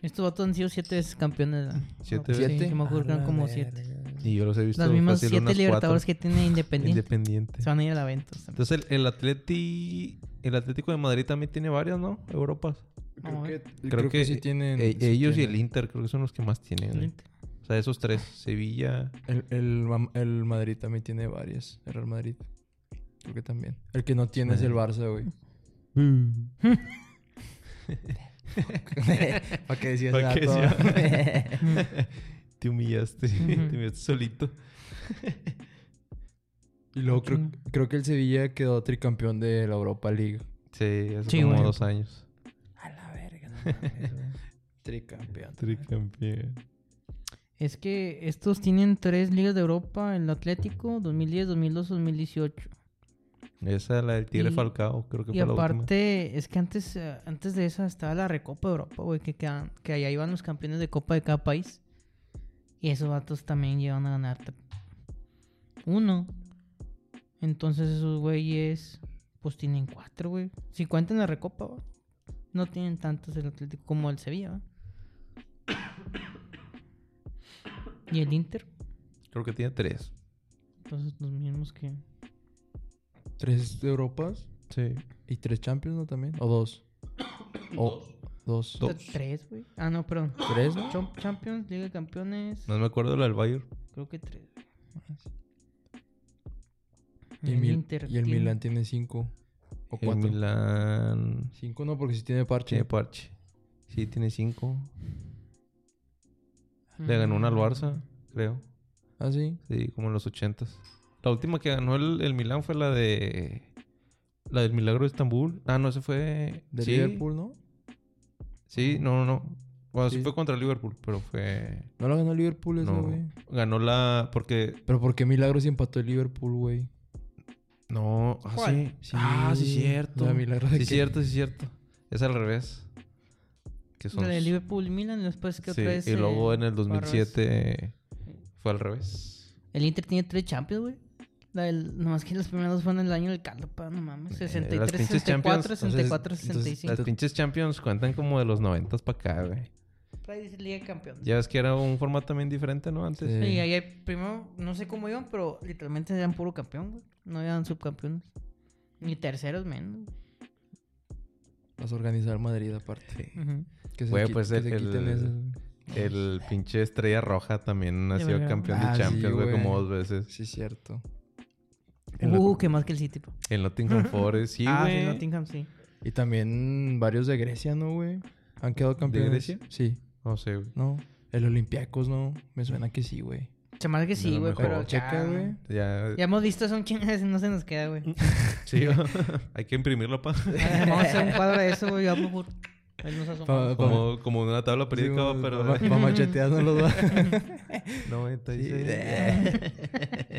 [SPEAKER 1] Estos vatos han sido siete veces campeones. ¿verdad?
[SPEAKER 2] Siete
[SPEAKER 1] Sí,
[SPEAKER 2] veces.
[SPEAKER 1] yo me acuerdo que eran como siete.
[SPEAKER 2] Y yo los he visto
[SPEAKER 1] Las mismas
[SPEAKER 2] fácil
[SPEAKER 1] siete
[SPEAKER 2] unas
[SPEAKER 1] libertadores
[SPEAKER 2] cuatro.
[SPEAKER 1] que tiene Independiente.
[SPEAKER 2] Independiente.
[SPEAKER 1] Se van a ir a la venta.
[SPEAKER 2] Entonces el, el Atleti... El Atlético de Madrid también tiene varias, ¿no? Europas.
[SPEAKER 1] No,
[SPEAKER 3] Creo que,
[SPEAKER 2] Creo, que,
[SPEAKER 3] sí tienen.
[SPEAKER 2] e-
[SPEAKER 3] sí
[SPEAKER 2] ellos y el
[SPEAKER 3] tienen.
[SPEAKER 2] Inter creo que son los que más tienen. güey. O sea, esos tres. Sevilla...
[SPEAKER 3] El, el, Mam- el Madrid también tiene varias. El Real Madrid. Creo que también. El que no tiene es el Barça, güey. ¿Para qué decías
[SPEAKER 2] ¿Para qué
[SPEAKER 3] dato?
[SPEAKER 2] Te humillaste. Te
[SPEAKER 1] Ujú.
[SPEAKER 2] humillaste solito.
[SPEAKER 3] Y luego creo, creo que el Sevilla quedó tricampeón de la Europa League.
[SPEAKER 2] Sí, hace
[SPEAKER 1] Sí,
[SPEAKER 2] como
[SPEAKER 1] güey.
[SPEAKER 2] dos años.
[SPEAKER 3] A la verga, no mames, güey. Tricampeón.
[SPEAKER 2] Tricampeón.
[SPEAKER 1] Es que estos tienen tres ligas de Europa. El Atlético, 2010, 2002, 2018.
[SPEAKER 2] Esa la del Tigre
[SPEAKER 1] Y-
[SPEAKER 2] Falcao, creo que
[SPEAKER 1] Y
[SPEAKER 2] fue la última.
[SPEAKER 1] aparte, es que antes, eh, antes de esa estaba la Recopa de Europa, güey, que, quedan- que allá iban los campeones de Copa de cada país. Y esos vatos también llevan a ganarte uno. Entonces esos güeyes, pues tienen cuatro, güey. Si cuentan la Recopa, va. no tienen tantos el Atlético como el Sevilla, va. Y el Inter,
[SPEAKER 2] Creo que tiene tres.
[SPEAKER 1] entonces los mismos que...
[SPEAKER 3] Tres de Europas
[SPEAKER 2] Sí.
[SPEAKER 3] y tres Champions, ¿no? También. ¿O dos? O, dos.
[SPEAKER 2] Dos.
[SPEAKER 1] Tres, güey. Ah, no, perdón.
[SPEAKER 3] ¿Tres, no?
[SPEAKER 1] Chom- Champions, Liga de Campeones.
[SPEAKER 2] No me acuerdo la del Bayern.
[SPEAKER 1] Creo que tres. güey.
[SPEAKER 3] Y el, Mil- y el
[SPEAKER 1] tiene-
[SPEAKER 3] Milan tiene cinco. O
[SPEAKER 2] El
[SPEAKER 3] cuatro.
[SPEAKER 2] Milan
[SPEAKER 3] Cinco no, porque si tiene parche.
[SPEAKER 2] tiene parche. Sí, tiene cinco. Le ganó una al Barça, creo.
[SPEAKER 3] Ah, sí.
[SPEAKER 2] Sí, como en los ochentas. La última que ganó el, el Milan fue la de... La del Milagro de Estambul. Ah, no, ese fue...
[SPEAKER 3] De
[SPEAKER 2] sí,
[SPEAKER 3] Liverpool, ¿no?
[SPEAKER 2] Sí, no, no, no. Bueno, sí.
[SPEAKER 3] Sí.
[SPEAKER 2] fue contra el Liverpool, pero fue...
[SPEAKER 3] No la ganó Liverpool ese,
[SPEAKER 2] no,
[SPEAKER 3] güey.
[SPEAKER 2] ganó la... Porque...
[SPEAKER 3] Pero ¿por qué Milagros empató el Liverpool, güey?
[SPEAKER 2] No, ah,
[SPEAKER 1] ¿Cuál?
[SPEAKER 2] sí. Ah, sí, cierto.
[SPEAKER 3] La Milagros de
[SPEAKER 2] Sí,
[SPEAKER 3] que-
[SPEAKER 2] cierto, sí, cierto. Es al revés. Que son...
[SPEAKER 1] La de Liverpool y Milan, y después que
[SPEAKER 2] Sí,
[SPEAKER 1] otra vez.
[SPEAKER 2] y luego
[SPEAKER 1] eh,
[SPEAKER 2] en el
[SPEAKER 1] Barras.
[SPEAKER 2] 2007 fue al revés.
[SPEAKER 1] El Inter tiene tres Champions, güey. La del- Nomás que las primeras dos fueron el año del caldo, pa, no mames.
[SPEAKER 2] Eh,
[SPEAKER 1] 63,
[SPEAKER 2] las pinches
[SPEAKER 1] 64,
[SPEAKER 2] Champions,
[SPEAKER 1] 64,
[SPEAKER 2] entonces- entonces
[SPEAKER 1] 65.
[SPEAKER 2] Las pinches Champions cuentan como de los 90 para acá, güey.
[SPEAKER 1] Por ahí dice Liga de Campeones.
[SPEAKER 2] Ya ves que era un formato también diferente, ¿no? Antes.
[SPEAKER 3] Sí.
[SPEAKER 1] Y ahí hay- primero, no sé cómo iban, pero literalmente eran puro campeón, güey. No eran subcampeones. Ni terceros menos.
[SPEAKER 3] Las organizar Madrid aparte.
[SPEAKER 1] Ujú.
[SPEAKER 3] Que se,
[SPEAKER 2] Güey,
[SPEAKER 3] qui-
[SPEAKER 2] pues,
[SPEAKER 3] que
[SPEAKER 2] el-
[SPEAKER 3] se quiten
[SPEAKER 2] el-
[SPEAKER 3] esas.
[SPEAKER 2] El pinche Estrella Roja también ha
[SPEAKER 1] De
[SPEAKER 2] sido
[SPEAKER 1] verdad.
[SPEAKER 2] campeón
[SPEAKER 3] Ah,
[SPEAKER 2] de
[SPEAKER 3] sí,
[SPEAKER 2] Champions, güey,
[SPEAKER 3] güey.
[SPEAKER 2] como dos veces.
[SPEAKER 3] Sí, cierto.
[SPEAKER 2] En la-
[SPEAKER 1] Uh, que más que el City, pa.
[SPEAKER 2] El Nottingham Forest, sí, güey.
[SPEAKER 1] ah, sí, Nottingham, sí.
[SPEAKER 3] Y también varios de Grecia, ¿no, güey? ¿Han quedado campeones?
[SPEAKER 2] Grecia?
[SPEAKER 3] Sí.
[SPEAKER 2] No sé, güey.
[SPEAKER 3] No. El Olympiacos, ¿no? Me suena que sí, güey.
[SPEAKER 1] Se más que sí,
[SPEAKER 2] lo
[SPEAKER 1] güey,
[SPEAKER 2] mejor.
[SPEAKER 1] pero. ya-
[SPEAKER 3] Checa, güey.
[SPEAKER 2] Ya.
[SPEAKER 1] Ya hemos visto, son chingadas, no se nos queda, güey.
[SPEAKER 2] Sí, hay que imprimirlo, pa.
[SPEAKER 1] Vamos a hacer un cuadro de eso, güey. Vamos por. Ahí nos asomamos.
[SPEAKER 2] Como, como una tabla periódica, pero.
[SPEAKER 3] Para machetearnos los dos.
[SPEAKER 2] 96.
[SPEAKER 3] eh.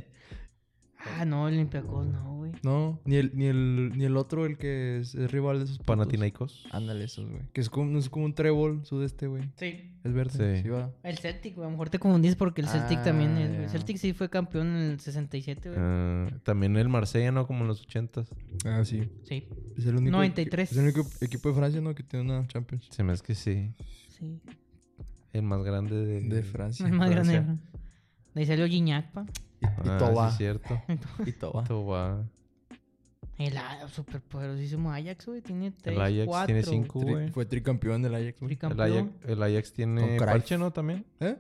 [SPEAKER 1] Ah, no, el Olympiacos no, güey.
[SPEAKER 3] No, ni el, ni, el, ni el otro, el que es, es rival de esos putos.
[SPEAKER 2] Panathinaikos.
[SPEAKER 3] Ándale, esos, güey. Que es como, no es como un trébol sudeste, güey.
[SPEAKER 1] Sí.
[SPEAKER 3] Es verde.
[SPEAKER 2] Sí.
[SPEAKER 3] Sí, va.
[SPEAKER 1] El Celtic, güey. A lo mejor te confundís porque el Celtic
[SPEAKER 3] Ah,
[SPEAKER 1] también es, güey.
[SPEAKER 3] ya.
[SPEAKER 1] Celtic sí fue campeón en el 67, güey.
[SPEAKER 2] Ah, también el Marsella, ¿no? Como en los 80s.
[SPEAKER 3] Ah, sí.
[SPEAKER 1] Sí.
[SPEAKER 3] Es el único
[SPEAKER 1] 93.
[SPEAKER 3] equi- Es el único equipo de Francia, ¿no? Que tiene una Champions.
[SPEAKER 2] Se me hace que sí.
[SPEAKER 1] Sí.
[SPEAKER 2] El más grande de,
[SPEAKER 3] De Francia.
[SPEAKER 1] Es más
[SPEAKER 2] Francia.
[SPEAKER 1] grande. güey. De ahí salió Gignac, pa.
[SPEAKER 3] Y,
[SPEAKER 2] Ah,
[SPEAKER 3] y
[SPEAKER 2] sí
[SPEAKER 3] Toba.
[SPEAKER 2] es cierto.
[SPEAKER 3] Y Toba.
[SPEAKER 2] Toba.
[SPEAKER 1] El a- superpoderosísimo Ajax, güey. Tiene tres,
[SPEAKER 2] El Ajax
[SPEAKER 1] cuatro.
[SPEAKER 2] tiene cinco,
[SPEAKER 3] Tri-
[SPEAKER 2] güey.
[SPEAKER 3] fue tricampeón del Ajax, güey.
[SPEAKER 2] El
[SPEAKER 1] Tricampeón.
[SPEAKER 2] Ajax, el Ajax
[SPEAKER 3] Con
[SPEAKER 2] tiene
[SPEAKER 3] Cruyff.
[SPEAKER 2] parche, ¿no? También.
[SPEAKER 3] ¿Eh?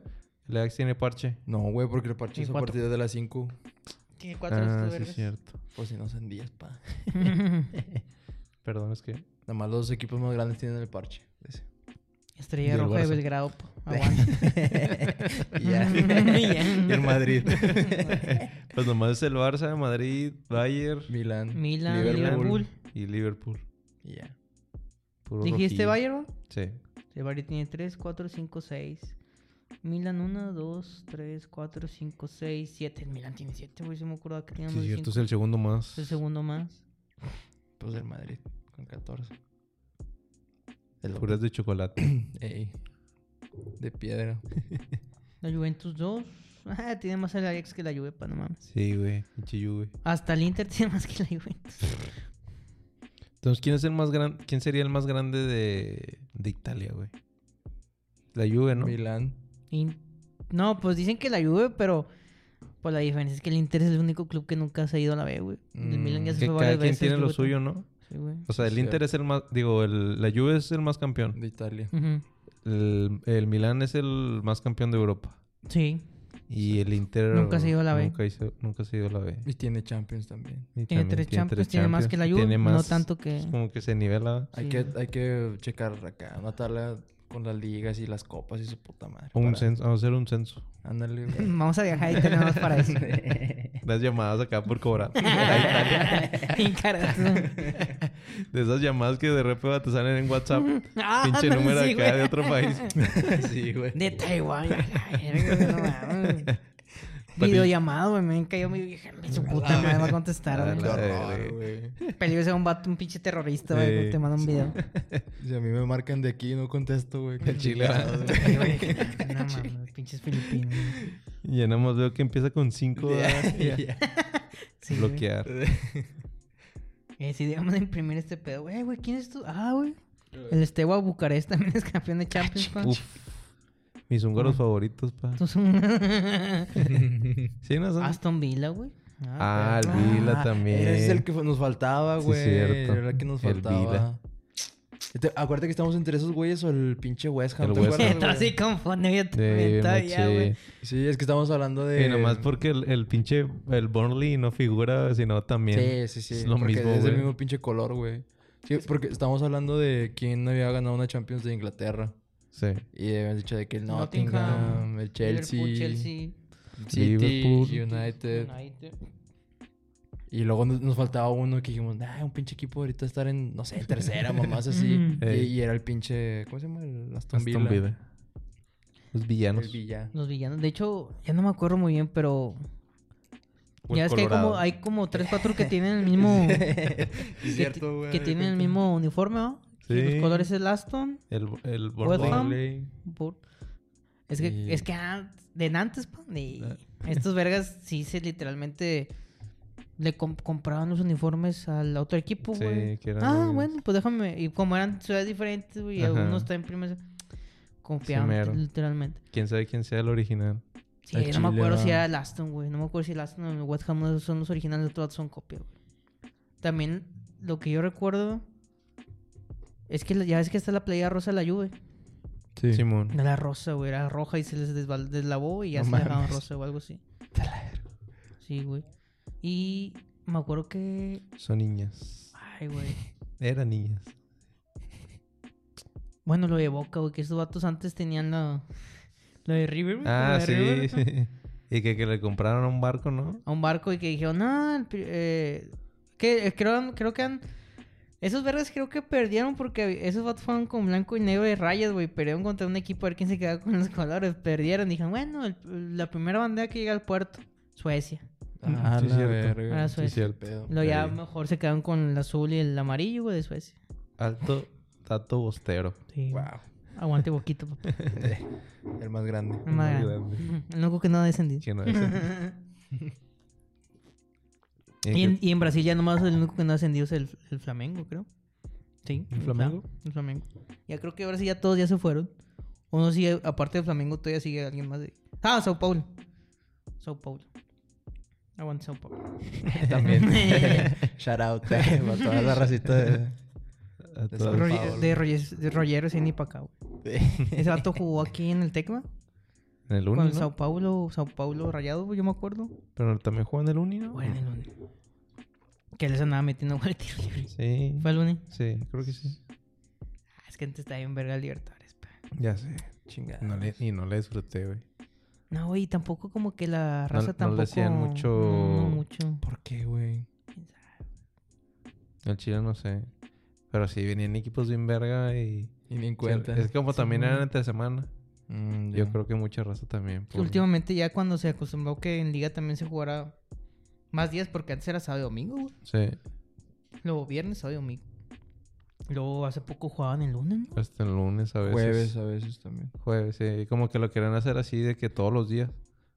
[SPEAKER 2] El Ajax tiene parche.
[SPEAKER 3] No, güey, porque el parche
[SPEAKER 1] Y
[SPEAKER 3] hizo a
[SPEAKER 1] cuatro.
[SPEAKER 3] partir de las 5.
[SPEAKER 1] Tiene cuatro
[SPEAKER 2] ah,
[SPEAKER 1] estos
[SPEAKER 2] sí es
[SPEAKER 1] vergas.
[SPEAKER 2] cierto.
[SPEAKER 3] Por si no son 10, pa.
[SPEAKER 2] Perdón, es que...
[SPEAKER 3] Nada más los equipos más grandes tienen el parche. Ese.
[SPEAKER 1] Estrella
[SPEAKER 2] Del
[SPEAKER 1] Roja de
[SPEAKER 2] Barça.
[SPEAKER 1] Belgrado, pa. Aguanta.
[SPEAKER 3] Y ya.
[SPEAKER 1] Y
[SPEAKER 3] y el Madrid.
[SPEAKER 2] Pues nomás es el Barça, Madrid, Bayern
[SPEAKER 3] Milán.
[SPEAKER 1] Milan, Liverpool.
[SPEAKER 2] y Liverpool.
[SPEAKER 3] Y ya.
[SPEAKER 2] Puro
[SPEAKER 1] ¿Dijiste
[SPEAKER 2] rojillo.
[SPEAKER 1] Bayern, güey?
[SPEAKER 2] Sí.
[SPEAKER 1] El Bari tiene 3, 4, 5, 6. Milan 1, 2, 3, 4, 5, 6, 7. El Milan tiene 7, güey. Se me acuerdo que teníamos
[SPEAKER 2] Sí, es
[SPEAKER 1] 5.
[SPEAKER 2] cierto. Es el segundo más.
[SPEAKER 1] El segundo más.
[SPEAKER 3] Pues el Madrid. Con 14. El
[SPEAKER 2] Puras de chocolate.
[SPEAKER 3] Ey. De piedra.
[SPEAKER 1] La Juventus 2. Ah, tiene más el Ajax que la Juve, pa, no mames.
[SPEAKER 2] sí, güey. Pinche Juve.
[SPEAKER 1] Hasta el Inter tiene más que la Juventus.
[SPEAKER 2] Entonces, ¿quién es el más grande? ¿Quién sería el más grande de, de Italia, güey? La Juve, ¿no?
[SPEAKER 3] Milán.
[SPEAKER 1] In- No, pues dicen que la Juve, pero pues la diferencia es que el Inter es el único club que nunca se ha ido a la B, güey. El
[SPEAKER 3] Mm,
[SPEAKER 1] Milan ya se
[SPEAKER 2] Que
[SPEAKER 1] fue
[SPEAKER 2] cada
[SPEAKER 1] varias
[SPEAKER 2] quien
[SPEAKER 1] veces,
[SPEAKER 2] tiene lo
[SPEAKER 1] güey,
[SPEAKER 2] suyo, ¿no?
[SPEAKER 1] Sí, güey.
[SPEAKER 2] O sea, el
[SPEAKER 3] Sí.
[SPEAKER 2] Inter es el más... Digo, el- la Juve es el más campeón.
[SPEAKER 3] De Italia.
[SPEAKER 1] Ujú.
[SPEAKER 2] El, el Milán es el más campeón de Europa.
[SPEAKER 1] Sí,
[SPEAKER 2] Y el Inter...
[SPEAKER 1] Nunca se ha ido a la B.
[SPEAKER 2] Nunca, hizo- nunca se ha ido a la B.
[SPEAKER 3] Y tiene Champions también.
[SPEAKER 2] Y
[SPEAKER 1] tiene
[SPEAKER 2] también
[SPEAKER 1] tres Champions, tiene más que la Juve,
[SPEAKER 2] Tiene
[SPEAKER 1] no
[SPEAKER 2] más-
[SPEAKER 1] tanto que...
[SPEAKER 2] es Como que se nivela...
[SPEAKER 3] Hay,
[SPEAKER 1] Sí.
[SPEAKER 3] que, hay que checar acá, una tabla con las ligas y las copas y su puta madre.
[SPEAKER 2] o Un
[SPEAKER 3] para-
[SPEAKER 2] censo, vamos a hacer un censo.
[SPEAKER 3] Ándale, güey.
[SPEAKER 1] Vamos a viajar y tenemos para eso.
[SPEAKER 2] Las llamadas acá por cobrar.
[SPEAKER 1] Pinche
[SPEAKER 2] De esas llamadas que de repente te salen en WhatsApp.
[SPEAKER 1] Ah,
[SPEAKER 2] Pinche número acá de otro país. sí, güey.
[SPEAKER 1] De Taiwán. ay, verga, no mames. Videollamado, güey. Me cayó mi vieja. "Ah, Su puta madre va a contestar.
[SPEAKER 2] A
[SPEAKER 3] Qué
[SPEAKER 1] güey.
[SPEAKER 2] la
[SPEAKER 3] horror,
[SPEAKER 2] verga.
[SPEAKER 3] güey.
[SPEAKER 1] Peligro sea un vato, un pinche terrorista, güey. cuando
[SPEAKER 2] Sí.
[SPEAKER 1] Te manda un video.
[SPEAKER 3] Si a mí me marcan de aquí y no contesto, güey. qué
[SPEAKER 2] El chile.
[SPEAKER 3] chingados, güey.
[SPEAKER 1] Ay, güey, No mames, pinches filipinos. güey.
[SPEAKER 2] Y ya nada más veo que empieza con 5
[SPEAKER 3] Ya, ya.
[SPEAKER 1] Sí, güey.
[SPEAKER 2] bloquear.
[SPEAKER 1] Eh, si digamos de imprimir este pedo, güey, güey, ¿quién es tú? Ah, güey. El Esteban Bucarest también es campeón de Champions. pa.
[SPEAKER 2] Uf. Mis húngaros favoritos, pa.
[SPEAKER 1] Tú son-
[SPEAKER 2] Sí, no son.
[SPEAKER 1] Aston Villa, güey.
[SPEAKER 2] Ah, el
[SPEAKER 1] perro.
[SPEAKER 2] Vila
[SPEAKER 3] Ah,
[SPEAKER 2] también.
[SPEAKER 3] Ese es el que nos faltaba,
[SPEAKER 2] Sí,
[SPEAKER 3] güey.
[SPEAKER 2] cierto.
[SPEAKER 3] Era el que nos
[SPEAKER 2] El Vila.
[SPEAKER 3] faltaba. Este- acuérdate que estamos entre esos güeyes o el pinche West Ham.
[SPEAKER 2] El
[SPEAKER 3] ¿te
[SPEAKER 2] West
[SPEAKER 3] acuerdas,
[SPEAKER 2] Ham.
[SPEAKER 1] Estás
[SPEAKER 3] güey?
[SPEAKER 1] así confundido yo
[SPEAKER 2] Sí,
[SPEAKER 1] también todavía,
[SPEAKER 2] maché.
[SPEAKER 1] güey.
[SPEAKER 3] Sí, es que estamos hablando de.
[SPEAKER 2] Y nomás porque el, el pinche el Burnley no figura, sino también.
[SPEAKER 3] Sí, sí, sí.
[SPEAKER 2] Es lo
[SPEAKER 3] porque
[SPEAKER 2] mismo,
[SPEAKER 3] Es el
[SPEAKER 2] güey.
[SPEAKER 3] mismo pinche color, güey. Sí, porque estamos hablando de quién había ganado una Champions de Inglaterra.
[SPEAKER 2] Sí.
[SPEAKER 3] Y habían dicho de que el
[SPEAKER 1] Nottingham,
[SPEAKER 3] Nottingham, el Chelsea,
[SPEAKER 1] Liverpool, Chelsea,
[SPEAKER 3] City,
[SPEAKER 2] Liverpool.
[SPEAKER 3] United.
[SPEAKER 1] United.
[SPEAKER 3] Y luego nos, nos faltaba uno que dijimos, nah, un pinche equipo ahorita estar en, no sé, en tercera, mamás así.
[SPEAKER 1] Mm.
[SPEAKER 3] y,
[SPEAKER 2] Ey.
[SPEAKER 3] y era el pinche, ¿cómo se llama? El Aston,
[SPEAKER 2] Aston
[SPEAKER 3] Villa.
[SPEAKER 2] Villa. Los villanos.
[SPEAKER 3] El Villa.
[SPEAKER 1] Los villanos. De hecho, ya no me acuerdo muy bien, pero.
[SPEAKER 2] O el
[SPEAKER 1] ya es que hay
[SPEAKER 2] Pues Colorado.
[SPEAKER 1] como, hay como 3, 4 que tienen el mismo.
[SPEAKER 3] es cierto, güey.
[SPEAKER 1] que tienen el mismo uniforme, ¿no? Que
[SPEAKER 2] Sí.
[SPEAKER 1] Los colores es el Aston.
[SPEAKER 2] El, el
[SPEAKER 1] Ham.
[SPEAKER 2] Burnley.
[SPEAKER 1] Bur- Es que,
[SPEAKER 3] Y-
[SPEAKER 1] es que an- de antes, pa, de-
[SPEAKER 2] Ah.
[SPEAKER 1] estos vergas sí se literalmente le com- compraban los uniformes al otro equipo,
[SPEAKER 2] Sí,
[SPEAKER 1] güey.
[SPEAKER 2] que eran
[SPEAKER 1] ah,
[SPEAKER 2] los-
[SPEAKER 1] bueno, pues déjame. Y como eran ciudades diferentes, güey,
[SPEAKER 2] Ajá.
[SPEAKER 1] algunos está en primera. Confiaban
[SPEAKER 2] Sí, mero.
[SPEAKER 1] literalmente.
[SPEAKER 2] Quién sabe quién sea el original.
[SPEAKER 1] Sí,
[SPEAKER 3] Al
[SPEAKER 1] no me
[SPEAKER 3] chile,
[SPEAKER 1] acuerdo si
[SPEAKER 3] va.
[SPEAKER 1] era el Aston, güey. No me acuerdo si el Aston o el West Ham no son los originales, otros datos son copia, güey. También lo que yo recuerdo es que la- ya ves que está la playa rosa de la Juve.
[SPEAKER 3] Sí.
[SPEAKER 2] Simón.
[SPEAKER 1] No era rosa, güey. Era roja y se les desval- deslavó y ya
[SPEAKER 3] No
[SPEAKER 1] se la dejaron
[SPEAKER 3] mames.
[SPEAKER 1] rosa o algo así. Sí, güey. Y me acuerdo que...
[SPEAKER 2] Son niñas.
[SPEAKER 1] Ay, güey.
[SPEAKER 2] Eran niñas.
[SPEAKER 1] Bueno, lo de Boca, güey. Que estos vatos antes tenían la... Lo de River, güey.
[SPEAKER 2] Ah,
[SPEAKER 1] lo de
[SPEAKER 2] sí.
[SPEAKER 1] River, ¿no?
[SPEAKER 2] y que, que le compraron un barco, ¿no?
[SPEAKER 1] A un barco y que dijeron, no, el pri- eh, que eh, creo, creo que han... Esos verdes creo que perdieron porque esos vatos fueron con blanco y negro de rayas, güey. Perdieron contra un equipo a ver quién se quedaba con los colores. Perdieron. Dijeron, bueno, el- la primera bandera que llega al puerto, Suecia.
[SPEAKER 3] Ah,
[SPEAKER 2] Sí,
[SPEAKER 3] la
[SPEAKER 2] cierto.
[SPEAKER 3] verga.
[SPEAKER 1] Ah, sí,
[SPEAKER 3] Sí,
[SPEAKER 2] cierto.
[SPEAKER 3] pedo.
[SPEAKER 1] Lo ya
[SPEAKER 2] Ahí.
[SPEAKER 1] mejor se quedaron con el azul y el amarillo, güey, de Suecia.
[SPEAKER 2] Alto Tato Bostero.
[SPEAKER 1] Sí.
[SPEAKER 3] Wow.
[SPEAKER 1] Aguante boquito, papá.
[SPEAKER 3] El más grande.
[SPEAKER 1] No me hagan.
[SPEAKER 2] grande.
[SPEAKER 1] El único que no ha descendido.
[SPEAKER 2] Que no es-
[SPEAKER 1] Y en, y en Brasil ya nomás el único que no ha ascendido es el, el Flamengo, creo. Sí.
[SPEAKER 2] ¿El Flamengo?
[SPEAKER 1] Fla- El Flamengo. Ya creo que ahora sí ya todos ya se fueron. O no sigue, aparte del Flamengo todavía sigue alguien más de... Ah, Sao Paulo. Sao Paulo. Aguante Sao Paulo.
[SPEAKER 3] También. Shout out eh, para toda la racita de...
[SPEAKER 2] A
[SPEAKER 3] de
[SPEAKER 2] todos.
[SPEAKER 3] Sao
[SPEAKER 1] Roger-
[SPEAKER 3] Paulo.
[SPEAKER 1] de, Roger, de Roger Ceni pa' acá, güey. Ese vato jugó aquí en el Tecma.
[SPEAKER 2] En el
[SPEAKER 1] Con
[SPEAKER 2] Uni,
[SPEAKER 1] el
[SPEAKER 2] ¿no?
[SPEAKER 1] Sao Paulo, Sao Paulo Rayado, güey, yo me acuerdo.
[SPEAKER 2] Pero también juegan en el Uni, ¿no?
[SPEAKER 1] Bueno, el lunes. Que les andaba metiendo gol de tiro libre.
[SPEAKER 2] Sí.
[SPEAKER 1] ¿Fue el lunes?
[SPEAKER 2] Sí, creo que sí.
[SPEAKER 1] Ah, es que antes estaba bien verga el Libertadores. pa.
[SPEAKER 2] Ya sé.
[SPEAKER 3] Chingada.
[SPEAKER 2] No le- y no le disfruté, güey.
[SPEAKER 1] No, güey, tampoco como que la raza
[SPEAKER 2] no
[SPEAKER 1] tampoco.
[SPEAKER 2] le hacían mucho-
[SPEAKER 1] No, no mucho.
[SPEAKER 3] ¿Por qué, güey?
[SPEAKER 1] Quién sabe.
[SPEAKER 2] El Chile no sé. Pero sí, venían equipos bien verga y...
[SPEAKER 3] Y ni en cuenta.
[SPEAKER 2] Es como también
[SPEAKER 1] Sí.
[SPEAKER 2] eran entre semana.
[SPEAKER 3] Mm,
[SPEAKER 2] Yo
[SPEAKER 3] ya.
[SPEAKER 2] creo que mucha raza también.
[SPEAKER 1] Que Últimamente ya cuando se acostumbró que en liga también se jugara más días, porque antes era sábado y domingo, güey.
[SPEAKER 2] Sí.
[SPEAKER 1] Luego viernes, sábado y domingo. Luego hace poco jugaban el lunes, ¿no?
[SPEAKER 2] Hasta el lunes a veces.
[SPEAKER 3] Jueves a veces también.
[SPEAKER 2] Jueves, sí. Como que lo querían hacer así de que todos los días.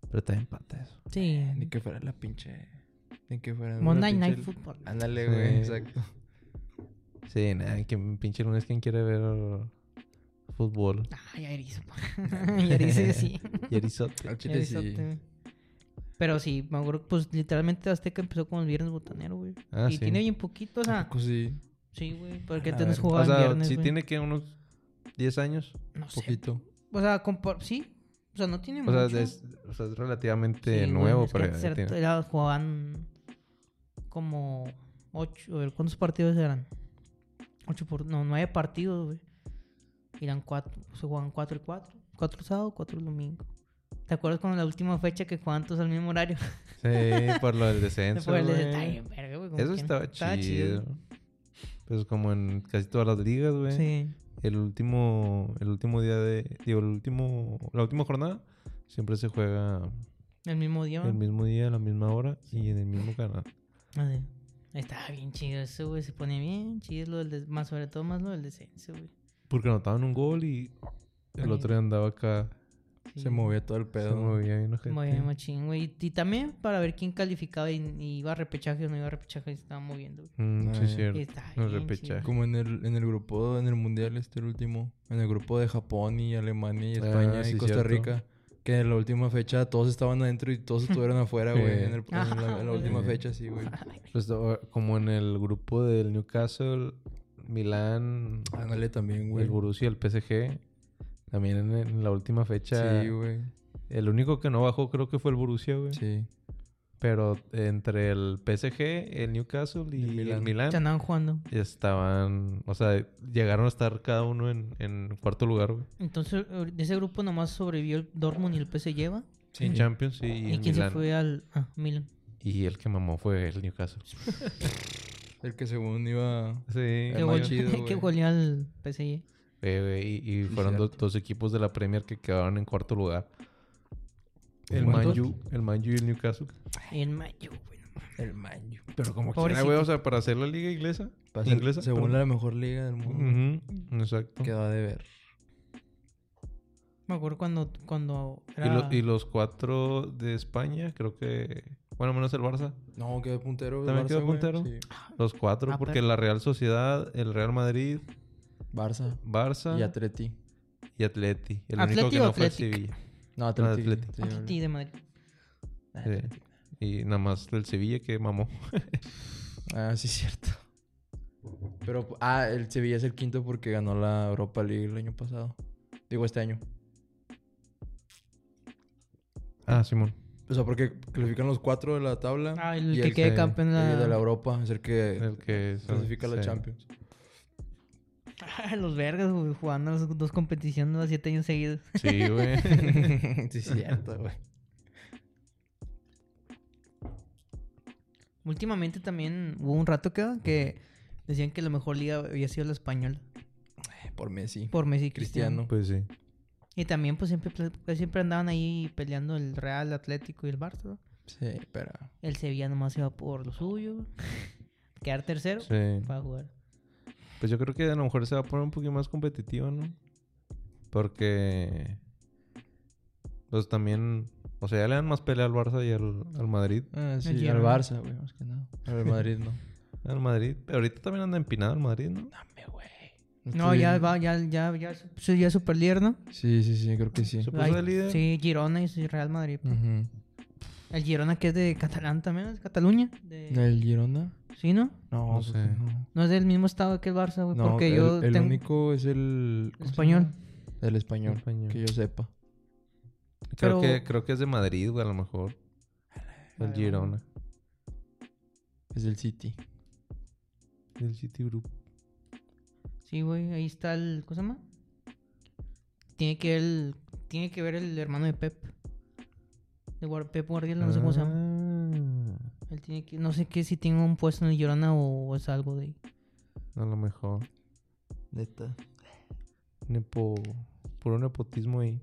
[SPEAKER 2] Pero está empata eso.
[SPEAKER 1] Sí.
[SPEAKER 3] Ni que fuera la pinche. Ni que fuera. una
[SPEAKER 1] Monday Night
[SPEAKER 3] pinche-
[SPEAKER 1] Football.
[SPEAKER 3] Ándale,
[SPEAKER 2] Sí.
[SPEAKER 3] güey, exacto.
[SPEAKER 2] Sí, nada, que pinche lunes quien quiere ver fútbol.
[SPEAKER 1] Ay, erizo. pa. erizo sí.
[SPEAKER 2] Y erizote.
[SPEAKER 3] Al chile sí.
[SPEAKER 1] Erizote, güey. Pero sí, me acuerdo, pues literalmente Azteca empezó con el viernes botanero, güey.
[SPEAKER 2] Ah,
[SPEAKER 1] y
[SPEAKER 2] sí.
[SPEAKER 1] tiene bien poquito, o sea.
[SPEAKER 3] Pues sí,
[SPEAKER 1] Sí, güey, porque
[SPEAKER 2] A
[SPEAKER 1] tenés
[SPEAKER 2] ver,
[SPEAKER 1] jugado
[SPEAKER 2] O sea,
[SPEAKER 1] el viernes.
[SPEAKER 2] si
[SPEAKER 1] güey.
[SPEAKER 2] tiene que unos 10 años.
[SPEAKER 1] No sé.
[SPEAKER 3] poquito.
[SPEAKER 1] O sea, compar- sí. O sea, no tiene
[SPEAKER 2] O sea,
[SPEAKER 1] mucho.
[SPEAKER 2] es, o sea, es relativamente
[SPEAKER 1] Sí, güey,
[SPEAKER 2] nuevo,
[SPEAKER 1] es que
[SPEAKER 2] pero ya
[SPEAKER 1] antes era-
[SPEAKER 2] tiene-
[SPEAKER 1] era- jugaban como ocho, a ver, ¿cuántos partidos eran? Ocho por, no, nueve partidos, güey. Eran cuatro, se jugaban cuatro y cuatro. Cuatro sábado, cuatro el domingo. ¿Te acuerdas cuando la última fecha que jugaban todos al mismo horario?
[SPEAKER 2] Sí, por lo del descenso.
[SPEAKER 1] Después les
[SPEAKER 2] güey.
[SPEAKER 1] está bien, verga, güey. como
[SPEAKER 2] Eso
[SPEAKER 1] que no.
[SPEAKER 2] estaba chido. Pues como en casi todas las ligas, güey.
[SPEAKER 1] Sí.
[SPEAKER 2] El último, el último día de, digo, el último, la última jornada siempre se juega
[SPEAKER 1] El mismo día.
[SPEAKER 2] el mismo día, a la misma hora y en el mismo canal.
[SPEAKER 1] Así. Estaba bien chido eso, güey. Se pone bien chido lo del des- más sobre todo más lo del descenso, güey.
[SPEAKER 2] Porque anotaban un gol y el
[SPEAKER 1] Ay.
[SPEAKER 2] otro día andaba acá,
[SPEAKER 1] Sí.
[SPEAKER 3] Se movía todo el
[SPEAKER 2] se
[SPEAKER 3] pedo.
[SPEAKER 2] movía bien ojete.
[SPEAKER 1] Muy bien, machín, güey. Y también para ver quién calificaba y, y iba a repechaje o no iba a repechaje, se estaban moviendo. güey.
[SPEAKER 2] Mm, sí,
[SPEAKER 3] Ay.
[SPEAKER 2] es cierto.
[SPEAKER 1] Y está
[SPEAKER 2] No
[SPEAKER 1] bien
[SPEAKER 2] repechaje.
[SPEAKER 1] chido.
[SPEAKER 3] Como en el, en el grupo, en el mundial este el último, en el grupo de Japón y Alemania y España
[SPEAKER 2] Ah, sí,
[SPEAKER 3] y Costa
[SPEAKER 2] cierto.
[SPEAKER 3] Rica, que en la última fecha todos estaban adentro y todos estuvieron afuera,
[SPEAKER 2] Sí.
[SPEAKER 3] güey, en, el- en la, en la última
[SPEAKER 2] Sí.
[SPEAKER 3] fecha, sí, güey.
[SPEAKER 2] Pues, o- como en el grupo del Newcastle, Milán,
[SPEAKER 3] Ándale también, güey.
[SPEAKER 2] el Borussia, el PSG. También en, en la última fecha.
[SPEAKER 3] Sí, güey.
[SPEAKER 2] el único que no bajó creo que fue el Borussia, güey.
[SPEAKER 3] Sí.
[SPEAKER 2] Pero entre el PSG, el Newcastle y
[SPEAKER 3] Y el
[SPEAKER 2] el
[SPEAKER 3] Milán.
[SPEAKER 2] Milán,
[SPEAKER 1] Se andaban jugando.
[SPEAKER 2] estaban... O sea, llegaron a estar cada uno en, en cuarto lugar, güey.
[SPEAKER 1] Entonces, eh, de ese grupo nomás sobrevivió el Dortmund y el PC lleva.
[SPEAKER 3] Sí.
[SPEAKER 2] En Champions y,
[SPEAKER 1] ¿Y
[SPEAKER 2] en
[SPEAKER 1] quién se
[SPEAKER 2] Milán.
[SPEAKER 1] fue al ah, Milan?
[SPEAKER 2] Y el que mamó fue el Newcastle. Sí.
[SPEAKER 3] El que según iba...
[SPEAKER 1] Que,
[SPEAKER 3] más
[SPEAKER 1] gol-
[SPEAKER 3] chido,
[SPEAKER 1] que
[SPEAKER 3] güey.
[SPEAKER 1] goleó al PSG.
[SPEAKER 2] Eh, güey, y, y
[SPEAKER 3] Sí,
[SPEAKER 2] fueron dos,
[SPEAKER 3] cierto.
[SPEAKER 2] dos equipos de la Premier que quedaron en cuarto lugar. El
[SPEAKER 3] ¿Cuántos?
[SPEAKER 2] Manju, el Manju y el Newcastle.
[SPEAKER 1] Y en mayo, güey. no
[SPEAKER 3] El Manju.
[SPEAKER 2] Pero como
[SPEAKER 1] Pobrecito.
[SPEAKER 2] quiera, güey, o sea, para hacer la liga inglesa. inglesa,
[SPEAKER 3] según
[SPEAKER 2] perdón.
[SPEAKER 3] la mejor liga del mundo.
[SPEAKER 2] Ujú, Exacto.
[SPEAKER 3] Quedó a deber.
[SPEAKER 1] Me acuerdo cuando, cuando
[SPEAKER 2] Y,
[SPEAKER 1] era...
[SPEAKER 2] lo- y los cuatro de España, creo que. Bueno, menos el Barça.
[SPEAKER 3] No, quedó puntero. el
[SPEAKER 2] ¿También quedó
[SPEAKER 3] güey,
[SPEAKER 2] puntero?
[SPEAKER 3] sí.
[SPEAKER 2] Los cuatro,
[SPEAKER 1] Ah,
[SPEAKER 2] porque
[SPEAKER 1] pero-
[SPEAKER 2] la Real Sociedad, el Real Madrid,
[SPEAKER 3] Barça
[SPEAKER 2] Barça
[SPEAKER 3] y
[SPEAKER 2] y,
[SPEAKER 3] Atleti.
[SPEAKER 2] Atleti. El único
[SPEAKER 1] ¿Atleti
[SPEAKER 2] que
[SPEAKER 1] o
[SPEAKER 2] no fue el
[SPEAKER 1] Athletic?
[SPEAKER 2] Sevilla.
[SPEAKER 3] No, Atleti.
[SPEAKER 2] Ah, Atleti.
[SPEAKER 3] sí,
[SPEAKER 1] Atleti
[SPEAKER 3] güey.
[SPEAKER 1] de Madrid.
[SPEAKER 2] Sí. Y nada más el Sevilla que mamó.
[SPEAKER 3] Ah, sí, cierto. Pero, ah, el Sevilla es el quinto porque ganó la Europa League el año pasado. Digo, este año.
[SPEAKER 2] Ah, Simón.
[SPEAKER 3] O sea, porque clasifican los cuatro de la tabla.
[SPEAKER 1] Ah, el
[SPEAKER 3] y
[SPEAKER 1] que
[SPEAKER 3] el
[SPEAKER 1] quede
[SPEAKER 2] que-
[SPEAKER 1] campeón
[SPEAKER 3] el
[SPEAKER 1] en la...
[SPEAKER 3] de la Europa es el que
[SPEAKER 2] El que se-
[SPEAKER 3] clasifica a la
[SPEAKER 2] se-
[SPEAKER 3] Champions.
[SPEAKER 1] Ah, los vergas, güey, jugando las dos competiciones a siete años seguidos.
[SPEAKER 2] Sí, güey.
[SPEAKER 3] sí, cierto, güey.
[SPEAKER 1] Últimamente también hubo un rato que, que decían que la mejor liga había sido la española
[SPEAKER 3] Por Messi.
[SPEAKER 1] por Messi y Cristiano.
[SPEAKER 3] Cristiano.
[SPEAKER 2] pues sí.
[SPEAKER 1] Y también pues siempre, pues, siempre andaban ahí peleando el Real, Atlético y el Barça. ¿no?
[SPEAKER 3] Sí, pero...
[SPEAKER 1] El Sevilla nomás iba por lo suyo. Quedar tercero
[SPEAKER 2] Sí.
[SPEAKER 1] para jugar.
[SPEAKER 2] Pues yo creo que a lo mejor se va a poner un poquito más competitiva, ¿no? Porque. Pues también. O sea, ya le dan más pelea al Barça y al, al Madrid.
[SPEAKER 3] Ah, sí,
[SPEAKER 1] Girona.
[SPEAKER 3] al Barça, güey, más que nada. Al Madrid no.
[SPEAKER 2] Al Madrid. Pero ahorita también anda empinado el Madrid, ¿no?
[SPEAKER 3] Dame, güey.
[SPEAKER 1] No, ya va, ya, ya, ya, ya, ya super líder, ¿no?
[SPEAKER 3] Sí, sí, sí, creo que sí.
[SPEAKER 2] Se puso de líder.
[SPEAKER 1] Sí, Girona y sí, Real Madrid.
[SPEAKER 3] Ujú.
[SPEAKER 1] El Girona que es de Catalán también, es de Cataluña. de-
[SPEAKER 3] ¿El Girona?
[SPEAKER 1] Sí, ¿no?
[SPEAKER 3] No,
[SPEAKER 2] No
[SPEAKER 3] creo
[SPEAKER 2] sé.
[SPEAKER 3] que no.
[SPEAKER 1] No es del mismo estado que el Barça, güey.
[SPEAKER 3] No,
[SPEAKER 1] porque
[SPEAKER 3] el,
[SPEAKER 1] yo
[SPEAKER 3] el
[SPEAKER 1] tengo
[SPEAKER 3] único es el... ¿cómo se
[SPEAKER 1] español.
[SPEAKER 3] llama? El español,
[SPEAKER 2] Español.
[SPEAKER 3] que yo sepa.
[SPEAKER 1] Pero-
[SPEAKER 2] Creo, que, creo que es de Madrid, güey, a lo mejor. El
[SPEAKER 1] Vale,
[SPEAKER 2] Girona.
[SPEAKER 3] Es del City.
[SPEAKER 2] El City Group.
[SPEAKER 1] Sí, güey, ahí está el. ¿Cómo se llama? Tiene que ver el, tiene que ver el hermano de Pep. De Guar- Pep Guardiola, no sé cómo se llama.
[SPEAKER 2] Ah,
[SPEAKER 1] Él tiene que, no sé qué si tiene un puesto en el Girona o, es algo de ahí.
[SPEAKER 2] A lo mejor.
[SPEAKER 3] Neta.
[SPEAKER 2] Nepo... Por un nepotismo ahí.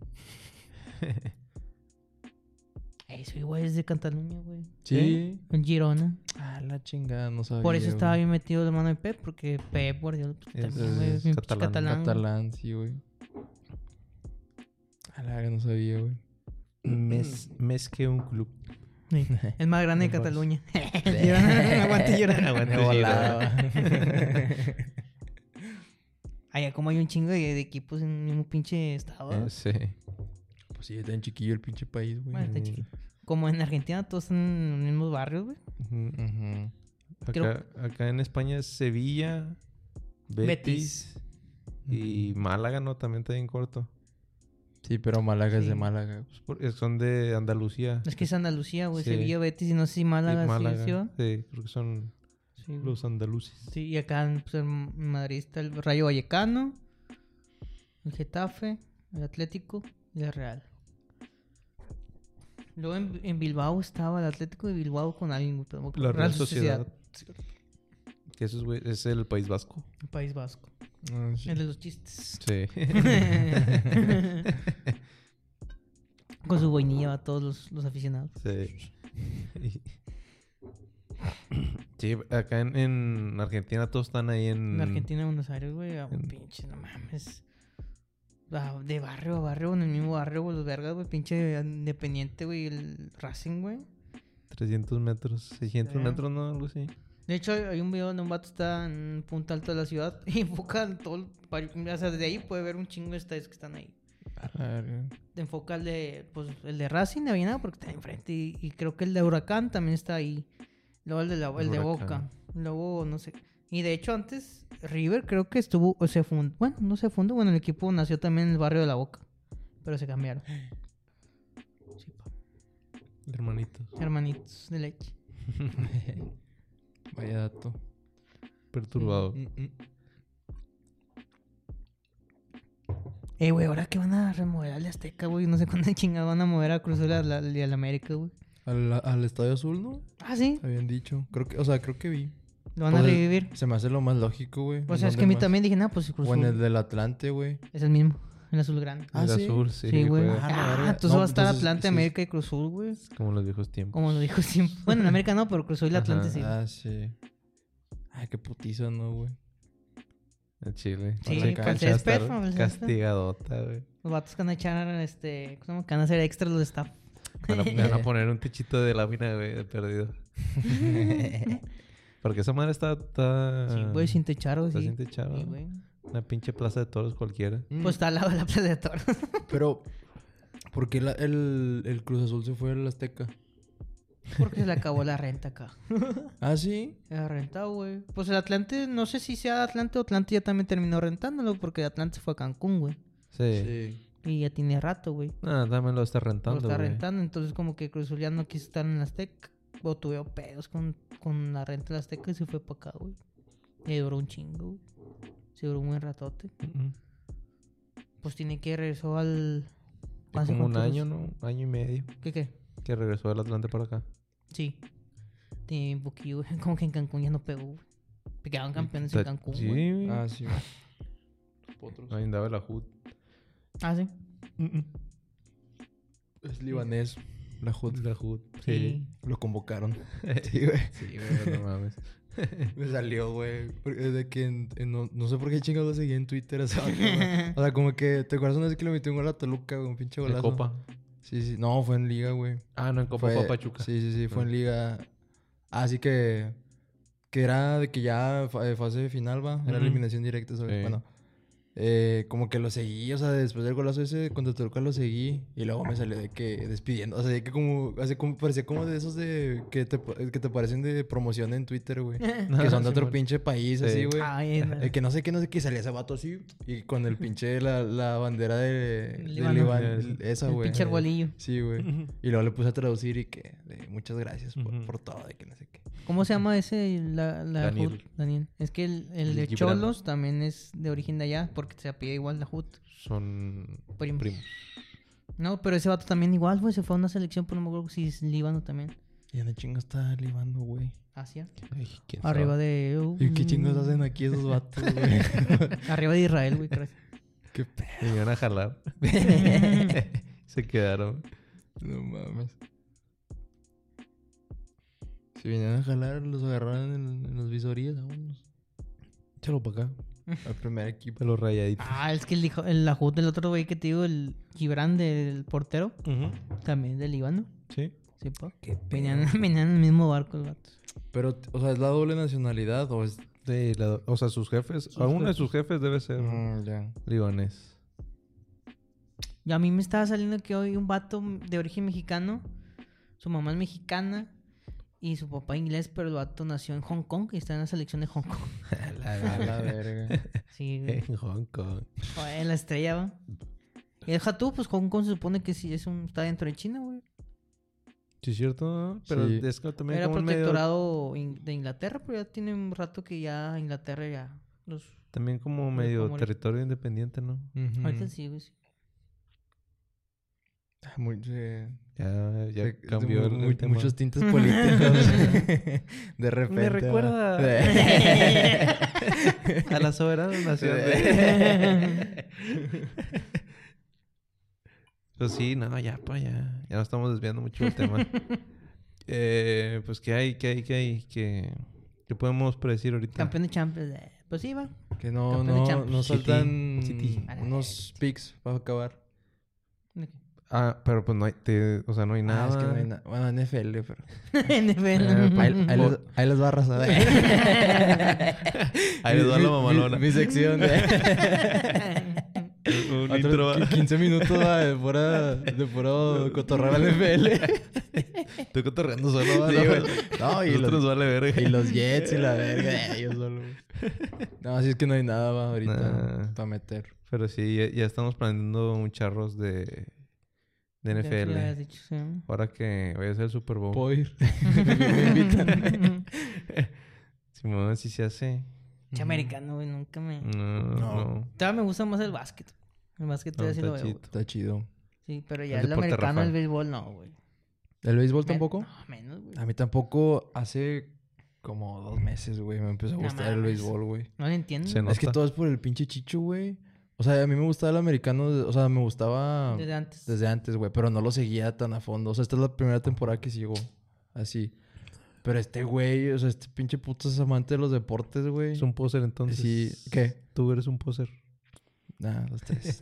[SPEAKER 1] Eso, güey, es de Cataluña, güey. ¿Eh?
[SPEAKER 3] Sí.
[SPEAKER 1] El Girona.
[SPEAKER 3] Ah, la chingada, no sabía.
[SPEAKER 1] Por eso
[SPEAKER 3] güey.
[SPEAKER 1] estaba bien metido el hermano de Pep, porque Pep Guardiola pues,
[SPEAKER 2] Es-
[SPEAKER 1] también, güey,
[SPEAKER 2] es
[SPEAKER 1] bien
[SPEAKER 2] catalán,
[SPEAKER 1] catalán. güey.
[SPEAKER 3] Catalán, sí, güey. A la verga, no sabía, güey.
[SPEAKER 2] Mes, mes que un club.
[SPEAKER 1] Sí. Es más grande de
[SPEAKER 3] El Barça.
[SPEAKER 1] Cataluña. El Girona, aguante Girona.
[SPEAKER 2] Aguante,
[SPEAKER 3] Me volaba.
[SPEAKER 1] Allá como hay un chingo de, de equipos en el mismo pinche estado.
[SPEAKER 2] Eh, sí.
[SPEAKER 3] Pues sí, está en chiquillo el pinche país, güey.
[SPEAKER 1] Bueno, está
[SPEAKER 2] Mm.
[SPEAKER 1] chiquito. Como en Argentina todos están en los mismos barrios, güey.
[SPEAKER 2] Ujú.
[SPEAKER 3] Ujú.
[SPEAKER 1] Creo-
[SPEAKER 2] Acá, acá en España es Sevilla, Betis,
[SPEAKER 1] Betis.
[SPEAKER 2] y Málaga, ¿no? También está bien corto.
[SPEAKER 3] Sí, pero Málaga es
[SPEAKER 1] Sí.
[SPEAKER 3] de Málaga.
[SPEAKER 2] Pues por- son de Andalucía.
[SPEAKER 1] Es que es Andalucía, güey.
[SPEAKER 2] Sí.
[SPEAKER 1] Sevilla, Betis y no sé si
[SPEAKER 2] Y
[SPEAKER 1] Málaga, sí,
[SPEAKER 2] Málaga.
[SPEAKER 1] sí, va.
[SPEAKER 2] Sí, creo que son
[SPEAKER 1] Sí, güey.
[SPEAKER 2] los andaluces.
[SPEAKER 1] Sí, y acá en, pues, en Madrid está el Rayo Vallecano, el Getafe, el Atlético y el Real. Luego en, en Bilbao estaba el Atlético de Bilbao con alguien, güey, pero no me acuerdo.
[SPEAKER 2] La Real Sociedad.
[SPEAKER 1] Sí,
[SPEAKER 2] Que eso es, güey, es el País Vasco.
[SPEAKER 1] el País Vasco.
[SPEAKER 3] Ah, sí.
[SPEAKER 1] El de los chistes.
[SPEAKER 2] Sí.
[SPEAKER 1] con su boinilla va a todos los, los aficionados.
[SPEAKER 2] sí. Sí, acá en, en Argentina todos están ahí en...
[SPEAKER 1] En Argentina, Buenos Aires, güey, a
[SPEAKER 2] Mm. En-
[SPEAKER 1] pinche, no mames. Ah, De barrio a barrio, en el mismo barrio, güey, los vergas, güey, pinche independiente, güey, el Racing, güey.
[SPEAKER 2] 300 metros, 600
[SPEAKER 1] Sí.
[SPEAKER 2] metros, ¿no? Algo así.
[SPEAKER 1] De hecho, hay hay un video donde un vato está en un punto alto de la ciudad y enfoca en todo el barrio. O sea, desde ahí puede ver un chingo de estadios que están ahí.
[SPEAKER 3] A la verga.
[SPEAKER 1] Te enfoca el de, pues, el de Racing de Avenida porque está enfrente. Y, y creo que el de Huracán también está ahí. Luego el de, la,
[SPEAKER 2] El
[SPEAKER 1] el de
[SPEAKER 2] Huracán.
[SPEAKER 1] Boca. Luego, no sé. Y de hecho, antes River creo que estuvo, o se fundó, bueno, no se fundó, bueno, el equipo nació también en el barrio de la Boca. Pero se cambiaron. Sí, pa.
[SPEAKER 2] Hermanitos.
[SPEAKER 1] hermanitos de leche.
[SPEAKER 3] Vaya dato.
[SPEAKER 2] Perturbado.
[SPEAKER 3] Mm, mm.
[SPEAKER 1] Eh, güey, ahora que van a remodelar la Azteca, güey. No sé cuándo chingados van a mover a Cruz Azul al al- al América, güey.
[SPEAKER 3] Al, al Estadio Azul, ¿no?
[SPEAKER 1] Ah, sí,
[SPEAKER 3] Habían dicho. Creo que, o sea, creo que vi.
[SPEAKER 1] lo van a
[SPEAKER 3] Pues,
[SPEAKER 1] revivir.
[SPEAKER 3] Se me hace lo más lógico, güey.
[SPEAKER 1] O sea, es
[SPEAKER 3] ¿Dónde
[SPEAKER 1] que a mí
[SPEAKER 3] más?
[SPEAKER 1] también dije, no, pues Cruz
[SPEAKER 3] O en el
[SPEAKER 1] Azul
[SPEAKER 3] del Atlante, güey.
[SPEAKER 1] es el mismo, el azul grande.
[SPEAKER 3] Ah,
[SPEAKER 2] el
[SPEAKER 3] ¿sí?
[SPEAKER 2] azul, sí.
[SPEAKER 1] sí, güey.
[SPEAKER 2] juega.
[SPEAKER 3] Ah, la
[SPEAKER 1] Ah,
[SPEAKER 3] verga.
[SPEAKER 1] entonces
[SPEAKER 3] No,
[SPEAKER 1] va a estar
[SPEAKER 3] entonces,
[SPEAKER 1] Atlante,
[SPEAKER 3] sí.
[SPEAKER 1] América y Cruz Azul, güey.
[SPEAKER 2] Como en los viejos tiempos.
[SPEAKER 1] Como lo dijo siempre. Bueno, en América no, pero Cruz Azul y Atlante sí.
[SPEAKER 2] Ajá.
[SPEAKER 3] Ah, sí. Ay, qué putiza, ¿no, güey?
[SPEAKER 2] En Chile.
[SPEAKER 1] Sí,
[SPEAKER 2] Esa
[SPEAKER 1] para el
[SPEAKER 2] cancha va a
[SPEAKER 1] césped,
[SPEAKER 2] estar
[SPEAKER 1] para el césped.
[SPEAKER 2] Castigadota, güey.
[SPEAKER 1] Los vatos que van a echar, este, ¿cómo se llama? que van a hacer extras los staff.
[SPEAKER 2] Van a, van a poner un techito de lámina, güey, de perdido. Porque esa madre está... está
[SPEAKER 1] Sí, güey, sin techar, güey.
[SPEAKER 2] Está
[SPEAKER 1] Sí,
[SPEAKER 2] sin techado.
[SPEAKER 1] Sí, güey.
[SPEAKER 2] Una pinche plaza de toros cualquiera.
[SPEAKER 1] Mm. Pues está al lado de la plaza de toros.
[SPEAKER 3] Mm. Pero, ¿por qué la- el, el Cruz Azul se fue al Azteca?
[SPEAKER 1] Porque se le acabó la renta acá.
[SPEAKER 3] Ah, sí.
[SPEAKER 1] La renta, güey. Pues el Atlante, no sé si sea Atlante o Atlante ya también terminó rentándolo porque Atlante se fue a Cancún, güey.
[SPEAKER 2] Sí.
[SPEAKER 3] Sí.
[SPEAKER 1] Y ya tiene rato, güey.
[SPEAKER 2] No, también lo está rentando,
[SPEAKER 1] Lo está
[SPEAKER 2] güey.
[SPEAKER 1] rentando, entonces como que Cruz Azul ya no quiso estar en la Azteca. O tuve pedos con, con la renta de la Azteca y se fue para acá, güey. Y duró un chingo, güey. Se duró un buen ratote.
[SPEAKER 2] Mm,
[SPEAKER 1] Pues tiene que regresó al...
[SPEAKER 2] mm.
[SPEAKER 1] ¿Hace
[SPEAKER 2] Como un
[SPEAKER 1] cuántos-
[SPEAKER 2] año, ¿no? Un año y medio
[SPEAKER 1] ¿Qué qué?
[SPEAKER 2] que regresó del Atlante para acá.
[SPEAKER 1] Sí. Tiene un poquillo, güey. Como que en Cancún ya no pegó, güey. Porque Quedaban campeones en
[SPEAKER 2] Está-
[SPEAKER 1] Cancún,
[SPEAKER 2] Sí,
[SPEAKER 1] güey.
[SPEAKER 2] güey.
[SPEAKER 3] Ah, sí. Potros.
[SPEAKER 2] Ahí andaba la HUD.
[SPEAKER 1] Ah, sí.
[SPEAKER 3] Es libanés. La Jod.
[SPEAKER 2] La HUD.
[SPEAKER 1] Sí.
[SPEAKER 2] Sí.
[SPEAKER 3] Lo convocaron. Sí, güey.
[SPEAKER 2] Sí, güey, no mames.
[SPEAKER 3] Me salió, güey. porque De que en- en- no, no sé por qué chingados lo seguí en Twitter. esa vaca, güey. o sea, como que te acuerdas una vez que le metió un gol a Toluca, güey, un pinche
[SPEAKER 2] En
[SPEAKER 3] golazo.
[SPEAKER 2] Copa.
[SPEAKER 3] Sí, sí. No, fue en Liga, güey.
[SPEAKER 2] Ah, no, en Copa fue a Pachuca.
[SPEAKER 3] Sí, sí, sí, fue
[SPEAKER 2] Ah.
[SPEAKER 3] en Liga. Así que. Que era de que ya fa- eh, fase final, va. Era
[SPEAKER 2] Ujú.
[SPEAKER 3] eliminación directa, ¿sabes?
[SPEAKER 2] Sí.
[SPEAKER 3] Bueno. eh, como que lo seguí, o sea, después del golazo ese contra Toluca lo seguí. Y luego me salió de que despidiendo. O sea, de que como. Así como parecía como de esos de. Que te, pa- que te parecen de promoción en Twitter, güey. que son de otro
[SPEAKER 2] Simón.
[SPEAKER 3] pinche país,
[SPEAKER 2] Sí.
[SPEAKER 3] así, güey.
[SPEAKER 1] Ay, no.
[SPEAKER 3] El que no sé qué, no sé qué, salía ese vato así. Y con el pinche, la, la bandera de, de
[SPEAKER 1] Líbano.
[SPEAKER 3] Libán, esa,
[SPEAKER 1] El
[SPEAKER 3] güey.
[SPEAKER 1] pinche arbolillo.
[SPEAKER 3] Sí, güey.
[SPEAKER 2] Ujú.
[SPEAKER 3] Y luego le puse a traducir y que de, muchas gracias por,
[SPEAKER 2] Ujú.
[SPEAKER 3] por todo, de que no sé qué.
[SPEAKER 1] ¿Cómo se llama ese? La, la
[SPEAKER 2] Daniel.
[SPEAKER 1] Jud? Daniel. Es que el, el de
[SPEAKER 2] Gibran.
[SPEAKER 1] Cholos también es de origen de allá, porque se apellida igual la Jut.
[SPEAKER 2] Son
[SPEAKER 1] Primos.
[SPEAKER 2] primos.
[SPEAKER 1] No, pero ese vato también igual, güey. Se fue a una selección, por no me acuerdo si es Líbano también.
[SPEAKER 3] ¿Y dónde chingo está libando, güey?
[SPEAKER 1] Asia.
[SPEAKER 2] Ay, quién sabe.
[SPEAKER 1] Arriba de. uh,
[SPEAKER 3] ¿Y qué chingos hacen aquí esos vatos, güey?
[SPEAKER 1] Arriba de Israel, güey. creo.
[SPEAKER 3] qué pedo.
[SPEAKER 2] Me iban a jalar. Se quedaron.
[SPEAKER 3] No mames. Si vinieron a jalar, los agarraron en, en los visorías, vámonos.
[SPEAKER 2] Échalo para acá.
[SPEAKER 3] Al primer equipo.
[SPEAKER 2] Para los rayaditos.
[SPEAKER 1] Ah, es que el, hijo- el la Jud del otro güey que te digo, el Gibran del portero,
[SPEAKER 2] Ujú.
[SPEAKER 1] también del Líbano.
[SPEAKER 2] Sí.
[SPEAKER 1] Sí, pues. pa.
[SPEAKER 3] Qué
[SPEAKER 1] Venían, venían en el mismo barco los vatos.
[SPEAKER 3] Pero, o sea, ¿es la doble nacionalidad o es...?
[SPEAKER 2] De la- o sea, sus jefes.
[SPEAKER 1] Sus
[SPEAKER 2] a uno de sus jefes debe ser
[SPEAKER 3] Mm, ya.
[SPEAKER 2] libanés.
[SPEAKER 1] Y a mí me estaba saliendo que hoy un vato de origen mexicano, su mamá es mexicana y su papá inglés, pero el vato nació en Hong Kong y está en la selección de Hong Kong.
[SPEAKER 3] A la verga.
[SPEAKER 1] Sí, güey.
[SPEAKER 2] En Hong Kong.
[SPEAKER 1] Joder, en la estrella, va. Y deja tú, pues Hong Kong se supone que sí es un, está dentro de China, güey.
[SPEAKER 2] Sí, es cierto. ¿no? Pero
[SPEAKER 3] Sí.
[SPEAKER 2] es que también
[SPEAKER 1] Era
[SPEAKER 2] como un medio-
[SPEAKER 1] protectorado in- de Inglaterra, pero ya tiene un rato que ya Inglaterra ya los...
[SPEAKER 2] También como medio
[SPEAKER 1] como el-
[SPEAKER 2] territorio independiente, ¿no?
[SPEAKER 3] Ujú.
[SPEAKER 1] Ahorita sí, güey. sí.
[SPEAKER 3] Ah, muy- sí.
[SPEAKER 2] Ya, ya
[SPEAKER 3] Se-
[SPEAKER 2] cambió
[SPEAKER 3] mu-
[SPEAKER 2] el,
[SPEAKER 3] mu-
[SPEAKER 2] el tema.
[SPEAKER 3] Muchos tintes políticos. de repente. ¿no?
[SPEAKER 2] recuerda. A la soberana nación. de- pues sí, no, ya, pues ya. Ya nos estamos desviando mucho del tema. Eh, pues, ¿qué hay? ¿Qué hay? ¿Qué hay? ¿Qué, qué podemos predecir ahorita?
[SPEAKER 1] Campeón de Champions. eh, Pues sí, va.
[SPEAKER 3] que no,
[SPEAKER 1] Campeón de
[SPEAKER 3] no,
[SPEAKER 1] Champions.
[SPEAKER 3] no
[SPEAKER 2] City.
[SPEAKER 3] saltan
[SPEAKER 2] City.
[SPEAKER 3] unos picks para acabar.
[SPEAKER 2] Ah, pero pues no hay... te- o sea, no hay nada.
[SPEAKER 3] Ah, es que no hay nada. Bueno, NFL, pero.
[SPEAKER 1] NFL.
[SPEAKER 3] Ahí, ahí les, ahí les va a arrasar.
[SPEAKER 2] Ahí les va
[SPEAKER 3] Mi-
[SPEAKER 2] la
[SPEAKER 3] mi-
[SPEAKER 2] mamalona.
[SPEAKER 3] Mi, sección. ¿eh?
[SPEAKER 2] Un
[SPEAKER 3] Otro
[SPEAKER 2] intro.
[SPEAKER 3] qui- 15 minutos va, de pura, de puro cotorreo al NFL.
[SPEAKER 2] Estoy cotorreando solo. ¿va?
[SPEAKER 3] Sí,
[SPEAKER 2] No,
[SPEAKER 3] güey.
[SPEAKER 2] No,
[SPEAKER 3] No,
[SPEAKER 2] y
[SPEAKER 3] y
[SPEAKER 2] Nosotros
[SPEAKER 3] los-
[SPEAKER 2] vale verga.
[SPEAKER 3] Y los Jets y la verga. Yo solo. No, así es que no hay nada va, ahorita
[SPEAKER 2] Nah.
[SPEAKER 3] para meter.
[SPEAKER 2] Pero sí, ya, ya estamos planeando un charros de, de NFL. Ahora que vaya a ser el Super Bowl.
[SPEAKER 3] Puedo ir. Me invitan.
[SPEAKER 2] Simón, si se hace.
[SPEAKER 1] Che americano, güey, nunca me.
[SPEAKER 2] No, no.
[SPEAKER 3] No.
[SPEAKER 1] Todavía me gusta más el básquet. El básquet todavía
[SPEAKER 2] No,
[SPEAKER 1] sí lo
[SPEAKER 2] está
[SPEAKER 1] veo. güey.
[SPEAKER 2] chido.
[SPEAKER 3] Está chido.
[SPEAKER 1] Sí, pero
[SPEAKER 2] El
[SPEAKER 1] ya el,
[SPEAKER 2] deporte
[SPEAKER 1] americano,
[SPEAKER 2] Rafael.
[SPEAKER 1] el béisbol, no, güey.
[SPEAKER 3] ¿El béisbol
[SPEAKER 1] Men-
[SPEAKER 3] Pues tampoco?
[SPEAKER 1] No, menos, güey.
[SPEAKER 3] A mí tampoco. Hace como dos meses, güey, me empezó a
[SPEAKER 1] No
[SPEAKER 3] gustar el
[SPEAKER 1] mames.
[SPEAKER 3] béisbol, güey.
[SPEAKER 1] No le entiendo.
[SPEAKER 2] Se
[SPEAKER 3] Es que
[SPEAKER 2] nota.
[SPEAKER 3] todo es por el pinche chicho, güey. O sea, a mí me gustaba el americano, de- o sea, me gustaba
[SPEAKER 1] Desde antes.
[SPEAKER 3] desde antes, güey, pero no lo seguía tan a fondo. O sea, esta es la primera temporada que sigo así. Pero este güey, o sea, este pinche puto es amante de los deportes, güey.
[SPEAKER 2] Es un poser entonces.
[SPEAKER 3] Sí, ¿qué?
[SPEAKER 2] Tú eres un poser.
[SPEAKER 3] Nah, los tres.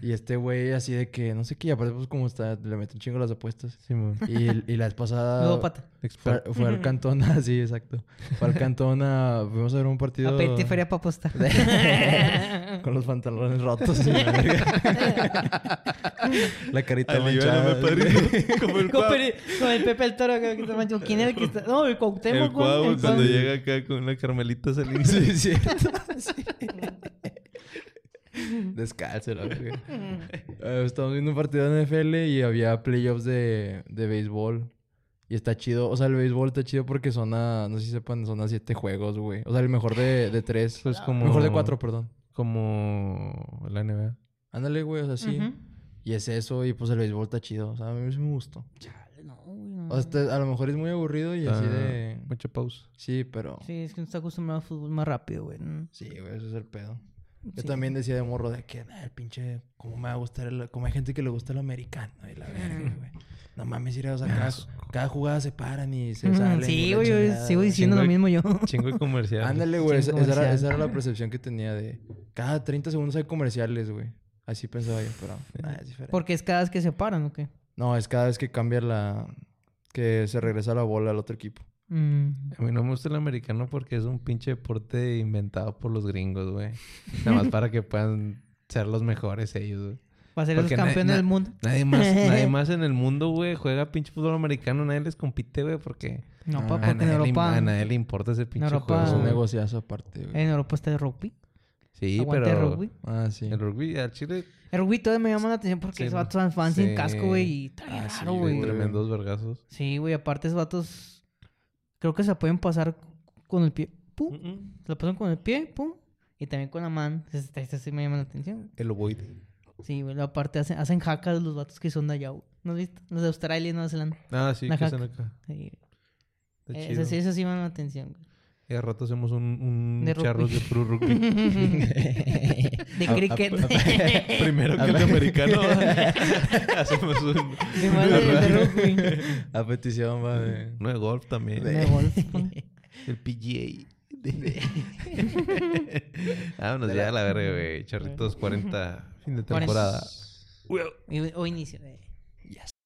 [SPEAKER 3] y este güey así de que, no sé qué, y aparte pues como está, le mete un chingo a las apuestas.
[SPEAKER 2] Simón.
[SPEAKER 3] Y, y la vez pasada...
[SPEAKER 1] Luego pata.
[SPEAKER 3] Fue,
[SPEAKER 2] Experto.
[SPEAKER 3] fue al Cantón, ah, sí, exacto. Fue al Cantón a... Fuimos a ver un partido...
[SPEAKER 1] A pedirte feria para apostar.
[SPEAKER 3] Con los pantalones rotos. y la, verga. La carita manchada.
[SPEAKER 2] Como el
[SPEAKER 1] Con Peri- con el Pepe el Toro acá que está manchado. ¿Quién era el que está? No, el Cuauhtémoc,
[SPEAKER 2] El
[SPEAKER 1] güey.
[SPEAKER 2] cuau
[SPEAKER 1] el
[SPEAKER 2] cuando
[SPEAKER 1] Cuau-
[SPEAKER 2] llega acá con una Carmelita Salinas.
[SPEAKER 3] sí, sí. Descalzo, la verga. Eh, Estamos viendo un partido de NFL y había playoffs de, de béisbol. Y está chido. O sea, el béisbol está chido porque son a... No sé si sepan, son a siete juegos, güey. O sea, el mejor de, de tres.
[SPEAKER 2] Pues
[SPEAKER 1] Ah.
[SPEAKER 2] como...
[SPEAKER 3] Mejor de cuatro, perdón.
[SPEAKER 2] Como la NBA.
[SPEAKER 3] Ándale, güey, o sea, sí.
[SPEAKER 1] Ujú.
[SPEAKER 3] Y es eso, y pues el béisbol está chido. O sea, a mí sí me gustó.
[SPEAKER 1] Chale, no, güey. no.
[SPEAKER 3] O sea, este- a lo mejor es muy aburrido y así
[SPEAKER 2] Ah,
[SPEAKER 3] de...
[SPEAKER 2] Mucha pausa.
[SPEAKER 3] Sí, pero...
[SPEAKER 1] Sí, es que no está acostumbrado al fútbol más rápido, güey. ¿no?
[SPEAKER 3] Sí, güey, ese es el pedo. Yo
[SPEAKER 1] Sí.
[SPEAKER 3] también decía de morro de que, "Nah, el pinche, ¿cómo me va a gustar? El, como hay gente que le gusta el americano y la verga, güey. No mames, ir a, o sea, cada, cada jugada se paran y se salen. y
[SPEAKER 1] Sí,
[SPEAKER 3] la
[SPEAKER 1] güey, yo
[SPEAKER 3] chingada,
[SPEAKER 1] sigo
[SPEAKER 3] güey.
[SPEAKER 1] diciendo lo
[SPEAKER 2] Chingo de-
[SPEAKER 1] mismo yo.
[SPEAKER 2] Chingo de comercial.
[SPEAKER 3] Ándale, güey, esa,
[SPEAKER 1] Sin
[SPEAKER 3] esa era,
[SPEAKER 1] comercial.
[SPEAKER 3] esa era la percepción que tenía de... Cada 30 segundos hay comerciales, güey. Así pensaba yo, pero... nah, es diferente.
[SPEAKER 1] Porque es cada vez que se paran, ¿o qué?
[SPEAKER 3] No, es cada vez que cambia la... Que se regresa la bola al otro equipo.
[SPEAKER 1] Mm.
[SPEAKER 2] A mí no me gusta el americano porque es un pinche deporte inventado por los gringos, güey. Nada más para que puedan ser los mejores ellos, güey.
[SPEAKER 1] Para ser los
[SPEAKER 2] Porque na-
[SPEAKER 1] campeones
[SPEAKER 2] na-
[SPEAKER 1] del mundo.
[SPEAKER 2] Nadie más, nadie más en el mundo, güey, juega pinche fútbol americano. Nadie les compite, güey, porque
[SPEAKER 1] No,
[SPEAKER 3] No,
[SPEAKER 1] pa,
[SPEAKER 2] a
[SPEAKER 1] porque en
[SPEAKER 2] nadie, le,
[SPEAKER 1] Europa.
[SPEAKER 2] a nadie le importa ese pinche
[SPEAKER 1] Europa-
[SPEAKER 3] Es
[SPEAKER 2] juego.
[SPEAKER 3] un
[SPEAKER 2] güey.
[SPEAKER 3] negociazo aparte, güey.
[SPEAKER 1] En Europa está el rugby.
[SPEAKER 2] Sí,
[SPEAKER 1] Aguante el
[SPEAKER 2] pero
[SPEAKER 1] rugby.
[SPEAKER 3] Ah, sí.
[SPEAKER 2] el rugby al Chile,
[SPEAKER 1] El rugby todavía me llama la atención porque
[SPEAKER 2] Sí,
[SPEAKER 1] esos
[SPEAKER 2] ¿no?
[SPEAKER 1] vatos van- van
[SPEAKER 2] Sí.
[SPEAKER 1] sin casco, güey. Y está bien
[SPEAKER 3] Ah, sí,
[SPEAKER 1] raro,
[SPEAKER 3] güey.
[SPEAKER 1] güey.
[SPEAKER 2] tremendos vergazos.
[SPEAKER 1] Sí, güey. Aparte, esos vatos. Creo que se pueden pasar con el pie.
[SPEAKER 2] Mm.
[SPEAKER 1] Pum. Se lo pasan con el pie, pum. Y también con la mano. Eso, está- eso sí me llama la atención. güey.
[SPEAKER 2] El Ovoid.
[SPEAKER 1] Sí, güey. luego Aparte, hacen, hacen jacas los vatos que son de allá, güey. ¿No has visto? Los de Australia y Nueva Zelanda.
[SPEAKER 2] Ah, sí,
[SPEAKER 1] Ajá.
[SPEAKER 2] que están acá.
[SPEAKER 1] Sí.
[SPEAKER 2] Está
[SPEAKER 1] Eh,
[SPEAKER 2] chido.
[SPEAKER 1] Eso, sí- eso sí me llama la atención, güey.
[SPEAKER 2] Y al Eh, rato hacemos un, un
[SPEAKER 1] De rugby.
[SPEAKER 2] charros de puro rugby.
[SPEAKER 1] De cricket.
[SPEAKER 2] Primero que el de americano, hacemos un,
[SPEAKER 1] De madre, de rugby.
[SPEAKER 3] A petición, va, de...
[SPEAKER 2] uno de golf también.
[SPEAKER 1] De golf. güey.
[SPEAKER 2] El PGA. Vámonos ya a la verga, güey. Charritos 40, fin de temporada.
[SPEAKER 1] Y- O inicio. eh.